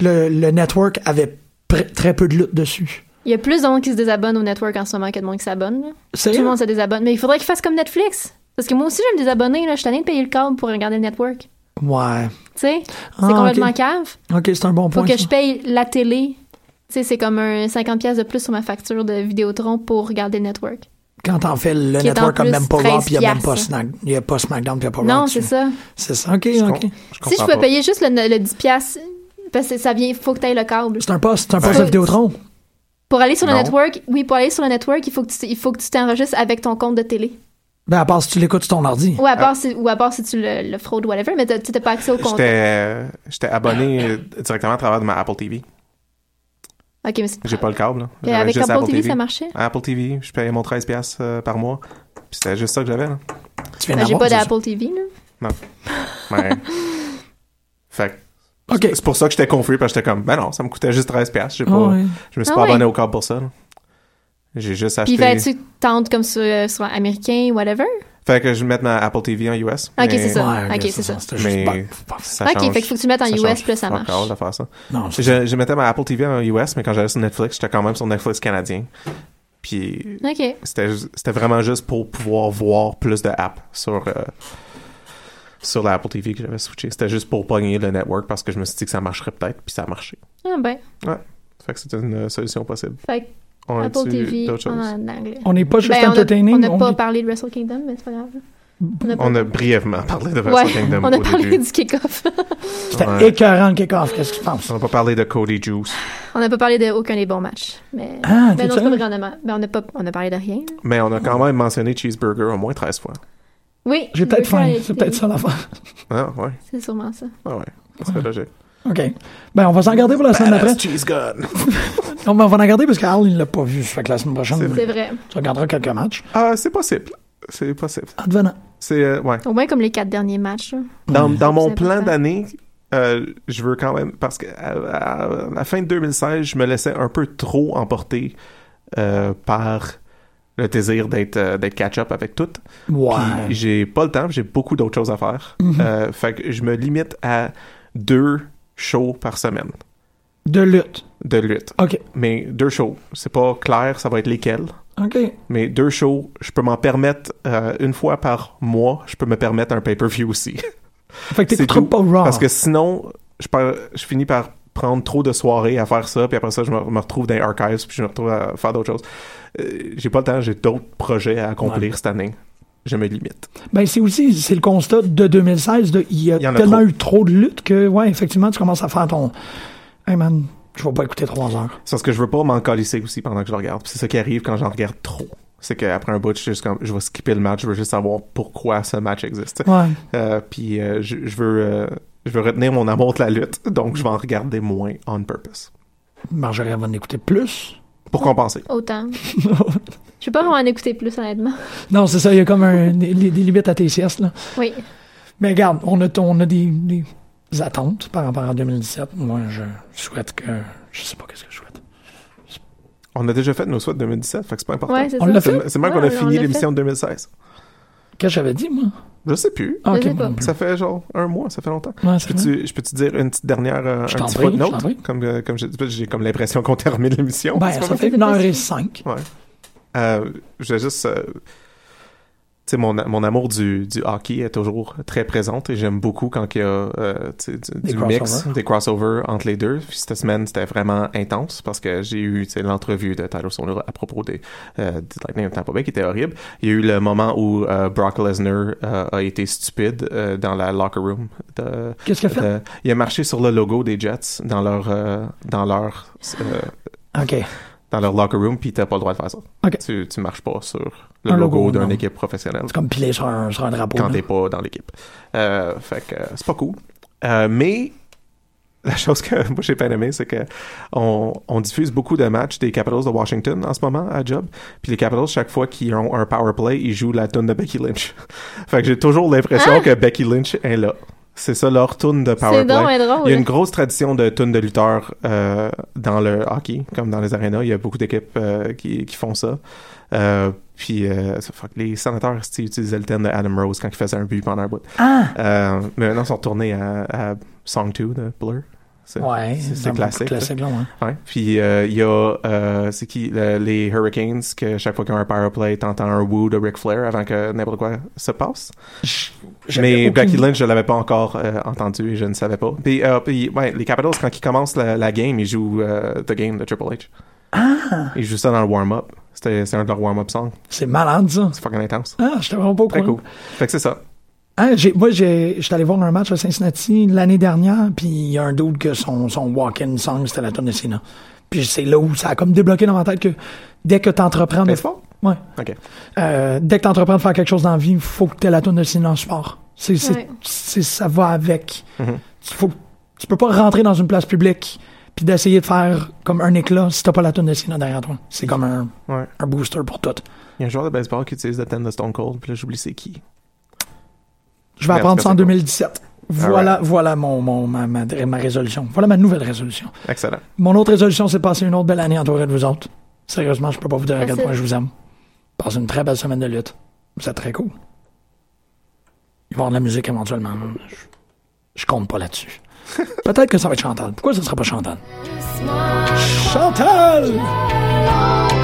Speaker 3: le, le network avait pr- très peu de lutte dessus.
Speaker 5: Il y a plus de monde qui se désabonne au network en ce moment que de monde qui s'abonne. là.
Speaker 3: C'est
Speaker 5: Tout le monde se désabonne. Mais il faudrait qu'ils fassent comme Netflix. Parce que moi aussi, je vais me désabonner. Là. Je suis tannée de payer le câble pour regarder le network. Tu
Speaker 3: Ouais.
Speaker 5: sais,
Speaker 3: Ah,
Speaker 5: c'est complètement
Speaker 3: ok.
Speaker 5: cave.
Speaker 3: Ok, c'est un bon
Speaker 5: Faut
Speaker 3: point. ça.
Speaker 5: que je paye la télé. Tu sais, c'est comme un 50$ piastres de plus sur ma facture de Vidéotron pour regarder le network.
Speaker 3: Quand t'en fais le
Speaker 5: Qui est en
Speaker 3: network, comme
Speaker 5: plus
Speaker 3: même pas Raw,
Speaker 5: 13
Speaker 3: puis il n'y a même pas,
Speaker 5: piastres.
Speaker 3: Snack- il y a pas SmackDown, puis il n'y a pas Raw.
Speaker 5: non,
Speaker 3: dessus.
Speaker 5: c'est ça.
Speaker 3: C'est ça, ok,
Speaker 4: Je
Speaker 3: ok.
Speaker 4: com-
Speaker 5: Si je
Speaker 4: comprends
Speaker 5: peux
Speaker 4: pas.
Speaker 5: payer juste le, le 10$, piastres, parce que ça vient, faut que tu le câble.
Speaker 3: C'est un poste, c'est un poste de
Speaker 5: Ouais.
Speaker 3: Vidéotron.
Speaker 5: Pour aller sur le
Speaker 4: Non.
Speaker 5: network, oui, pour aller sur le network, il faut que tu, il faut que tu t'enregistres avec ton compte de télé.
Speaker 3: Ben, à part si tu l'écoutes sur ton ordi.
Speaker 5: Ou à part si, ou à part si tu le, le fraudes ou whatever, mais t'as- tu n'as pas accès au compte.
Speaker 4: Ah. J'étais j'étais abonné euh, directement à travers de ma Apple TV.
Speaker 5: Ok, mais c'est
Speaker 4: J'ai pas le câble. là.
Speaker 5: Et
Speaker 4: J'avais
Speaker 5: avec
Speaker 4: juste
Speaker 5: Apple TV, ça marchait?
Speaker 4: Apple TV, je payais mon 13$ piastres, euh, par mois. Puis c'était juste ça que j'avais. là.
Speaker 3: Tu viens
Speaker 5: Ben, J'ai
Speaker 3: d'avoir,
Speaker 5: pas
Speaker 3: c'est
Speaker 5: d'Apple TV, là.
Speaker 4: Non. Ouais. fait que
Speaker 3: ça. Ok.
Speaker 4: c'est pour ça que j'étais confus parce que j'étais comme, ben non, ça me coûtait juste 13$. piastres, j'ai
Speaker 3: Ah
Speaker 4: pas,
Speaker 3: ouais.
Speaker 4: Je me suis
Speaker 5: Ah
Speaker 4: pas
Speaker 5: ouais.
Speaker 4: abonné au câble pour ça. là. J'ai juste
Speaker 5: Puis
Speaker 4: acheté.
Speaker 5: fallait-tu tendre comme sur, euh, sur américain, whatever?
Speaker 4: Fait que je mette ma Apple TV en US.
Speaker 5: Ok,
Speaker 4: mais-
Speaker 5: c'est ça.
Speaker 3: Ouais,
Speaker 5: Ok, c'est ça.
Speaker 3: C'était juste
Speaker 4: Mais-
Speaker 3: paf, paf.
Speaker 4: Ça
Speaker 5: ok,
Speaker 4: change.
Speaker 5: fait que faut que tu le mettes en
Speaker 4: Ça
Speaker 5: US,
Speaker 4: change
Speaker 5: puis là, ça
Speaker 4: fuck
Speaker 5: marche.
Speaker 4: all de faire ça.
Speaker 3: Non, c'est-
Speaker 4: Je, je mettais ma Apple TV en US, mais quand j'allais sur Netflix, j'étais quand même sur Netflix canadien. Puis
Speaker 5: Ok.
Speaker 4: c'était ju- c'était vraiment juste pour pouvoir voir plus de apps sur, euh, sur la Apple TV que j'avais switché. C'était juste pour pogner le network parce que je me suis dit que ça marcherait peut-être, puis ça a marché.
Speaker 5: Ah ben,
Speaker 4: Ouais. Fait que c'était une euh, solution possible.
Speaker 5: fait que
Speaker 4: On a-tu
Speaker 5: Apple TV
Speaker 4: d'autres choses?
Speaker 5: en anglais.
Speaker 3: On n'est pas juste
Speaker 5: Ben, on a-
Speaker 3: entertaining.
Speaker 5: on n'a pas
Speaker 3: dit-
Speaker 5: parlé de Wrestle Kingdom, mais c'est pas grave. On a, pas-
Speaker 4: On a brièvement parlé de Wrestle
Speaker 5: Ouais,
Speaker 4: Kingdom
Speaker 5: on a
Speaker 4: au
Speaker 5: parlé
Speaker 4: début.
Speaker 5: du kick-off.
Speaker 3: C'était
Speaker 4: Ouais.
Speaker 3: écœurant le kick-off, qu'est-ce que tu penses?
Speaker 4: On n'a pas parlé de Cody Juice.
Speaker 5: on n'a pas parlé d'aucun des bons matchs. Mais,
Speaker 3: Ah,
Speaker 5: mais
Speaker 3: t'es
Speaker 5: non, c'est pas
Speaker 3: sérieux?
Speaker 5: vraiment. Mais on n'a pas, on a parlé de rien.
Speaker 4: Mais on a quand même mentionné Cheeseburger au moins 13 fois.
Speaker 5: Oui.
Speaker 3: J'ai peut-être
Speaker 5: Burger
Speaker 3: faim,
Speaker 5: King.
Speaker 3: c'est peut-être ça l'affaire.
Speaker 4: Ah ouais,
Speaker 5: C'est sûrement ça.
Speaker 4: ah ouais. C'est logique.
Speaker 3: Ok. Ben, on va s'en garder pour la semaine d'après.
Speaker 4: Badass Cheese Gun!
Speaker 3: On va on va en garder parce qu'Al, il l'a pas vu. Fait que la semaine prochaine,
Speaker 5: C'est vrai.
Speaker 3: tu regarderas quelques matchs.
Speaker 4: Ah, c'est possible. C'est possible.
Speaker 3: Advenant.
Speaker 4: C'est euh, ouais.
Speaker 5: Au moins comme les quatre derniers matchs. là.
Speaker 4: Dans, dans mon
Speaker 5: C'est
Speaker 4: plan
Speaker 5: important.
Speaker 4: d'année, euh, je veux quand même parce que à, à- à la fin de 2016, je me laissais un peu trop emporter euh, par le désir d'être euh, d'être catch-up avec tout. Puis
Speaker 3: Ouais.
Speaker 4: j'ai pas le temps, puis j'ai beaucoup d'autres choses à faire. Euh, fait que je me limite à deux shows par semaine
Speaker 3: De lutte.
Speaker 4: de lutte.
Speaker 3: Ok.
Speaker 4: Mais deux shows, c'est pas clair, ça va être lesquels.
Speaker 3: Ok.
Speaker 4: Mais deux shows, je peux m'en permettre euh, une fois par mois, je peux me permettre un pay-per-view aussi.
Speaker 3: Fait que
Speaker 4: C'est
Speaker 3: t'écouteras
Speaker 4: tout.
Speaker 3: pas Raw.
Speaker 4: Parce que sinon, je, par- je finis par prendre trop de soirées à faire ça, puis après ça, je me, me retrouve dans les archives, puis je me retrouve à faire d'autres choses. Euh, j'ai pas le temps, j'ai d'autres projets à accomplir cette année. je me limite.
Speaker 3: Ben, c'est aussi, c'est le constat de 2016, de, il y a
Speaker 4: Il y en a
Speaker 3: tellement
Speaker 4: trop.
Speaker 3: eu trop de luttes que, ouais, effectivement, tu commences à faire ton, hey man, je vais pas écouter trois heures.
Speaker 4: C'est parce que je veux pas m'en calisser aussi pendant que je le regarde. Puis C'est ça qui arrive quand j'en regarde trop. C'est qu'après un bout, je, suis juste comme, je vais skipper le match, je veux juste savoir pourquoi ce match existe.
Speaker 3: Ouais.
Speaker 4: Euh, puis euh, je, je veux, euh, je veux retenir mon amour de la lutte, donc je vais en regarder moins on purpose.
Speaker 3: Marjorie elle va en écouter plus.
Speaker 4: Pour compenser.
Speaker 5: Autant. Je vais pas vraiment en écouter plus, honnêtement.
Speaker 3: non, c'est ça, il y a comme un, des, des limites à tes siestes, là.
Speaker 5: Oui.
Speaker 3: Mais regarde, on a, ton- on a des, des attentes par rapport à 2017. Moi, je souhaite que, je sais pas qu'est-ce que je souhaite.
Speaker 4: On a déjà fait nos souhaits de 2017, fait que c'est pas important.
Speaker 5: Ouais, c'est
Speaker 3: On
Speaker 5: ça.
Speaker 3: l'a fait.
Speaker 4: C'est c'est même
Speaker 5: Ouais,
Speaker 4: qu'on a
Speaker 5: on
Speaker 4: fini
Speaker 5: l'a
Speaker 4: l'émission de
Speaker 3: Qu'est-ce
Speaker 4: 2016.
Speaker 3: que j'avais dit, moi?
Speaker 4: Je sais plus.
Speaker 3: Ah,
Speaker 5: Je
Speaker 3: ok,
Speaker 5: sais pas.
Speaker 3: bon,
Speaker 4: Ça fait genre un mois, ça fait longtemps.
Speaker 3: ouais,
Speaker 4: Je
Speaker 3: c'est vrai.
Speaker 4: peux-tu je peux-tu dire une petite dernière, euh, un
Speaker 3: Je t'en
Speaker 4: petit
Speaker 3: prie,
Speaker 4: footnote?
Speaker 3: je t'en prie.
Speaker 4: Comme, euh, comme j'ai j'ai comme l'impression qu'on termine l'émission.
Speaker 3: Ben, ça fait une heure et cinq.
Speaker 4: Euh, je vais juste. euh, tu sais, mon, mon amour du, du hockey est toujours très présente et j'aime beaucoup quand il y a euh, tu sais, du,
Speaker 3: Des
Speaker 4: du mix,
Speaker 3: crossovers.
Speaker 4: des crossovers entre les deux. Puis cette semaine, c'était vraiment intense parce que j'ai eu tu sais, l'entrevue de Tyler Soler à propos des, euh, du Lightning de Tampa Bay qui était horrible. Il y a eu le moment où euh, Brock Lesnar euh, a été stupide euh, dans la locker room de,
Speaker 3: Qu'est-ce qu'elle fait?
Speaker 4: de- il a marché sur le logo des Jets dans leur euh, dans leur euh,
Speaker 3: Ok.
Speaker 4: dans leur locker room puis t'as pas le droit de faire ça.
Speaker 3: Ok.
Speaker 4: Tu, tu marches pas sur le
Speaker 3: Un
Speaker 4: logo,
Speaker 3: logo,
Speaker 4: d'une
Speaker 3: non.
Speaker 4: équipe professionnelle
Speaker 3: C'est comme piler sur un, sur un drapeau.
Speaker 4: quand
Speaker 3: là.
Speaker 4: t'es pas dans l'équipe. Euh, fait que euh, c'est pas cool. Euh, mais la chose que moi j'ai pas aimé, c'est que on, on diffuse beaucoup de matchs des Capitals de Washington en ce moment à Job. Puis les Capitals, chaque fois qu'ils ont un power play, ils jouent la tune de Becky Lynch. fait que j'ai toujours l'impression
Speaker 5: Ah!
Speaker 4: que Becky Lynch est là. C'est ça leur tune de power
Speaker 5: C'est
Speaker 4: play.
Speaker 5: donc bien drôle.
Speaker 4: Il y a une grosse tradition de tunes de lutteurs euh, dans le hockey, comme dans les arénas. Il y a beaucoup d'équipes euh, qui, qui font ça. Euh, puis euh, ça- fuck, les sénateurs c'ti, utilisaient le thème de Adam Rose quand il faisait un but pendant un bout.
Speaker 3: Ah!
Speaker 4: Euh, mais maintenant, ils sont retournés à, à Song 2 de Blur. C'est-
Speaker 3: Ouais,
Speaker 4: c'est-
Speaker 3: dans
Speaker 4: c'est
Speaker 3: le
Speaker 4: classique. ça.
Speaker 3: classique là, ouais.
Speaker 4: Ouais. Puis euh, il y a euh, c'est qui le- les Hurricanes que chaque fois qu'ils ont un power play, t'entends un woo de Ric Flair avant que n'importe quoi se passe.
Speaker 3: J'avais
Speaker 4: Mais
Speaker 3: aucune-
Speaker 4: Becky Lynch, je l'avais pas encore euh, entendu et je ne savais pas. Puis, euh, puis, ouais, les Capitals, quand ils commencent la, la game, ils jouent euh, The Game de Triple H. Ils jouent ça dans le warm-up. C'était- C'est un de leurs warm-up songs.
Speaker 3: C'est malade, ça.
Speaker 4: C'est fucking intense.
Speaker 3: Ah, j'étais vraiment pas au
Speaker 4: Très
Speaker 3: courant.
Speaker 4: cool. Fait que c'est ça.
Speaker 3: Ah, j'ai, moi, j'ai, j'étais allé voir un match à Cincinnati l'année dernière, puis il y a un dude que son, son walk-in song, c'était la tonne de Cena. Puis c'est là où ça a comme débloqué dans ma tête que dès que t'entreprends... de-
Speaker 4: Mais c'est fort.
Speaker 3: Ouais.
Speaker 4: OK.
Speaker 3: Euh, dès que t'entreprends de faire quelque chose dans la vie, il faut que t'aies la tonne de Cena en sport. C'est, c'est,
Speaker 5: Ouais.
Speaker 3: c'est- ça va avec.
Speaker 4: Mhm.
Speaker 3: Tu- faut, tu peux pas rentrer dans une place publique puis d'essayer de faire comme un éclat si t'as pas la tonne de Cena derrière toi. C'est comme un,
Speaker 4: Ouais.
Speaker 3: un booster pour tout.
Speaker 4: Il y a un joueur de baseball qui utilise le thème de Stone Cold, puis là, j'oublie c'est qui.
Speaker 3: Je vais
Speaker 4: Merci,
Speaker 3: apprendre ça en
Speaker 4: merci. Ah
Speaker 3: 2017. Voilà, voilà mon, mon, ma, ma, ma résolution. Voilà ma nouvelle résolution.
Speaker 4: Excellent.
Speaker 3: Mon autre résolution, c'est de passer une autre belle année entourée de vous autres. Sérieusement, je peux pas vous dire à quel
Speaker 5: Merci.
Speaker 3: point je vous aime. Passez une très belle semaine de lutte. Vous êtes très cool. Il va y avoir de la musique éventuellement. Je, je compte pas là-dessus. Peut-être que ça va être Chantal. Pourquoi ça sera pas Chantal? Chantal!
Speaker 2: Chantal!